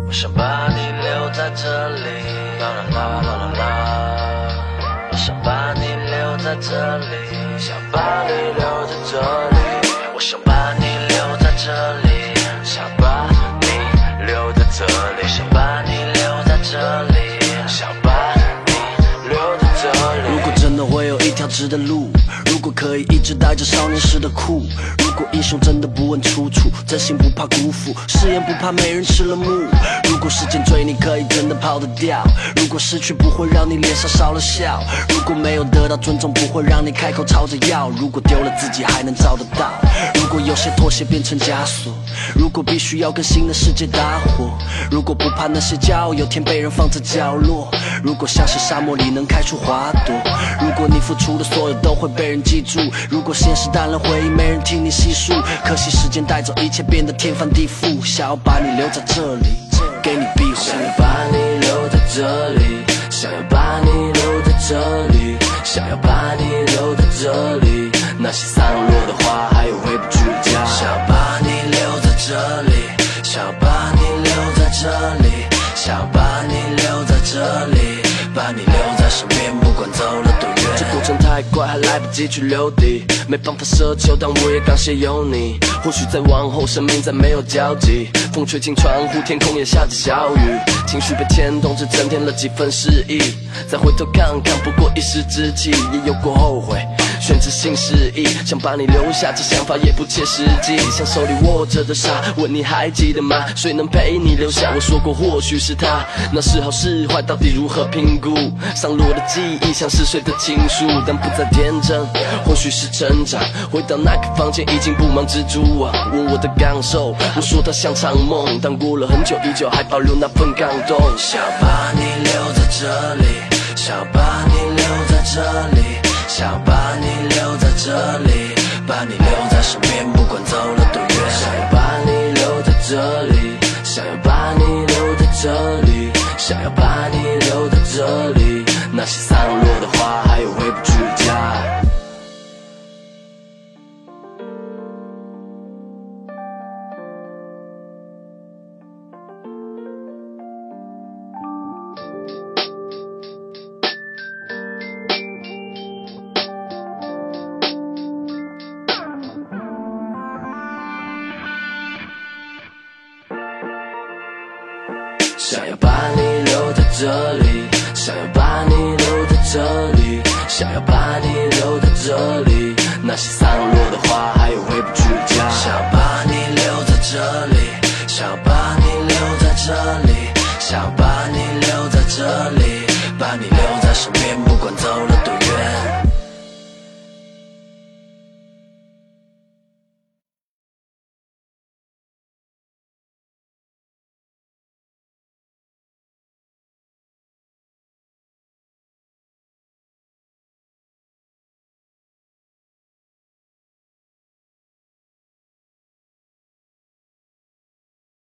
Speaker 7: 我想把你留在这里，啦啦啦啦啦啦。我想把你留在这里，想把你留在这里。我想把你留在这里，想把你留在这里，想把你留在这里，想把你留在这里。
Speaker 8: 如果真的会有一条直的路，如果可以一直带着少年时的酷，如果英雄真的不问出处，真心不怕辜负，誓言不怕没人吃了木。如果时间追你可以真的跑得掉，如果失去不会让你脸上少了笑，如果没有得到尊重不会让你开口吵着要，如果丢了自己还能找得到，如果有些妥协变成枷锁，如果必须要跟新的世界搭伙，如果不怕那些骄傲有天被人放在角落，如果相信沙漠里能开出花朵，如果你付出的所有都会被人记住，如果现实淡了回忆没人听你细数，可惜时间带走一切变得天翻地覆，想要把你留在这里，给你庇护
Speaker 7: 想。要把你留在这里，想要把你留在
Speaker 8: 这里，想要把你留在这里。那些散落的花，还有回不去的家。想把你留在这里，想把你留在这里，想把你留在这里，把你留在身边，不管走了多远。这过程太快，还来不及去留底，没办法奢求，但我也感谢有你。或许再往后，生命再没有交集，风吹进窗户，天空也下着小雨，情绪被牵动，只增添了几分诗意。再回头看看，不过一时之气，也有过后悔。选择性失忆，想把你留下，这想法也不切实际。像手里握着的沙，问你还记得吗？谁能陪你留下？我说过，或许是他。那是好是坏，到底如何评估？散落的记忆像是谁的情书，但不再天真。或许是成长，回到那个房间已经布满蜘蛛网、啊问我的感受，我说它像场梦，但过了很久，依旧还保留那份感动。想把你留在这里，想把你留在这里。想把你留在这里，把你留在身边，不管走了多远。想要把你留在这里，想要把你留在这里，想要把你留在这里。那些散落的花，还有回不去的家。想要把你留在这里，想要把你留在这里，想要把你留在这里。那些散落的花，还有回不去的家。想把你留在这里，想把你留在这里，想把你留在这里，把你留在身边，不管走了多远。